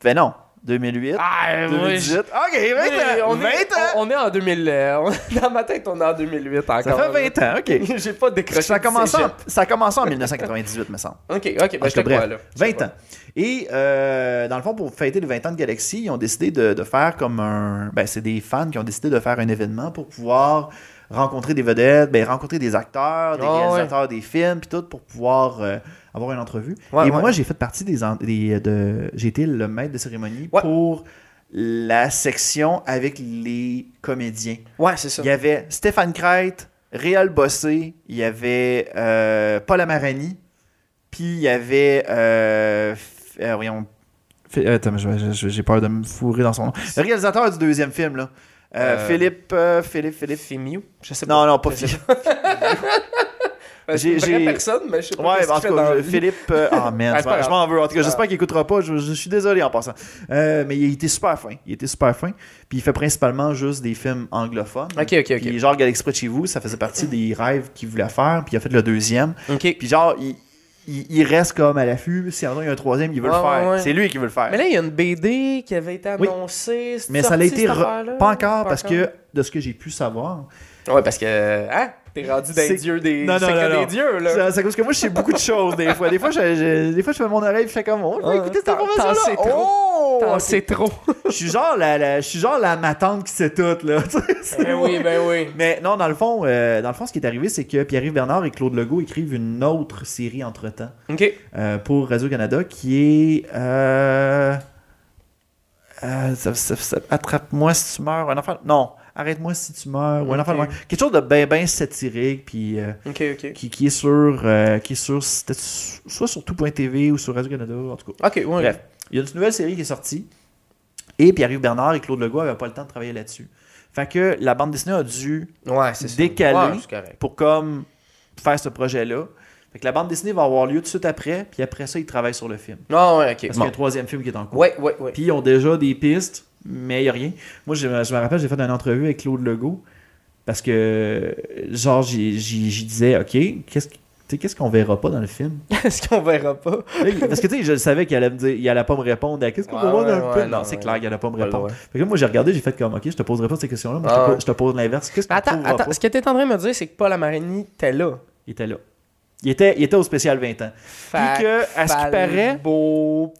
B: Ben non, 2008.
A: ah, moi, je-
B: 2018. OK, 20
A: Mais
B: ans.
A: on,
B: 20
A: est,
B: ans.
A: on, on est en 2000. euh, on- dans ma tête, on est en 2008 encore.
B: Ça fait 20 ans, OK.
A: J'ai pas décroché.
B: Ça a,
A: du
B: commencé en,
A: cégep.
B: ça a commencé en 1998, me semble.
A: Ok, ok, ben,
B: En
A: je
B: tout
A: te
B: cas,
A: crois,
B: bref,
A: là.
B: 20 ans. Et euh, dans le fond, pour fêter les 20 ans de Galaxy, ils ont décidé de, de faire comme un. Ben, c'est des fans qui ont décidé de faire un événement pour pouvoir rencontrer des vedettes, ben, rencontrer des acteurs, des
A: Ah, ouais.
B: réalisateurs des films, puis tout, pour pouvoir euh, avoir une entrevue.
A: Ouais,
B: Et
A: ouais.
B: moi, j'ai fait partie des. en- des- euh, de, j'ai été le maître de cérémonie
A: Ouais.
B: pour la section avec les comédiens.
A: Ouais, c'est ça.
B: Il y avait Stéphane Crête, Réal Bossé, il y avait euh, Paul Amarani, puis il y avait. Euh, f- euh, voyons. F- euh, Attends, je vais- je- je- j'ai peur de me fourrer dans son nom. Le réalisateur du deuxième film, là. Euh,
A: Euh,
B: Philippe, euh, Philippe,
A: Les
B: Philippe.
A: Fémiou, je sais pas.
B: Non, non, pas
A: Je sais
B: Philippe.
A: Ben,
B: j'ai-
A: C'est une vraie
B: j'ai-
A: personne, mais je sais pas.
B: Ouais, ben,
A: qu'est-ce
B: en
A: qu'il fait
B: tout
A: dans
B: cas,
A: la
B: je-
A: vie.
B: Philippe. euh, Ah, man,
A: Ah,
B: c'est
A: c'est pas
B: pas- je
A: grave.
B: m'en veux. En tout cas,
A: Ah.
B: j'espère qu'il écoutera pas. Je, je suis désolé en passant. Euh, mais il était super fin. Il était super fin. Puis il fait principalement juste des films anglophones.
A: Ok, ok, ok.
B: Puis genre Galaxy Près de chez vous, ça faisait partie des rêves qu'il voulait faire. Puis il a fait le deuxième.
A: Ok.
B: Puis genre, il, il, il reste comme à l'affût. Si en a un troisième, il veut
A: Ouais,
B: le faire.
A: ouais, ouais.
B: C'est lui qui veut le faire.
A: Mais
B: Mais,
A: là, il y a une BD qui avait été
B: Oui.
A: annoncée. c'est
B: ça l'a
A: sorti,
B: été
A: cette
B: re-
A: affaire-là?
B: pas encore parce
A: encore.
B: que de ce que j'ai pu savoir.
A: Ouais, parce que. euh, Hein? T'es rendu
B: C'est-
A: des dieux des.
B: Non, non,
A: secrets
B: non, non.
A: des dieux, là.
B: Ça, ça cause que moi je sais beaucoup de choses des fois. Des fois, je, je- des fois, je fais mon oreille et je fais comme oh, je vais
A: Ah,
B: écouter cette Oh!
A: t'en-
B: information
A: t'en sais
B: là.
A: trop. T'en sais Oh, trop.
B: je suis genre la, la- je suis genre la ma tante qui sait tout là. tu sais, c'est-
A: Ben oui, ben oui.
B: Mais non, dans le fond, euh, dans le fond, ce qui est arrivé, c'est que Pierre-Yves Bernard et Claude Legault écrivent une autre série entre temps.
A: Ok.
B: euh, pour Radio-Canada qui est. euh, euh, ça- ça- ça- Attrape-moi si tu meurs, ou un enfant. Non, arrête-moi si tu meurs, ou un enfant. de
A: Ok.
B: mort. Quelque chose de ben ben satirique, puis euh,
A: Ok, ok.
B: qui, qui est sur. euh, qui est sur c'était su- soit sur tout.tv ou sur Radio-Canada, en tout cas.
A: Ok, ouais.
B: Bref, il y a une nouvelle série qui est sortie, et Pierre-Yves Bernard et Claude Legault n'avaient pas le temps de travailler là-dessus. Fait que la bande dessinée a dû
A: Ouais, c'est ça.
B: Décalé.
A: Ouais, c'est correct.
B: pour comme faire ce projet-là. Fait que la bande dessinée va avoir lieu tout de suite après, puis après ça, ils travaillent sur le film.
A: Non, ouais, ok.
B: Parce
A: Bon.
B: qu'il y a un troisième film qui est en cours.
A: Ouais, ouais, ouais.
B: Puis ils ont déjà des pistes, mais il n'y a rien. Moi, je, me- je me rappelle, j'ai fait une entrevue avec Claude Legault parce que, genre, j'y j'y- j'y disais, OK, qu'est-ce que- tu sais, qu'est-ce qu'on verra pas dans le film?
A: Est-ce qu'on verra pas?
B: Là, il- Parce que tu sais, je le savais qu'il allait me dire, il allait pas me répondre à qu'est-ce qu'on
A: Ouais, Ah
B: verra
A: ouais,
B: dans le
A: ouais,
B: film.
A: non,
B: Non, c'est
A: ouais.
B: clair qu'il allait pas me répondre.
A: Ouais.
B: Fait que là, moi j'ai regardé, j'ai fait comme ok, je te poserai pas ces questions-là, moi je te
A: Ah
B: po-
A: ouais.
B: je te pose l'inverse. Qu'est-ce qu'on
A: Attends,
B: trouvera
A: attends,
B: pas?
A: ce que t'es en train de me dire, c'est que Paul Amarini était là.
B: Il était là. Il était, il était au spécial 20 ans. Puis que, à ce qui paraît-
A: Beau,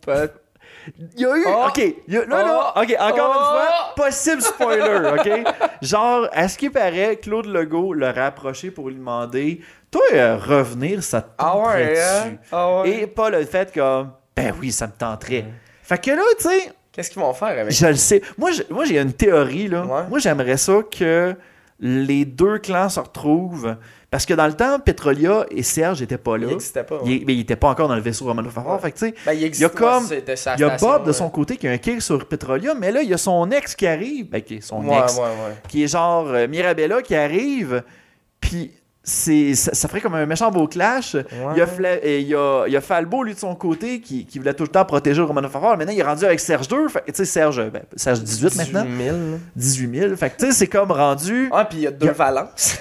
B: Il y a eu.
A: Oh!
B: OK. il y a- Ah. là, là.
A: Oh!
B: Ah. OK. Encore
A: Oh!
B: une fois, possible spoiler. OK? Genre, à ce qui paraît, Claude Legault l'aurait approché pour lui demander Toi, euh, revenir, ça te
A: Ah ouais, hein?
B: tenterait-tu?
A: Ah ouais.
B: Et pas le fait comme Ben oui, ça me tenterait. Fait que là, tu sais,
A: Qu'est-ce qu'ils vont faire avec
B: je le sais. Moi, je- moi, j'ai une théorie, là.
A: Ouais.
B: Moi, j'aimerais ça que les deux clans se retrouvent. Parce que dans le temps, Petrolia et Serge n'étaient pas
A: Il
B: là.
A: n'existait pas. ouais.
B: Il- mais ils n'étaient pas encore dans le vaisseau Romanov Favor.
A: Ouais.
B: Fait que, tu sais,
A: Ben, il existe,
B: il y a comme-
A: ouais, c'était sa
B: il y a
A: station,
B: Bob de
A: ouais.
B: son côté qui a un kick sur Petrolia, mais là, il y a son ex qui arrive, ben, qui est son
A: Ouais,
B: ex,
A: ouais, ouais.
B: qui est genre euh, Mirabella qui arrive, puis c'est, ça, ça ferait comme un méchant beau clash. Il, y a Fla- et il, y a, il y a Falbo, lui, de son côté, qui, qui voulait tout le temps protéger Romanov Favor. Maintenant, il est rendu avec Serge 2, fait- tu sais, Serge, ben, Serge 18 maintenant,
A: 000.
B: 18 000. Fait que, tu sais, c'est comme rendu.
A: Ah, puis il y a deux
B: Il y a-
A: Valence.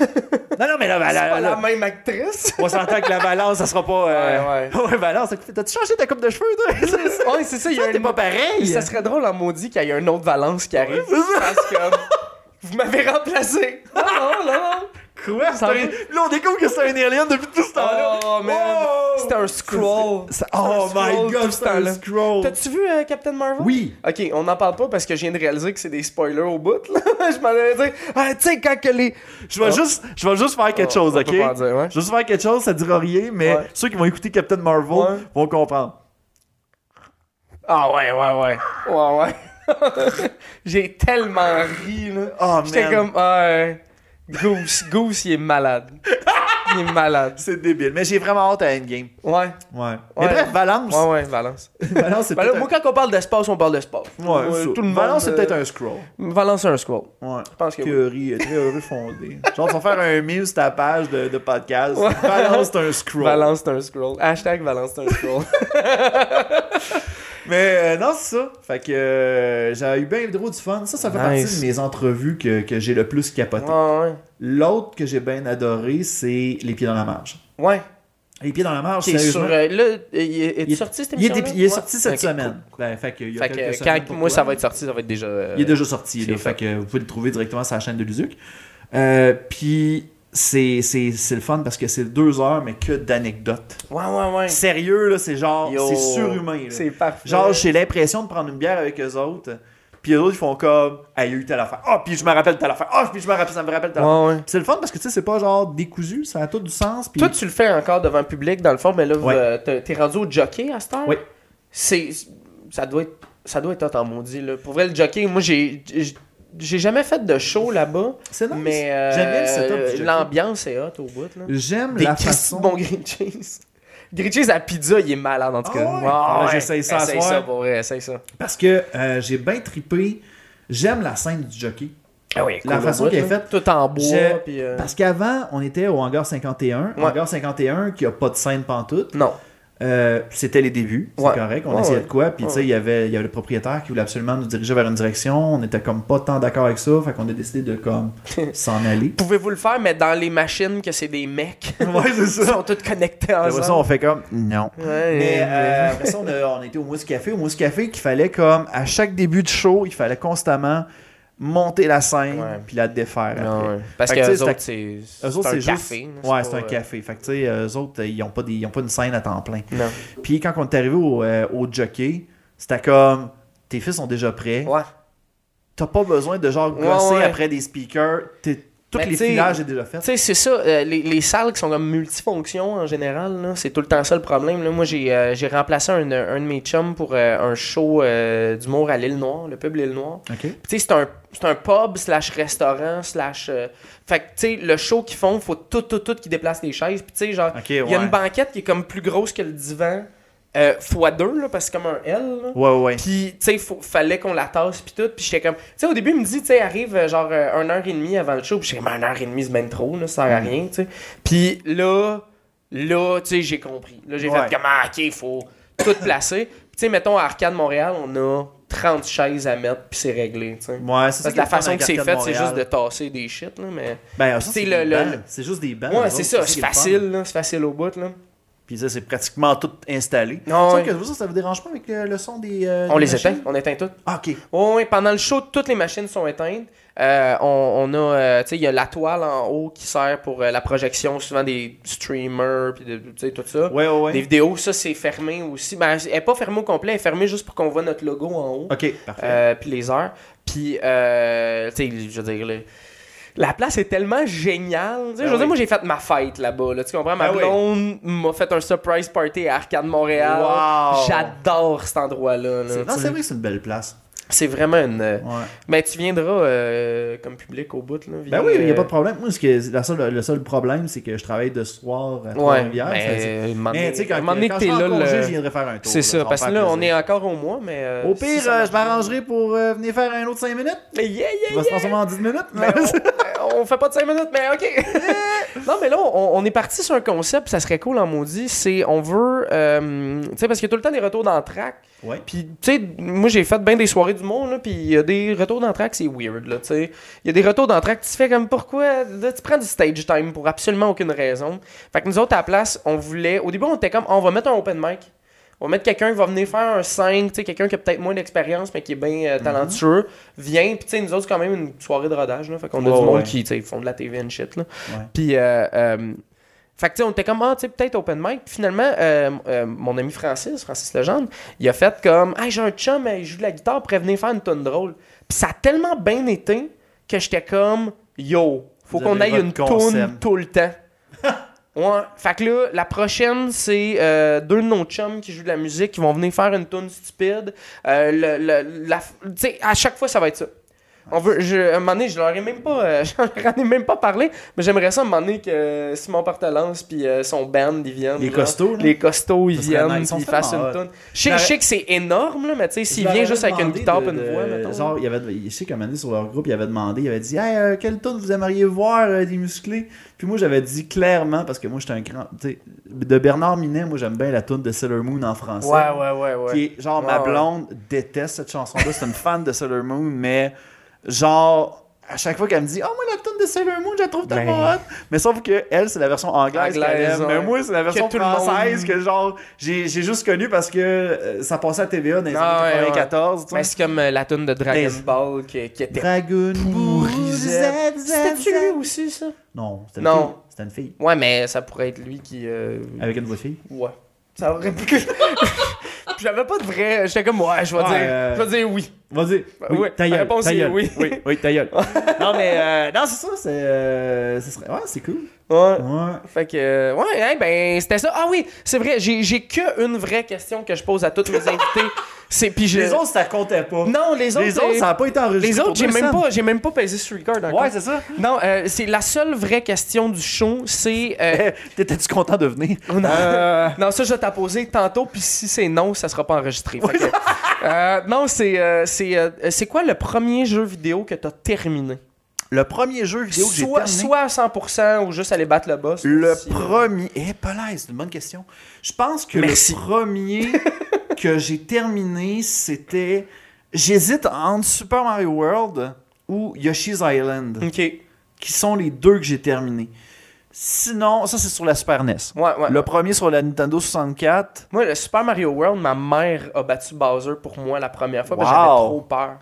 B: Non, non, mais là, là,
A: c'est
B: là,
A: pas
B: là,
A: la même actrice.
B: on s'entend que la Valence, ça sera pas. euh,
A: Ouais,
B: ouais. Valence, t'as-tu changé ta coupe de cheveux, toi?
A: ouais, c'est ça, il y a
B: Ça,
A: un
B: t'es pas pareil!
A: Ça serait drôle en maudit qu'il y ait un autre Valence qui arrive. Parce que vous m'avez remplacé. Non, non, non. Quoi?
F: Ça
A: C'est un...
B: Là, on découvre que c'est un alien depuis tout ce temps-là.
A: Oh, man. C'était un scroll.
B: Ça- Oh
A: C'est un
B: my
A: scroll
B: god,
A: tout ce
B: c'est un
A: temps-là.
B: scroll.
A: T'as-tu vu euh, Captain Marvel?
B: Oui.
A: Ok, on n'en parle pas parce que je viens de réaliser que c'est des spoilers au bout. Là. je m'en allais dire, ah, tu sais, quand que les.
B: Je vais juste, je vais juste faire quelque
A: On-
B: chose,
A: Ah. Oh, on
B: ok?
A: peut pas en dire, ouais.
B: Je vais juste faire quelque chose, ça dira rien, mais
A: Ouais.
B: ceux qui vont écouter Captain Marvel
A: Ouais.
B: vont comprendre.
A: Ah ouais, ouais, ouais. Ouais, ouais. J'ai tellement ri, là.
B: Oh
A: J'étais
B: man,
A: comme, ah, euh, Goose, Goose, il est malade. Il est malade.
B: c'est débile. Mais j'ai vraiment hâte à Endgame.
A: Ouais,
B: Ouais. Mais bref, Valence,
A: ouais, ouais, Valence.
B: Valence c'est
A: Ben là,
B: peut-être
A: moi, quand on parle d'espace, on parle d'espace.
B: un... Ouais,
A: Ouais,
B: ça.
A: tout le
B: Valence,
A: monde,
B: c'est peut-être
A: euh,
B: un scroll.
A: Valence, c'est un scroll.
B: Ouais.
A: Je pense que oui.
B: Théorie très heureux fondée. Genre, ils vont faire un meme sur ta page de, de podcast. Valence, c'est un scroll.
A: Valence, c'est un scroll. Hashtag Valence, c'est un scroll.
B: Mais euh, non, c'est ça. Fait que euh, j'ai eu bien drôle du fun. Ça, ça fait partie
A: Nice.
B: de mes entrevues que, que j'ai le plus capoté.
A: ouais, ouais.
B: L'autre que j'ai bien adoré, c'est Les Pieds dans la marge.
A: Ouais.
B: Les Pieds dans la marge,
A: Qui est sur.
B: sérieusement.
A: euh, là, il est, est
B: Il est-
A: sorti cette
B: il, est,
A: émission?
B: dé- il est sorti cette semaine. Ben, fait que, il y a
A: Fait
B: quelques
A: que,
B: semaines
A: quand
B: pour
A: moi,
B: toi.
A: ça va être sorti, ça va être déjà. euh,
B: Il est déjà sorti,
A: c'est
B: là,
A: fait.
B: fait que vous pouvez le trouver directement sur la chaîne de Luzuc. Euh, Puis c'est c'est- c'est le fun parce que c'est deux heures, mais que d'anecdotes.
A: Ouais, ouais, ouais.
B: Sérieux, là, c'est genre,
A: Yo.
B: c'est surhumain. là.
A: C'est parfait.
B: Genre, j'ai l'impression de prendre une bière avec eux autres. Puis eux autres, ils font comme, ah, il y a eu telle affaire. Ah, puis je me rappelle telle affaire. Ah, puis je me rappelle, ça me rappelle telle affaire.
A: Ouais, ouais.
B: Puis C'est le fun parce que tu sais, c'est pas genre décousu, ça a tout du sens. Puis
A: Toi, tu le fais encore devant le public, dans le fond, mais là,
B: Ouais.
A: euh, t'es t'es rendu au jockey à cette heure?
B: Oui.
A: C'est... Ça doit être... Ça doit être hot en maudit, là. Pour vrai, le jockey, moi, j'ai... j'ai- J'ai jamais fait de show là-bas,
B: c'est nice.
A: mais euh,
B: J'aimais le setup du jockey.
A: l'ambiance est hot au bout, là.
B: J'aime
A: Des
B: la
A: Christy
B: façon.
A: de bon green cheese. Green cheese à pizza, il est malade, en tout
B: Ah
A: cas.
B: ouais? Ah, j'essaye ça à
A: Essaye
B: soir.
A: ça, pour vrai, essaye ça.
B: Parce que euh, j'ai bien tripé. J'aime la scène du jockey.
A: Ah oui,
B: La façon qu'elle est faite,
A: Tout en bois,
B: Je-
A: puis... euh,
B: Parce qu'avant, on était au hangar 51.
A: Ouais.
B: Hangar 51 qui a pas de scène pantoute.
A: Non.
B: Euh, c'était les débuts, c'est
A: Ouais.
B: correct. On
A: Ouais,
B: essayait
A: ouais.
B: de quoi. Puis tu sais,
A: Ouais.
B: il y avait il y avait le propriétaire qui voulait absolument nous diriger vers une direction. On était comme pas tant d'accord avec ça. Fait qu'on a décidé de comme s'en aller.
A: Pouvez-vous le faire, mais dans les machines que c'est des mecs.
B: ouais, c'est
A: Ils sont tous connectés ensemble.
B: fait comme non.
A: Ouais,
B: Mais
A: ouais.
B: euh, après ça, on, a, on a été au Mousse Café. Au Mousse Café, qu'il fallait comme à chaque début de show, il fallait constamment monter la scène
A: Ouais.
B: puis la défaire. après.
A: Ouais, ouais. Parce
B: Fait
A: que
B: que, tu
A: eux
B: sais,
A: autres, c'est
B: Eux autres,
A: un
B: c'est juste.
A: café, là,
B: ouais,
A: pas,
B: c'est un
A: euh,
B: café. Fait que, tu sais, eux autres, ils n'ont pas, des- ils ont pas une scène à temps plein.
A: euh, Non.
B: Puis quand on est arrivé au, euh, au jockey, c'était comme. Tes fils sont déjà prêts.
A: Ouais.
B: T'as pas besoin de genre
A: Ouais,
B: gosser
A: ouais.
B: après des speakers. T'es- Tous
A: Mais
B: les
A: tu sais-
B: filages est déjà
A: Tu
B: fait.
A: sais, c'est ça, euh, les, les salles qui sont comme multifonctions en général, là, c'est tout le temps ça le problème. Là. Moi, j'ai, euh, j'ai remplacé un, un de mes chums pour euh, un show euh, d'humour à l'île Noire, le pub L'île Noire.
B: OK.
A: Tu sais, c'est un, c'est un pub slash restaurant slash... euh, fait que, tu sais, le show qu'ils font, faut tout, tout, tout qu'ils déplacent les chaises. Puis, tu sais, genre,
B: OK,
A: il y a
B: ouais.
A: une banquette qui est comme plus grosse que le divan, euh, fois deux, là, parce que c'est comme un L, là.
B: Ouais, ouais.
A: Puis, tu sais, faut- fallait qu'on la tasse, puis tout. Puis, j'étais comme. Tu sais, au début, il me dit, tu sais, arrive euh, genre euh, une heure et demie avant le show. Puis, j'étais comme, une heure et demie, c'est même trop, là, ça
B: Mm.
A: sert à rien, tu sais. Puis là, là, tu sais, j'ai compris. Là, j'ai
B: Ouais.
A: fait comme, ah, ok, il faut tout placer. Puis, tu sais, mettons, à Arcade Montréal, on a 30 chaises à mettre, puis c'est réglé, tu sais.
B: Ouais, c'est ça
A: Parce
B: qui
A: que la
B: est le fun
A: façon
B: avec
A: que c'est
B: Arcade
A: fait, c'est
B: Montréal.
A: juste de tasser des shit, là, mais. Puis
B: Ben, ça, c'est
A: c'est le-
B: des
A: le-
B: bancs. C'est juste des bancs. eux
A: Ouais,
B: autres.
A: c'est ça,
B: qui
A: c'est
B: est le fun.
A: facile, là, c'est facile au bout, là.
B: Puis ça, c'est pratiquement tout installé.
A: Non,
B: Sauf
A: ouais.
B: que vous, ça, ça vous dérange pas avec euh, le son des. euh,
A: On
B: des
A: les
B: machines?
A: éteint, on éteint tout.
B: Ah, ok.
A: Oui, oui, pendant le show, toutes les machines sont éteintes. Euh, on, on a, euh, tu sais, il y a la toile en haut qui sert pour euh, la projection, souvent des streamers, puis de- tu sais, tout ça.
B: Ouais, ouais, ouais.
A: Des vidéos, ça c'est fermé aussi. Ben, elle est pas fermée au complet, elle est fermée juste pour qu'on voit notre logo en haut.
B: Ok, parfait.
A: Euh, puis les heures. Puis, euh, tu sais, je veux dire, le- la place est tellement géniale. Tu sais, je veux
B: Ben oui.
A: dire, moi, j'ai fait ma fête là-bas. là, tu comprends? Ma
B: Ah oui.
A: blonde m'a fait un surprise party à Arcade Montréal.
B: Wow.
A: J'adore cet endroit-là. là,
B: C'est-
A: tu
B: non,
A: sais.
B: c'est vrai que c'est une belle place.
A: C'est vraiment une... euh,
B: Ouais.
A: mais tu viendras euh, comme public au bout, là.
B: Ben oui, il n'y a pas de
A: euh,
B: problème. Moi, ce que, la seule, le seul problème, c'est que je travaille de soir à
A: Ouais,
B: Trois-Rivières. ça-
A: mais,
B: Mais tu sais, quand,
A: à un moment donné
B: quand
A: que
B: je
A: t'es là,
B: serai en congé,
A: le-
B: je viendrai faire un tour.
A: c'est ça,
B: me
A: parce que
B: fait
A: là, on est
B: plaisir.
A: encore au mois, mais... euh,
B: Au
A: si
B: pire,
A: ça
B: euh,
A: marche
B: je m'arrangerai pour euh, venir faire un autre 5 minutes.
A: bien. Yeah, yeah,
B: Il va se transformer en 10 minutes.
A: Mais on, on fait pas de 5 minutes, mais ok. non, mais là, on, on est parti sur un concept, ça serait cool en maudit. C'est, on veut. euh, tu sais, parce qu'il y a tout le temps des retours d'entraque.
B: Ouais.
A: Puis, tu sais, moi, j'ai fait bien des soirées du monde, là, puis il y a des retours d'entraque, c'est weird, là, tu sais. Il y a des retours d'entraque, tu fais comme pourquoi. Là, tu prends du stage time pour absolument aucune raison. Fait que nous autres, à la place, on voulait. Au début, on était comme, on va mettre un open mic. On va mettre quelqu'un qui va venir faire un 5, tu sais, quelqu'un qui a peut-être moins d'expérience, mais qui est bien
B: Mm-hmm.
A: euh, talentueux. Viens, puis tu sais, nous autres, c'est quand même une soirée de rodage, là. Fait qu'on a
B: Ouais,
A: du monde
B: ouais.
A: qui, tu sais, font de la TV and shit, là.
B: Ouais.
A: Puis, euh, euh, fait que, tu sais, on était comme, ah, tu sais, peut-être open mic. Puis finalement, euh, euh, mon ami Francis, Francis Legendre, il a fait comme, hey, j'ai un chum, euh, il joue de la guitare, pourrait venir faire une tonne drôle. Puis ça a tellement bien été que j'étais comme, yo, faut
B: Vous
A: qu'on
B: avez
A: aille
B: votre
A: une
B: concept.
A: toune tout le temps. ouais. Fait que là, la prochaine, c'est euh, deux de nos chums qui jouent de la musique, qui vont venir faire une toune stupide. Euh, le, le- la, tu sais, à chaque fois, ça va être ça. On veut, je, à un moment donné, je leur ai même pas, euh, je leur en ai même pas parlé, mais j'aimerais ça à un moment donné que euh, Simon Portalance puis euh, son band, ils viennent.
B: Les
A: genre.
B: costauds, là.
A: Les costauds, ils
B: Ça serait
A: viennent,
B: nice. Ils
A: puis
B: sont
A: ils fassent
B: tellement
A: une
B: hot.
A: toune. Je sais-
B: leur-
A: je sais que c'est énorme, là, mais tu sais, s'il vient juste avec une guitare et une voix, mettons.
B: Genre, il avait, je sais qu'à un moment donné, sur leur groupe, il avait demandé, il avait dit, hey, euh, quel tune vous aimeriez voir euh, des musclés Puis moi, j'avais dit clairement, parce que moi, j'étais un grand. tu sais, De Bernard Minet, moi, j'aime bien la tune de Sailor Moon en français.
A: Ouais, ouais, ouais, ouais.
B: Qui est, genre,
A: Ouais,
B: ma
A: ouais.
B: blonde déteste cette chanson-là. C'est une fan de Sailor Moon, mais genre, à chaque fois qu'elle me dit, oh, moi, la tune de Sailor Moon, je la trouve tellement
A: Ben.
B: hot. Mais sauf que elle, c'est la version anglaise. qu'elle
A: Anglaise,
B: aime.
A: ouais.
B: Mais moi, c'est la version
A: tout le monde-
B: française que, genre, j'ai j'ai juste connue parce que euh, ça passait à TVA dans les
A: Ah, ouais,
B: années
A: ouais.
B: 94. tu sais.
A: Mais c'est comme euh, la tune de Dragon
B: Mais-
A: Ball qui, qui était.
B: Dragoon
G: Pourri, zep, zep,
A: C'était-tu lui aussi, ça?
B: Non, c'était
A: Non.
B: une fille. C'était une fille.
A: Ouais, mais ça pourrait être lui qui. euh,
B: Avec une autre fille.
A: Ouais. Ça aurait pu. J'avais pas de vrai. J'étais comme, ouais, je vais
B: Ouais,
A: dire.
B: euh,
A: Je vais dire Euh, oui.
B: Vas-y.
A: ouais,
B: ta
A: la
B: gueule,
A: réponse
B: ta
A: est
B: gueule.
A: oui.
B: oui, oui, ta gueule. non, mais euh, non, c'est ça. C'est, euh, ce serait... Ouais, c'est cool.
A: Ouais.
B: Ouais.
A: Fait que, euh, ouais, hey, ben, c'était ça. Ah oui, c'est vrai, j'ai, j'ai que une vraie question que je pose à tous mes invités. C'est, puis je-
B: Les autres, ça comptait pas.
A: Non, les autres.
B: euh, les autres,
A: euh,
B: ça n'a pas été enregistré.
A: les autres,
B: pour
A: j'ai même
B: personne.
A: pas, j'ai même pas pesé sur record encore.
B: Ouais, c'est ça.
A: non, euh, c'est la seule vraie question du show, c'est euh,
B: Eh, T'étais-tu content de venir? Euh,
A: Non. Non, ça, je vais t'en poser tantôt, puis si c'est non, ça sera pas enregistré. Fait que- Euh, non, c'est, euh, c'est, euh, c'est quoi le premier jeu vidéo que t'as terminé?
B: Le premier jeu vidéo que j'ai
A: Soit,
B: terminé...
A: soit à 100% ou juste aller battre le boss.
B: Le
A: Si-
B: premier... Eh, Polaise, c'est une bonne question. Je pense que
A: Merci.
B: le premier que j'ai terminé, c'était... J'hésite entre Super Mario World ou Yoshi's Island.
A: Ok. Ouais,
B: qui sont les deux que j'ai terminés. Sinon, ça c'est sur la Super NES.
A: ouais.
B: Le premier sur la Nintendo 64.
A: Moi, le Super Mario World, ma mère a battu Bowser pour moi la première fois, parce que
B: Wow. Hein?
A: j'avais trop peur.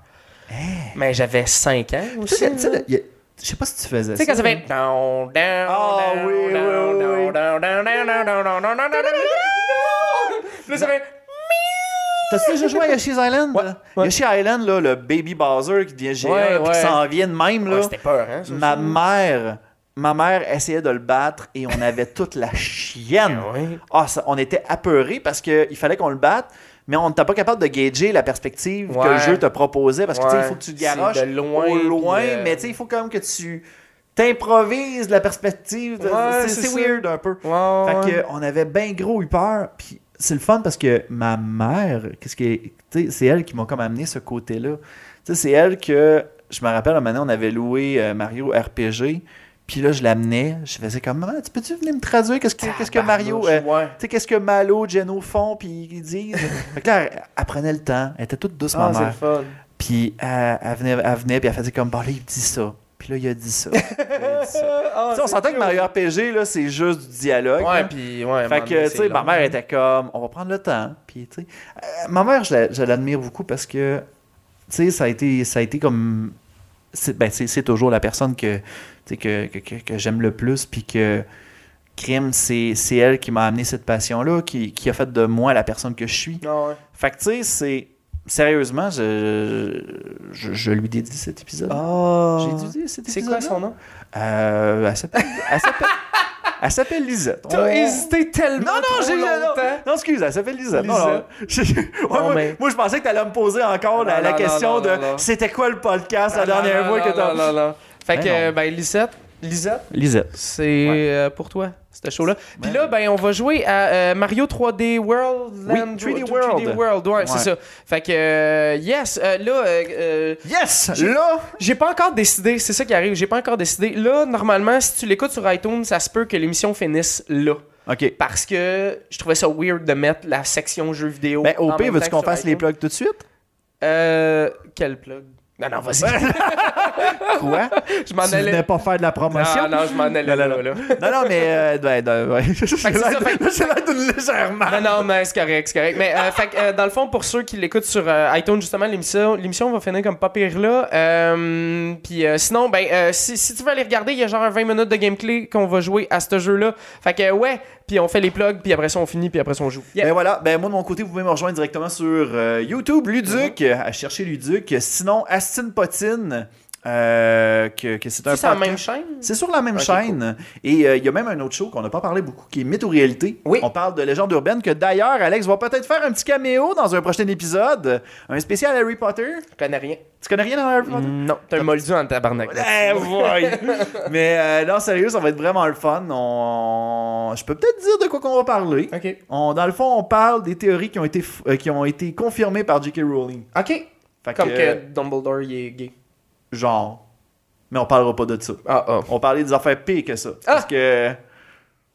A: Mais j'avais 5 ans
B: Tu
A: aussi.
B: sais, tu sais,
A: là.
B: le- il y a- Je sais pas si tu faisais
A: Tu sais,
B: ça.
A: quand ça fait. Down, down,
B: Ah,
A: down,
B: oui, oui,
A: down,
B: oui,
A: down,
B: oui.
A: down, down, down, down, down, down, down, down, down. Là, ça fait.
B: T'as-tu déjà joué à Yoshi's Island?
A: Ouais, ouais.
B: Yoshi Island, là, le baby Bowser qui devient géant
A: Ouais,
B: et
A: ouais.
B: qui s'en vient de même. Là.
A: Ouais, C'était peur, hein? ça
B: ma
A: aussi.
B: mère... Ma mère essayait de le battre et on avait toute la chienne.
A: Ah ouais.
B: Ah, ça- on était apeurés parce qu'il fallait qu'on le batte, mais on n'était pas capable de gager la perspective que
A: Ouais.
B: le jeu te proposait parce que tu sais, il
A: Ouais.
B: faut que tu te
A: C'est
B: garoches
A: de loin,
B: au loin,
A: puis, euh,
B: mais tu sais, il faut quand même que tu t'improvises la perspective. de-
A: Ouais,
B: c'est-
A: c'est
B: c'est
A: ça.
B: weird un peu.
A: Ouais,
B: Fait
A: ouais.
B: que, on avait bien gros eu peur. Puis c'est le fun parce que ma mère, qu'est-ce que tu sais, c'est elle qui m'a comme amené ce côté-là. Tu sais, c'est elle que je me rappelle un moment donné, on avait loué euh, Mario RPG. Puis là, je l'amenais, je faisais comme maman, tu peux-tu venir me traduire qu'est-ce que, qu'est-ce que Mario, euh,
A: Tabarnouche, ouais.
B: tu sais, qu'est-ce que Malo, Geno font, puis ils disent. fait que là, elle, elle prenait le temps, elle était toute douce,
A: Ah,
B: ma
A: c'est le
B: mère.
A: fun.
B: Puis elle, elle venait, elle venait, puis elle faisait comme, bon, là, il dit ça. Puis là, il a dit ça. Puis là, il a dit ça.
A: Euh,
B: Tu sais, on s'entend que Mario RPG, là, c'est juste du dialogue.
A: Ah,
B: hein.
A: Ouais,
B: là.
A: puis ouais.
B: Fait que, tu sais, ma mère était comme, on va prendre le temps. Puis, tu sais, euh, ma mère, je la- je l'admire beaucoup parce que, tu sais, ça a été, ça a été comme, c'est ben, c'est- c'est toujours la personne que, tu sais, que, que, que- que j'aime le plus, puis que crime, c'est c'est elle qui m'a amené cette passion-là, qui, qui a fait de moi la personne que je suis.
A: Non, Ah, ouais.
B: Fait que, tu sais, c'est sérieusement, je, je, je lui dédie cet épisode. J'ai dû dire cet
A: Ah. C'est
B: épisode.
A: quoi son nom?
B: Euh, elle s'appelle- elle s'appelle- elle s'appelle Lisette.
A: T'as
B: On-
A: hésité tellement.
B: non, non,
A: trop
B: j'ai. Non,
A: longtemps.
B: non, excuse, elle s'appelle Lisa. Non,
A: Lisa.
B: non. J'ai- Ouais, moi,
A: mais-
B: moi, je pensais que t'allais me poser encore la,
A: Non,
B: la
A: non,
B: question
A: non,
B: de
A: non, non.
B: c'était quoi le podcast la
A: Non,
B: dernière
A: non,
B: fois que
A: non,
B: t'as.
A: Non, non, non. Fait
B: Ben
A: que, euh,
B: non.
A: ben, Lisette. Lisette.
B: Lisette.
A: C'est
B: Ouais.
A: euh, pour toi, ce show-là. Puis
B: Ouais.
A: là, ben, on va jouer à euh, Mario 3D World.
B: Oui,
A: Land-
B: 3D
A: 3D
B: World.
A: World, ouais, c'est
B: Ouais.
A: ça. Fait que, euh, yes, euh, là, euh, euh,
B: Yes! Là!
A: j'ai pas encore décidé, c'est ça qui arrive, j'ai pas encore décidé. Là, normalement, si tu l'écoutes sur iTunes, ça se peut que l'émission finisse là.
B: Ok.
A: Parce que je trouvais ça weird de mettre la section jeux vidéo.
B: Ben, au
A: en
B: pire,
A: même
B: veux-tu
A: temps
B: qu'on
A: que sur
B: fasse les
A: iTunes.
B: plugs tout de suite?
A: Euh, quel plug Non, non, vas-y.
H: Quoi?
A: je m'en
H: tu venais
A: allais.
H: pas faire de la promotion?
A: Non, non, je m'en allais là, là, là.
H: Non, non, mais. euh, ben, ben, ouais. J'ai
A: c'est ça,
H: l'air
A: fait
H: de- j'ai l'air d'une légèrement.
A: Non, non, mais c'est correct, c'est correct. Mais euh, fait que, euh, dans le fond, pour ceux qui l'écoutent sur euh, iTunes, justement, l'émission l'émission va finir comme pas pire là. Euh, Puis euh, sinon, ben, euh, si, si tu veux aller regarder, il y a genre un 20 minutes de gameplay qu'on va jouer à ce jeu-là. Fait que euh, ouais, puis on fait les plugs, puis après ça, on finit, puis après ça, on joue. Yeah.
B: Ben voilà, ben moi de mon côté, vous pouvez me rejoindre directement sur euh, YouTube, Luduc,
A: Mm-hmm.
B: euh, à chercher Luduc. Sinon, Astin Potine, euh, que, que c'est un
A: C'est sur la
B: podcast-
A: même chaîne?
B: C'est sur la même chaîne. Et euh, il y a même un autre show qu'on n'a pas parlé beaucoup, qui est Mythe ou Réalité.
A: Oui.
B: On parle de légendes urbaines, que d'ailleurs, Alex va peut-être faire un petit caméo dans un prochain épisode. Un spécial Harry Potter.
A: Je connais rien.
B: Tu connais rien dans Harry Potter?
A: Non, t'es un moldu en tabarnak. là.
B: Eh, voy. Mais euh, non, sérieux, ça va être vraiment le fun. On- Je peux peut-être dire de quoi qu'on va parler.
A: Ok.
B: On- dans le fond, on parle des théories qui ont été, f- euh, qui ont été confirmées par J.K. Rowling.
A: Ok.
B: Fait que,
A: Comme
B: euh,
A: que Dumbledore, il est gay.
B: Genre. Mais on parlera pas de ça.
A: Ah, ah.
B: On parlait des affaires pires que ça. Parce que.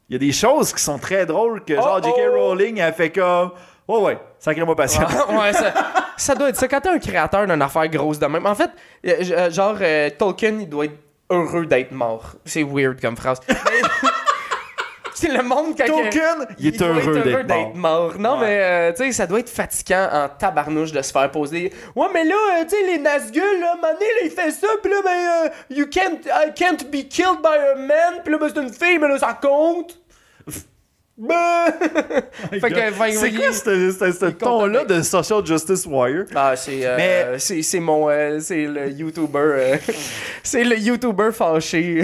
B: Il y a des choses qui sont très drôles que, genre,
A: Oh,
B: J.K.
A: oh. Ah!
B: Rowling a fait comme. Oh ouais, sacrément patient.
A: ouais, ça, ça doit être ça. Quand t'es un créateur d'une affaire grosse de même. En fait, euh, j- euh, genre, euh, Tolkien, il doit être heureux d'être mort. C'est weird comme phrase. Mais- C'est le monde quand que-
B: Tolkien, il est
A: doit être
B: heureux d'être mort.
A: Non,
B: Ouais.
A: mais euh, tu sais, ça doit être fatigant en tabarnouche de se faire poser. Ouais, mais là, euh, tu sais, les Nazgûl, là, à un moment donné, là, il fait ça, pis là, mais euh, you can't, I can't be killed by a man, pis là, ben, c'est une fille, mais là, ça compte. Ben! fait que, ben,
B: C'est
A: oui.
B: quoi ce- ce ce
A: il compte
B: ton-là
A: avec.
B: de Social Justice Warrior?
A: Ah, c'est euh,
B: Mais-
A: c'est c'est mon euh, c'est le YouTuber euh, c'est le YouTuber fâché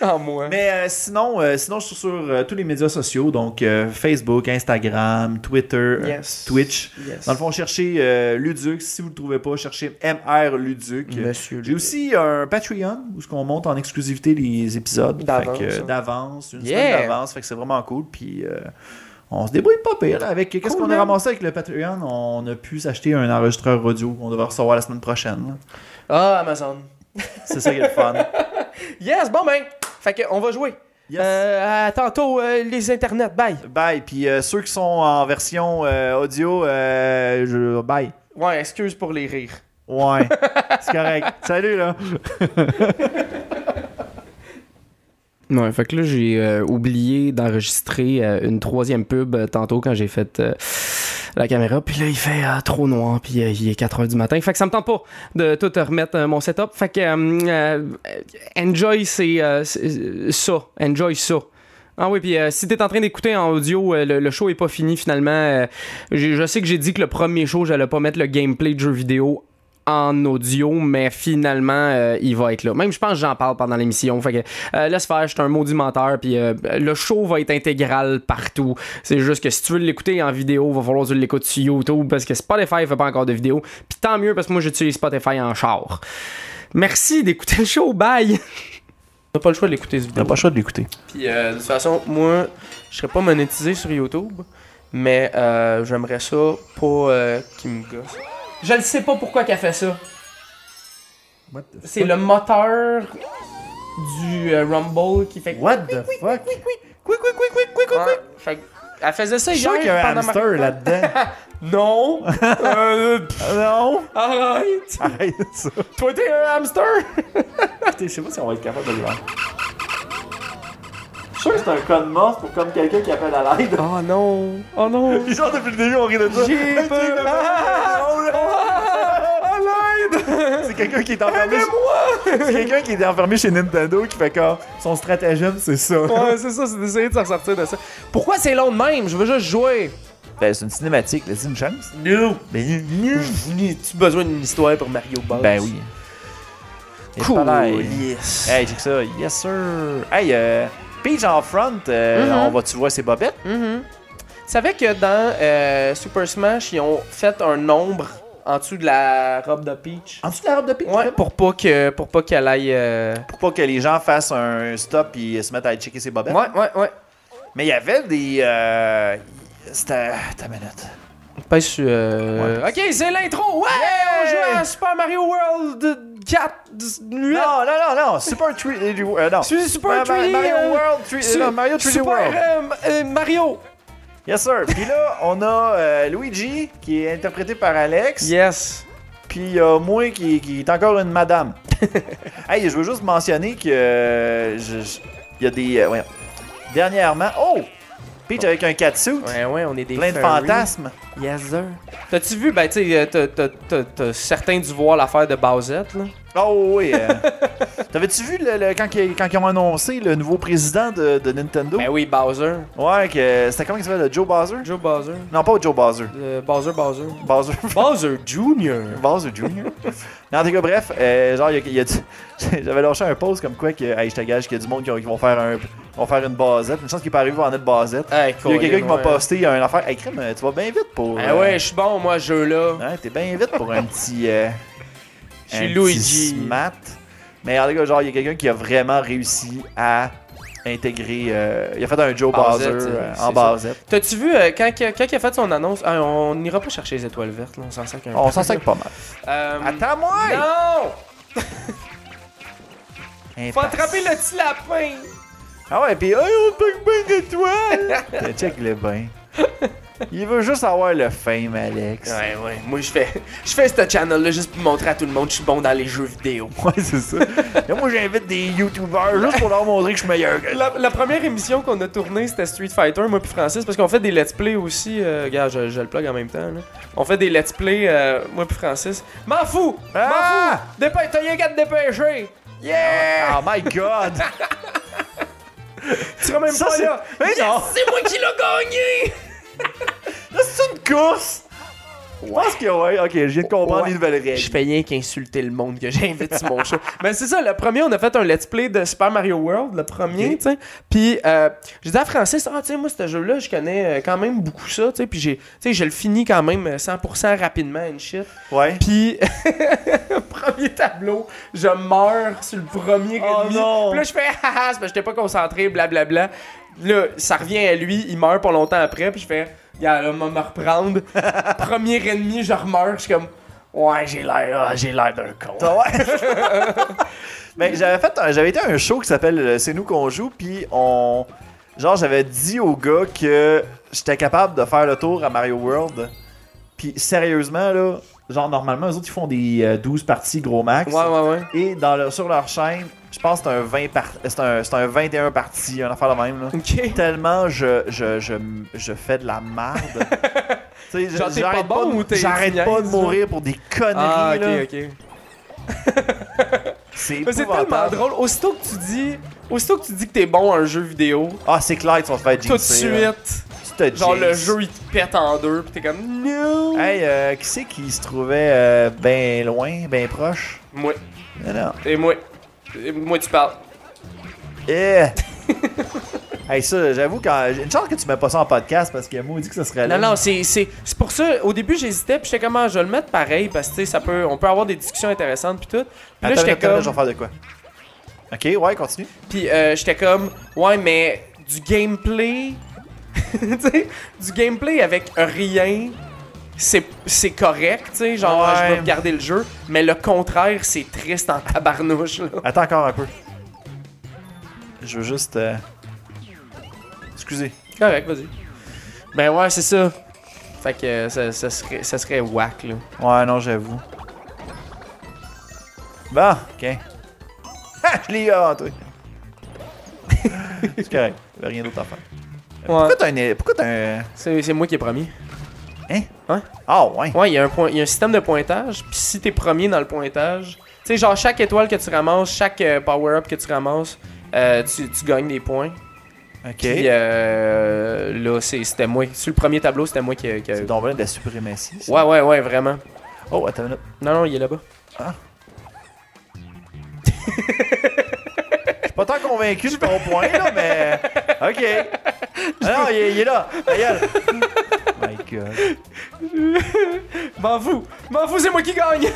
A: en moi.
B: Mais euh, sinon, euh, sinon, je suis sur euh, tous les médias sociaux, donc euh, Facebook, Instagram, Twitter, euh,
A: Yes.
B: Twitch.
A: Yes.
B: Dans le fond, cherchez euh, Luduc. Si vous ne le trouvez pas, cherchez MR Luduc.
A: Monsieur
B: euh, J'ai
A: Luduc.
B: aussi un Patreon où ce qu'on monte en exclusivité les épisodes.
A: D'avance,
B: Fait que, euh,
A: hein.
B: D'avance, une
A: Yeah.
B: semaine d'avance. Fait que c'est vraiment cool. Puis euh, on se débrouille pas pire avec. Qu'est-ce qu'on a
A: man.
B: ramassé avec le Patreon On a pu s'acheter un enregistreur audio qu'on devrait recevoir la semaine prochaine.
A: Ah Amazon.
B: C'est ça qui est le fun.
A: Yes, bon ben, fait que on va jouer.
B: Yes.
A: Euh, à tantôt euh, les internets, bye.
B: Bye. Puis euh, ceux qui sont en version euh, audio, euh, je... bye.
A: Ouais, excuse pour les rires.
B: Ouais. C'est correct. Salut, là.
E: Ouais, fait que là, j'ai euh, oublié d'enregistrer euh, une troisième pub euh, tantôt quand j'ai fait euh, la caméra. Puis là, il fait euh, trop noir, puis euh, il est 4 heures du matin. Fait que ça me tente pas de tout remettre euh, mon setup. Fait que euh, euh, enjoy, c'est euh, c'est- euh, ça. Enjoy ça. Ah oui, puis euh, si t'es en train d'écouter en audio, euh, le, le show est pas fini finalement. Euh, j'ai- je sais que j'ai dit que le premier show, j'allais pas mettre le gameplay de jeu vidéo en audio, mais finalement, euh, il va être là. Même, je pense que j'en parle pendant l'émission. Fait que, euh, laisse faire, je suis un maudit menteur. Puis euh, le show va être intégral partout. C'est juste que si tu veux l'écouter en vidéo, va falloir que tu l'écoutes sur YouTube parce que Spotify fait pas encore de vidéo. Puis tant mieux parce que moi, j'utilise Spotify en char. Merci d'écouter le show. Bye!
A: On n'a pas le choix de l'écouter ce vidéo.
B: pas le choix de l'écouter.
A: Puis euh, de toute façon, moi, je serais pas monétisé sur YouTube, mais euh, j'aimerais ça pas euh, qu'il me gosse. Je ne sais pas pourquoi qu'elle fait ça. C'est le moteur du euh, Rumble qui fait.
B: What the fuck?
A: Ouais, fait que- Elle faisait ça
B: Je suis
A: hier
B: sûr qu'il y a un
A: pendant ma-
B: hamster là-dedans. Ah
A: Non! euh, pff,
B: non.
A: arrête!
B: Arrête ça.
A: Toi, t'es un hamster!
B: Je sais pas si on va être capable de le faire. Je suis sûr que c'est un con mort pour comme quelqu'un qui appelle à l'aide.
A: Oh non! Oh non!
B: Les gens, depuis le début, on rit de ça.
A: J'ai peur! Ah, à l'aide!
B: Oh C'est quelqu'un qui est enfermé. chez- C'est quelqu'un qui est enfermé chez Nintendo qui fait comme son stratagème, c'est ça.
A: Ouais, c'est ça, c'est d'essayer de s'en sortir de ça. Pourquoi c'est long de même? Je veux juste jouer!
B: Ben, c'est une cinématique, laissez une chance.
A: Non!
B: Ben,
A: Tu besoin d'une histoire pour Mario Bros?
B: ben oui.
A: Cool!
B: Pareil.
A: Yes! Eh,
B: Hey, check ça. Yes, sir. Hey, euh, Peach en front, euh,
A: Mhm.
B: on va-tu voir ses bobettes?
A: Mhm. Tu savais que dans euh, Super Smash, ils ont fait un nombre en dessous de la robe de Peach?
B: En dessous de la robe de Peach?
A: Ouais, pour pas que pour pas qu'elle aille. euh,
B: Pour pas que les gens fassent un stop et se mettent à aller checker ses bobettes.
A: Ouais, ouais, ouais.
B: Mais il y avait des... Euh... C'était... Ta minute.
A: Pas sur. euh,
B: Ouais.
A: Ok, c'est l'intro. Ouais, on joue à Super Mario World 4.
B: Non, non, non, non. Super 3D... Euh, non.
A: Super,
B: Ma-
A: Super
B: Ma-
A: 3D.
B: Mario
A: euh,
B: World 3D...
A: su-
B: non, Mario 3D
A: Super,
B: World.
A: euh, m- euh, Mario.
B: Yes, sir. Puis là, on a euh, Luigi, qui est interprété par Alex.
A: Yes.
B: puis il y a moi qui, qui est encore une madame. hey, je veux juste mentionner que. euh, je- je- Il y a des. euh, voyons. Dernièrement. Oh! Peach avec un catsuit.
A: Ouais, ouais, on est des
B: Plein de
A: furries.
B: fantasmes.
A: Yes, sir. T'as-tu vu, ben, tu sais, euh, t'as- t'as- t'as- t'as certains dû voir l'affaire de Bowsette, là.
B: Oh oui. euh. T'avais-tu vu le, le- quand, ils, quand ils ont annoncé le nouveau président de, de Nintendo?
A: Ben oui, Bowser.
B: Ouais, que c'était comment il s'appelle? le Joe Bowser?
A: Joe Bowser.
B: Non, pas Joe Bowser.
A: Euh, Bowser, Bowser.
B: Bowser.
A: Bowser Jr.
B: Bowser Jr. non, en tout cas, bref, euh, genre, il y a- il y a du- j'avais lâché un post comme quoi que, hey, je te gage qu'il y a du monde qui, ont- qui vont faire un, vont faire une basette. Une chance qu'il est pas arrivé pour en être basette.
A: Hey,
B: Il y a quelqu'un qui m'a
A: ouais.
B: posté une affaire. Hey, crème, tu vas bien vite pour.
A: Ah
B: euh,
A: ouais, je suis bon, moi, ce jeu-là.
B: Ouais, t'es bien vite pour un petit. euh,
A: Je
B: un
A: suis
B: petit
A: Luigi.
B: smat. Mais en tout cas, genre, il y a quelqu'un qui a vraiment réussi à intégrer. euh, il a fait un Joe Bowser
A: Basette,
B: euh,
A: c'est
B: en
A: ça.
B: basette.
A: T'as-tu vu, euh, quand, que- quand il a fait son annonce, ah, on n'ira pas chercher les étoiles vertes, là, on s'en sert qu'un
B: On s'en sacre pas mal.
A: peu. Euh,
B: Attends-moi!
A: Non! Faut
B: Impasse.
A: attraper le petit lapin!
B: Ah ouais, pis hey, on toque bien d'étoiles! Check le bain. Il veut juste avoir le fame, Alex.
A: Ouais, ouais, moi, je fais, je fais ce channel-là juste pour montrer à tout le monde que je suis bon dans les jeux vidéo.
B: Ouais, c'est ça. Et moi, j'invite des YouTubers juste pour leur montrer que je suis meilleur que
A: La, la première émission qu'on a tournée, c'était Street Fighter, moi puis Francis, parce qu'on fait des let's play aussi. Euh, regarde, je, je le plug en même temps. Là. On fait des let's play, euh, moi puis Francis. M'en fous!
B: Ah!
A: M'en fous! Dépêche, t'as rien qu'à te dépêcher! Yeah!
B: Oh my god!
A: tu seras même
B: ça,
A: pas
B: c'est-
A: là!
B: Mais
A: Yes,
B: non!
A: C'est moi qui l'ai gagné!
B: Là, c'est une course! Je pense que ouais, ok, je viens de comprendre
A: Ouais.
B: les nouvelles
A: Je
B: règles.
A: fais rien qu'insulter le monde que j'invite sur mon show. Mais Ben, c'est ça, le premier, on a fait un let's play de Super Mario World, le premier, tu sais. Puis euh, j'ai dit à Francis, ah, tu sais, moi, ce jeu-là, je connais euh, quand même beaucoup ça, tu sais. Puis j'ai, tu sais, je le finis quand même euh, 100% rapidement, and shit.
B: Ouais.
A: Puis, premier tableau, je meurs sur le premier
B: Oh
A: ennemi.
B: non.
A: Puis là, je fais, haha, c'est parce que j'étais pas concentré, blablabla. Là, ça revient à lui, il meurt pas longtemps après, puis je fais, gars, là, on va me reprendre. premier ennemi, je remeurs, je suis comme, ouais, j'ai l'air, ah, j'ai l'air d'un con.
B: Ah ouais. Mais j'avais fait un- j'avais été à un show qui s'appelle euh, C'est nous qu'on joue puis on genre j'avais dit au gars que j'étais capable de faire le tour à Mario World. Puis sérieusement là, genre normalement les autres ils font des euh, 12 parties gros max.
A: Ouais, ouais, ouais.
B: Et dans leur- sur leur chaîne, je pense que c'est un 20 par- c'est un, c'est un 21 parties, une affaire de même là.
A: Ok.
B: Tellement je, je, je, je fais de la merde. Tu sais, je-
A: Genre, t'es pas
B: j'arrête
A: bon
B: de-
A: ou t'es- tu
B: J'arrête pas de
A: niaises,
B: mourir pour des conneries
A: Ah, ok,
B: là.
A: ok.
B: C'est
A: Mais C'est tellement
B: épouvantable.
A: drôle. Aussitôt que tu dis, aussitôt que tu dis que t'es bon à un jeu vidéo,
B: Ah, c'est clair, tu vas te faire
A: tout de
B: jinxer, là.
A: suite,
B: Tu te
A: genre le
B: jinxes.
A: jeu il te pète en deux, pis t'es comme, non.
B: Hey, euh, qui c'est qui se trouvait euh, ben loin, ben proche?
A: Moi.
B: Non, non.
A: Et moi. Et moi, tu parles.
B: Eh! hey, ça, j'avoue, quand... j'ai une chance que tu mets pas ça en podcast parce que moi, on dit que ça serait
A: Non,
B: long.
A: non, c'est, c'est, c'est pour ça. Au début, j'hésitais, puis j'étais comme, ah, je vais le mettre pareil, parce que, tu sais, ça peut, on peut avoir des discussions intéressantes, puis tout. Puis là,
B: Attends,
A: j'étais
B: attends, attends, je
A: comme,
B: vais faire de quoi? Ok, ouais, continue.
A: puis euh, j'étais comme, ouais, mais du gameplay. tu sais, du gameplay avec rien, c'est, c'est correct, tu sais, genre, je
B: Ouais.
A: vais regarder le jeu, mais le contraire, c'est triste en tabarnouche, là.
B: Attends encore un peu. Je veux juste. euh, Excusez.
A: Correct, vas-y. Ben ouais, c'est ça. Fait que euh, ça, ça serait, ça serait whack, là.
B: Ouais, non, j'avoue. Bon, ok. Ha, je l'ai eu avant toi. C'est correct, y avait rien d'autre à faire.
A: Ouais.
B: Pourquoi t'as un. Pourquoi t'as un.
A: C'est, c'est moi qui ai promis.
B: Ah, ouais.
A: Ouais, il y, a un point- il y a un système de pointage, puis si t'es premier dans le pointage, tu sais, genre chaque étoile que tu ramasses, chaque euh, power-up que tu ramasses, euh, tu, tu gagnes des points.
B: Ok.
A: Puis euh, là, c'est- c'était moi. Sur le premier tableau, c'était moi qui. qui-
B: C'est donc bien de la suprématie. ça.
A: Ouais, ouais, ouais, vraiment.
B: Oh, attends une minute.
A: Non, non, il est là-bas.
B: Je suis pas tant convaincu de ton point, là, mais. euh, Ok. Ah non, il, est- il est là. Ta gueule. My god.
A: M'en fous! M'en fous, c'est moi qui gagne!
B: Bon,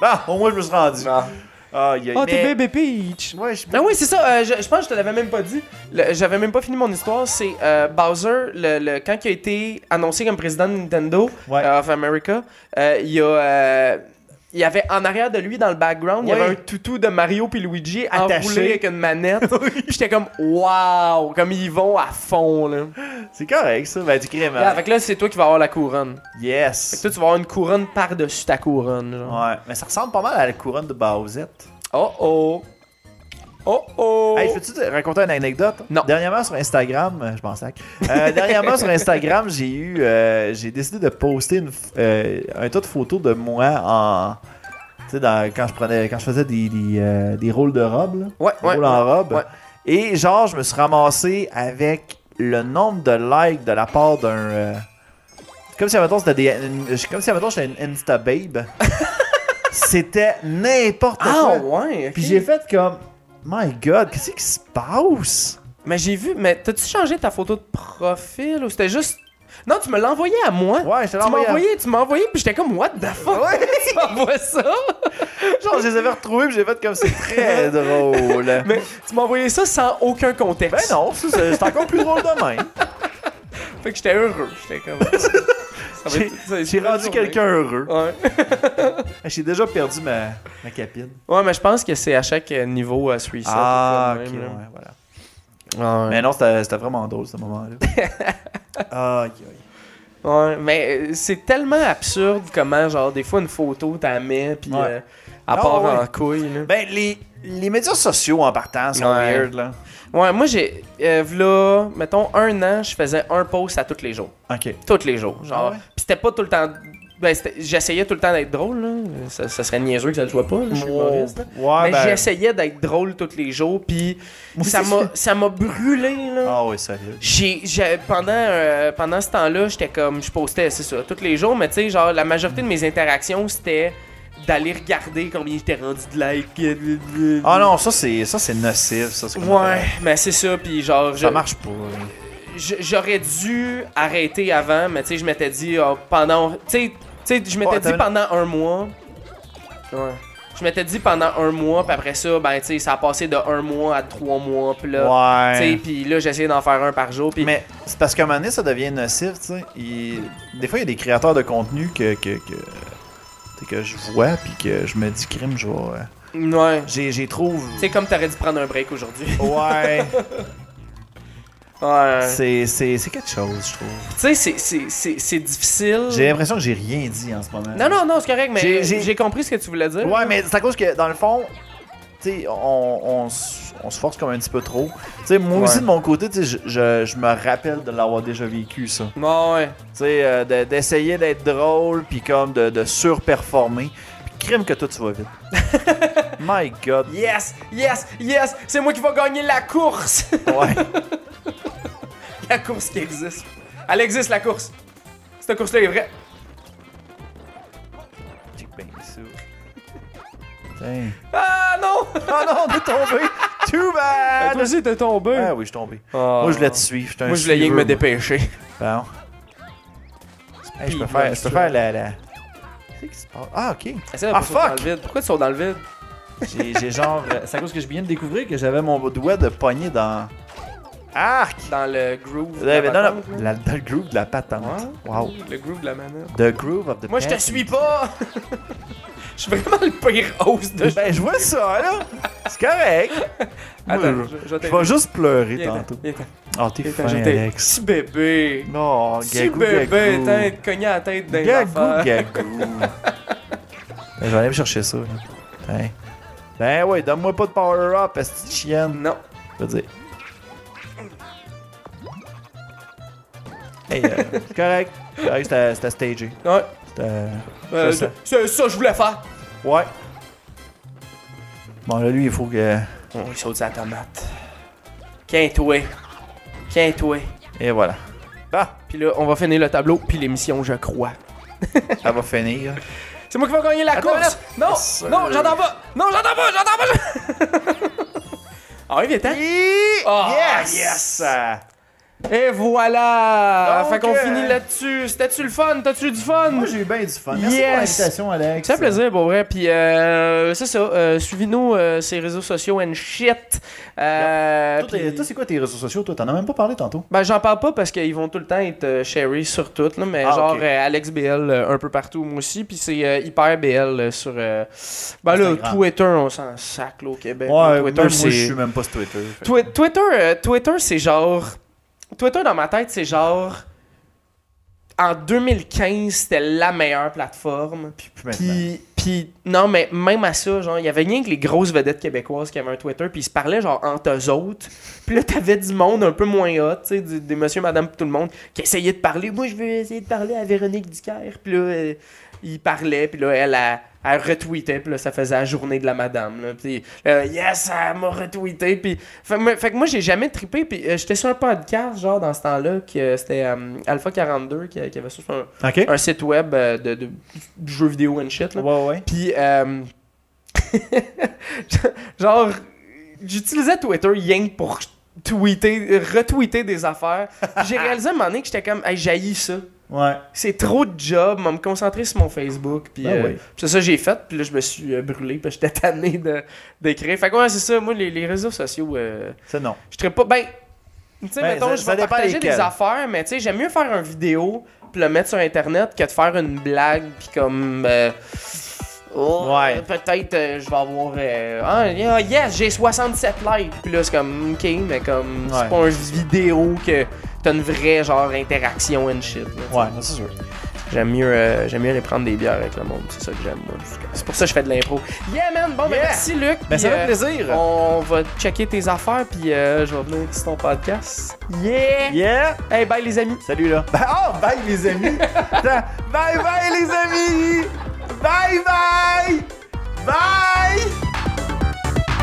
B: Bah, au moins, je me suis rendu.
A: Ah,
B: Ah, il y a mais-
A: t'es bébé Peach!
B: Ouais, je suis
A: Ah oui, c'est ça. euh, je, je pense que je te l'avais même pas dit. Le- J'avais même pas fini mon histoire. C'est euh, Bowser, le, le- quand il a été annoncé comme président de Nintendo
B: Ouais.
A: euh, of America, euh, il, a, euh, il y avait en arrière de lui dans le background, il y
B: Oui.
A: avait un toutou de Mario puis Luigi
B: Attaché.
A: enroulé avec une manette. Puis j'étais comme waouh, comme ils vont à fond là.
B: C'est correct, ça. Ben, du crime.
A: Là, fait que là c'est toi qui vas avoir la couronne. Fait que
B: Yes.
A: toi tu vas avoir une couronne par-dessus ta couronne. genre.
B: Ouais, mais ça ressemble pas mal à la couronne de Bowsette.
A: Oh oh. Oh oh.
B: Ah. Hey, je peux-tu te raconter une anecdote?
A: Non.
B: Dernièrement sur Instagram, euh, je m'en sac. Euh, dernièrement sur Instagram, j'ai eu, euh, j'ai décidé de poster une f- euh, un tas de photos de moi en, tu sais, dans- quand je prenais, quand je faisais des, des, euh, des rôles de robe, Oh là,
A: Ouais,
B: des
A: ouais.
B: rôles en robe.
A: ouais.
B: Et genre, je me suis ramassé avec le nombre de likes de la part d'un, euh, comme si mettons c'était des, une- comme si mettons j'étais une Insta babe. c'était n'importe quoi.
A: Ah ouais. ok.
B: Puis j'ai fait comme My God, qu'est-ce qui se passe?
A: Mais j'ai vu, mais t'as-tu changé ta photo de profil ou c'était juste Non, tu me l'as envoyé à moi.
B: Ouais, je te l'ai
A: Tu m'as
B: envoyé.
A: envoyé, tu m'as envoyé, puis j'étais comme, what the fuck? tu m'envoies ça?
B: Genre, je les avais retrouvés, puis j'ai fait comme c'est très drôle.
A: Mais tu m'as envoyé ça sans aucun
B: Ben
A: contexte.
B: non, ça, c'est c'est encore plus drôle de même.
A: Fait que j'étais heureux. J'étais comme. Ça va être- ça va être
B: J'ai
A: une bonne
B: rendu
A: journée.
B: quelqu'un heureux.
A: Ouais.
B: J'ai déjà perdu ma, ma capine.
A: ouais, mais je pense que c'est à chaque euh, niveau à suicide.
B: Ah,
A: tout ça,
B: ok,
A: de même,
B: ouais, voilà.
A: là.
B: Mais non, c'était c'était vraiment drôle, ce moment-là. Ah, Aïe, aïe.
A: Ouais. Ouais, mais euh, c'est tellement absurde comment, genre, des fois, une photo, t'as mets, puis
B: Ouais.
A: euh, à
B: Ah,
A: part
B: ouais.
A: en couille, là.
B: Ben, les, les médias sociaux, en partant, sont
A: Ouais.
B: weird, là.
A: Ouais, moi, j'ai. Euh, v'là, mettons, un an, je faisais un post à tous les jours.
B: OK.
A: Tous les jours. Genre.
B: Ah ouais?
A: Puis c'était pas tout le temps. Ben, c'était- j'essayais tout le temps d'être drôle, là. Ça, ça serait niaiseux que ça le soit pas, là. Je suis humoriste, là.
B: Ouais,
A: mais
B: ben...
A: j'essayais d'être drôle tous les jours, puis ça
B: aussi,
A: m'a ça m'a brûlé, là.
B: Ah oui, sérieux.
A: J'ai, j'ai- pendant, euh, pendant ce temps-là, j'étais comme, je postais, c'est ça, tous les jours, mais tu sais, genre, la majorité de mes interactions, c'était d'aller regarder combien j'étais rendu de likes.
B: Ah non, ça, c'est ça, c'est nocif, ça. c'est comme-
A: Ouais, mais c'est ça, puis genre, je-
B: Ça marche pas. là.
A: je- j'aurais dû arrêter avant, mais tu sais, je m'étais dit, ah, pendant, tu sais, tu sais, je m'étais
B: Ouais,
A: dit
B: t'as-
A: pendant un mois. Ouais. Je m'étais dit pendant un mois, puis après ça, ben, tu sais, ça a passé de un mois à trois mois, puis là.
B: Ouais.
A: T'sais, Puis là, j'essayais d'en faire un par jour. Puis
B: Mais c'est parce qu'à un moment donné, ça devient nocif, tu sais. Il- Des fois, il y a des créateurs de contenu que, que, que, tu sais, que je vois, puis que je me dis, crime, je vais. euh,
A: ouais.
B: J'ai, j'ai trop.
A: C'est comme t'aurais dû prendre un break aujourd'hui.
B: Ouais.
A: Ouais.
B: c'est, c'est, c'est quelque chose, je trouve.
A: Tu sais, c'est- c'est- c'est c'est difficile.
B: J'ai l'impression que j'ai rien dit en ce moment.
A: Oh. Non, non, non, c'est correct, mais
B: J'ai- j'ai-
A: j'ai compris ce que tu voulais dire.
B: Ouais, mais c'est à cause que, dans le fond, tu sais, on, on, s- on se force comme un petit peu trop. Tu sais, moi aussi,
A: Ouais.
B: de mon côté, tu sais, je, je, je me rappelle de l'avoir déjà vécu, ça.
A: Ouais, ouais.
B: Tu sais, euh, de- d'essayer d'être drôle, puis comme de, de surperformer. Puis crime que toi, tu vas vite. My God.
A: Yes, yes, yes, c'est moi qui vais gagner la course.
B: Ouais.
A: la course qui existe. Elle existe, la course. Cette course-là est vraie.
B: J'ai bien ça. Tiens.
A: Ah non!
B: Oh non, on est tombé. Too bad.
A: aussi, t'es tombé.
B: Ah oui, je suis tombé. Moi, je voulais te suivre. J'étais un
A: Moi, je voulais rien que me
B: suiveur,
A: dépêcher.
B: moi. Bon. Hey, je peux
A: Speed
B: faire, je peux
A: monster.
B: faire la... la... Qu'est-ce qui se passe? Ah, OK.
A: Essaye de
B: Ah,
A: pas sauter dans
B: fuck!
A: le vide. Pourquoi tu sautes dans le vide?
B: J'ai j'ai genre... euh, C'est à cause que je viens de découvrir que j'avais mon doigt de poignet dans... Arc!
A: Dans le groove. de
B: Ah,
A: la
B: Ouais, mais non, non,
A: patente, là.
B: la- dans le groove de la patente.
A: Ouais.
B: Wow.
A: Le groove de la manette.
B: The groove of the
A: Moi, je te
B: pants.
A: suis pas! Je suis vraiment le pire host de.
B: Ben, je vois ça, là. C'est correct.
A: Attends,
B: Moi,
A: je, je vais
B: je vais juste pleurer tantôt.
A: Viens, t'en.
B: Oh, t'es
A: Viens,
B: fin,
A: t'en, j'étais-
B: Alex.
A: Si bébé!
B: Non,
A: Si
B: gagou,
A: bébé,
B: gagou.
A: t'es cogné à la tête d'un
B: Gagou,
A: affaire.
B: gagou. Ben, je vais aller me chercher ça, là. Ben, ben ouais, donne-moi pas de power-up, petite chienne.
A: Non.
B: Je veux dire. Hey, euh, c'est correct. C'est correct, c'était c'était stagé.
A: Ouais.
B: C'était...
A: Euh,
B: Ça, ça.
A: C'est ça que je voulais faire.
B: Ouais. Bon, là, lui, il faut que...
A: Oh, il saute sa tomate. Quintoué. Quintoué.
B: Et voilà. Bah,
A: Puis là, on va finir le tableau, puis l'émission, je crois.
B: ça va finir.
A: C'est moi qui vais gagner la
B: Attends,
A: course! Non!
B: Yes, sir.
A: Oh, non, j'entends pas! Non, j'entends pas! J'entends pas! je- Ah oui, viens-t'en!
B: Et-
A: Ah,
B: yes!
A: yes! Et voilà!
B: Donc,
A: fait qu'on
B: euh,
A: finit là-dessus. C'était-tu le fun? T'as-tu du fun?
B: Moi, j'ai eu bien du fun. Merci
A: Yes.
B: pour l'invitation, Alex.
A: Ça fait plaisir pour vrai. Puis euh, c'est ça. euh, Suivez-nous euh, sur les réseaux sociaux and shit. Euh,
B: Toi, t'es-
A: puis-
B: toi, c'est quoi tes réseaux sociaux? Toi, t'en as même pas parlé tantôt.
A: ben, j'en parle pas parce qu'ils vont tout le temps être euh, sharés sur tout, là, mais
B: Ah,
A: genre
B: ok.
A: euh, Alex BL euh, un peu partout, moi aussi, puis c'est euh, hyper BL euh, sur. euh, ben là,
B: Instagram.
A: Twitter, on s'en sac là, au Québec. là.
B: même
A: Twitter,
B: moi,
A: c'est.
B: je suis même pas sur Twitter. fait que-
A: Twi- Twitter, euh, Twitter c'est genre. Twitter, dans ma tête, c'est genre. En 2015, c'était la meilleure plateforme.
B: Puis, puis maintenant.
A: Puis, puis, non, mais même à ça, genre, il y avait rien que les grosses vedettes québécoises qui avaient un Twitter, puis ils se parlaient, genre, entre eux autres. Puis là, t'avais du monde un peu moins hot, tu sais, du- des monsieur, madame, puis tout le monde, qui essayait de parler. Moi, je veux essayer de parler à Véronique Ducaire. Puis là, euh, il parlait, puis là, elle, elle, elle retweetait, puis là, ça faisait la journée de la madame, là. Puis, là, yes, elle m'a retweeté, puis... Fait, que moi- fait que moi, j'ai jamais trippé, puis euh, j'étais sur un podcast, genre, dans ce temps-là, que euh, c'était euh, Alpha 42 qui, qui avait ça sur un
B: OK.
A: un site web euh, de, de jeux vidéo and shit. Là.
B: Ouais, ouais.
A: Puis, euh, genre, j'utilisais Twitter rien que pour tweeter, retweeter des affaires. Puis J'ai réalisé à un moment donné que j'étais comme, hey, j'haïs ça.
B: Ouais.
A: C'est trop de job, moi, me concentrer sur mon Facebook. Puis
B: Ah
A: euh,
B: oui.
A: puis c'est ça que j'ai fait. Puis là, je me suis euh, brûlé. Puis j'étais tanné de- d'écrire. Fait que, ouais, c'est ça. Moi, les, les réseaux sociaux, euh,
B: C'est non.
A: je serais pas. Ben, tu sais,
B: Ben,
A: mettons,
B: ça-
A: je
B: ça
A: vais
B: dépend
A: partager des
B: lesquels.
A: affaires, mais tu sais, j'aime mieux faire une vidéo puis le mettre sur Internet que de faire une blague puis comme. euh, oh,
B: Ouais.
A: Peut-être euh, je vais avoir. euh, ah, yeah, yes, j'ai 67 likes. Puis là, c'est comme, ok, mais comme, c'est
B: Ouais.
A: pas une vidéo que t'as une vraie genre interaction and shit. là, tu sais.
B: Ouais, c'est sûr.
A: J'aime mieux, euh, j'aime mieux aller prendre des bières avec le monde. C'est ça que j'aime, moi. C'est pour ça que je fais de l'impro. Yeah, man! Bon, ben,
B: Yeah.
A: merci, Luc.
B: Ben, ça
A: Puis,
B: fait
A: euh,
B: plaisir.
A: on va checker tes affaires, puis euh, je vais venir sur ton podcast. Yeah!
B: Yeah!
A: Hey, bye les amis!
B: Salut là. Bye, oh, bye les amis. Attends. bye bye les amis. Bye bye.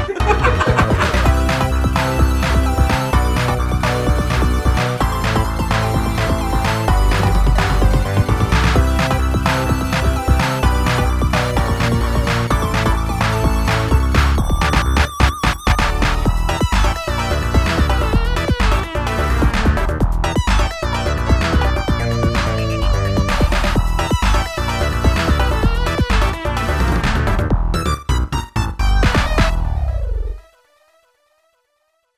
B: Bye.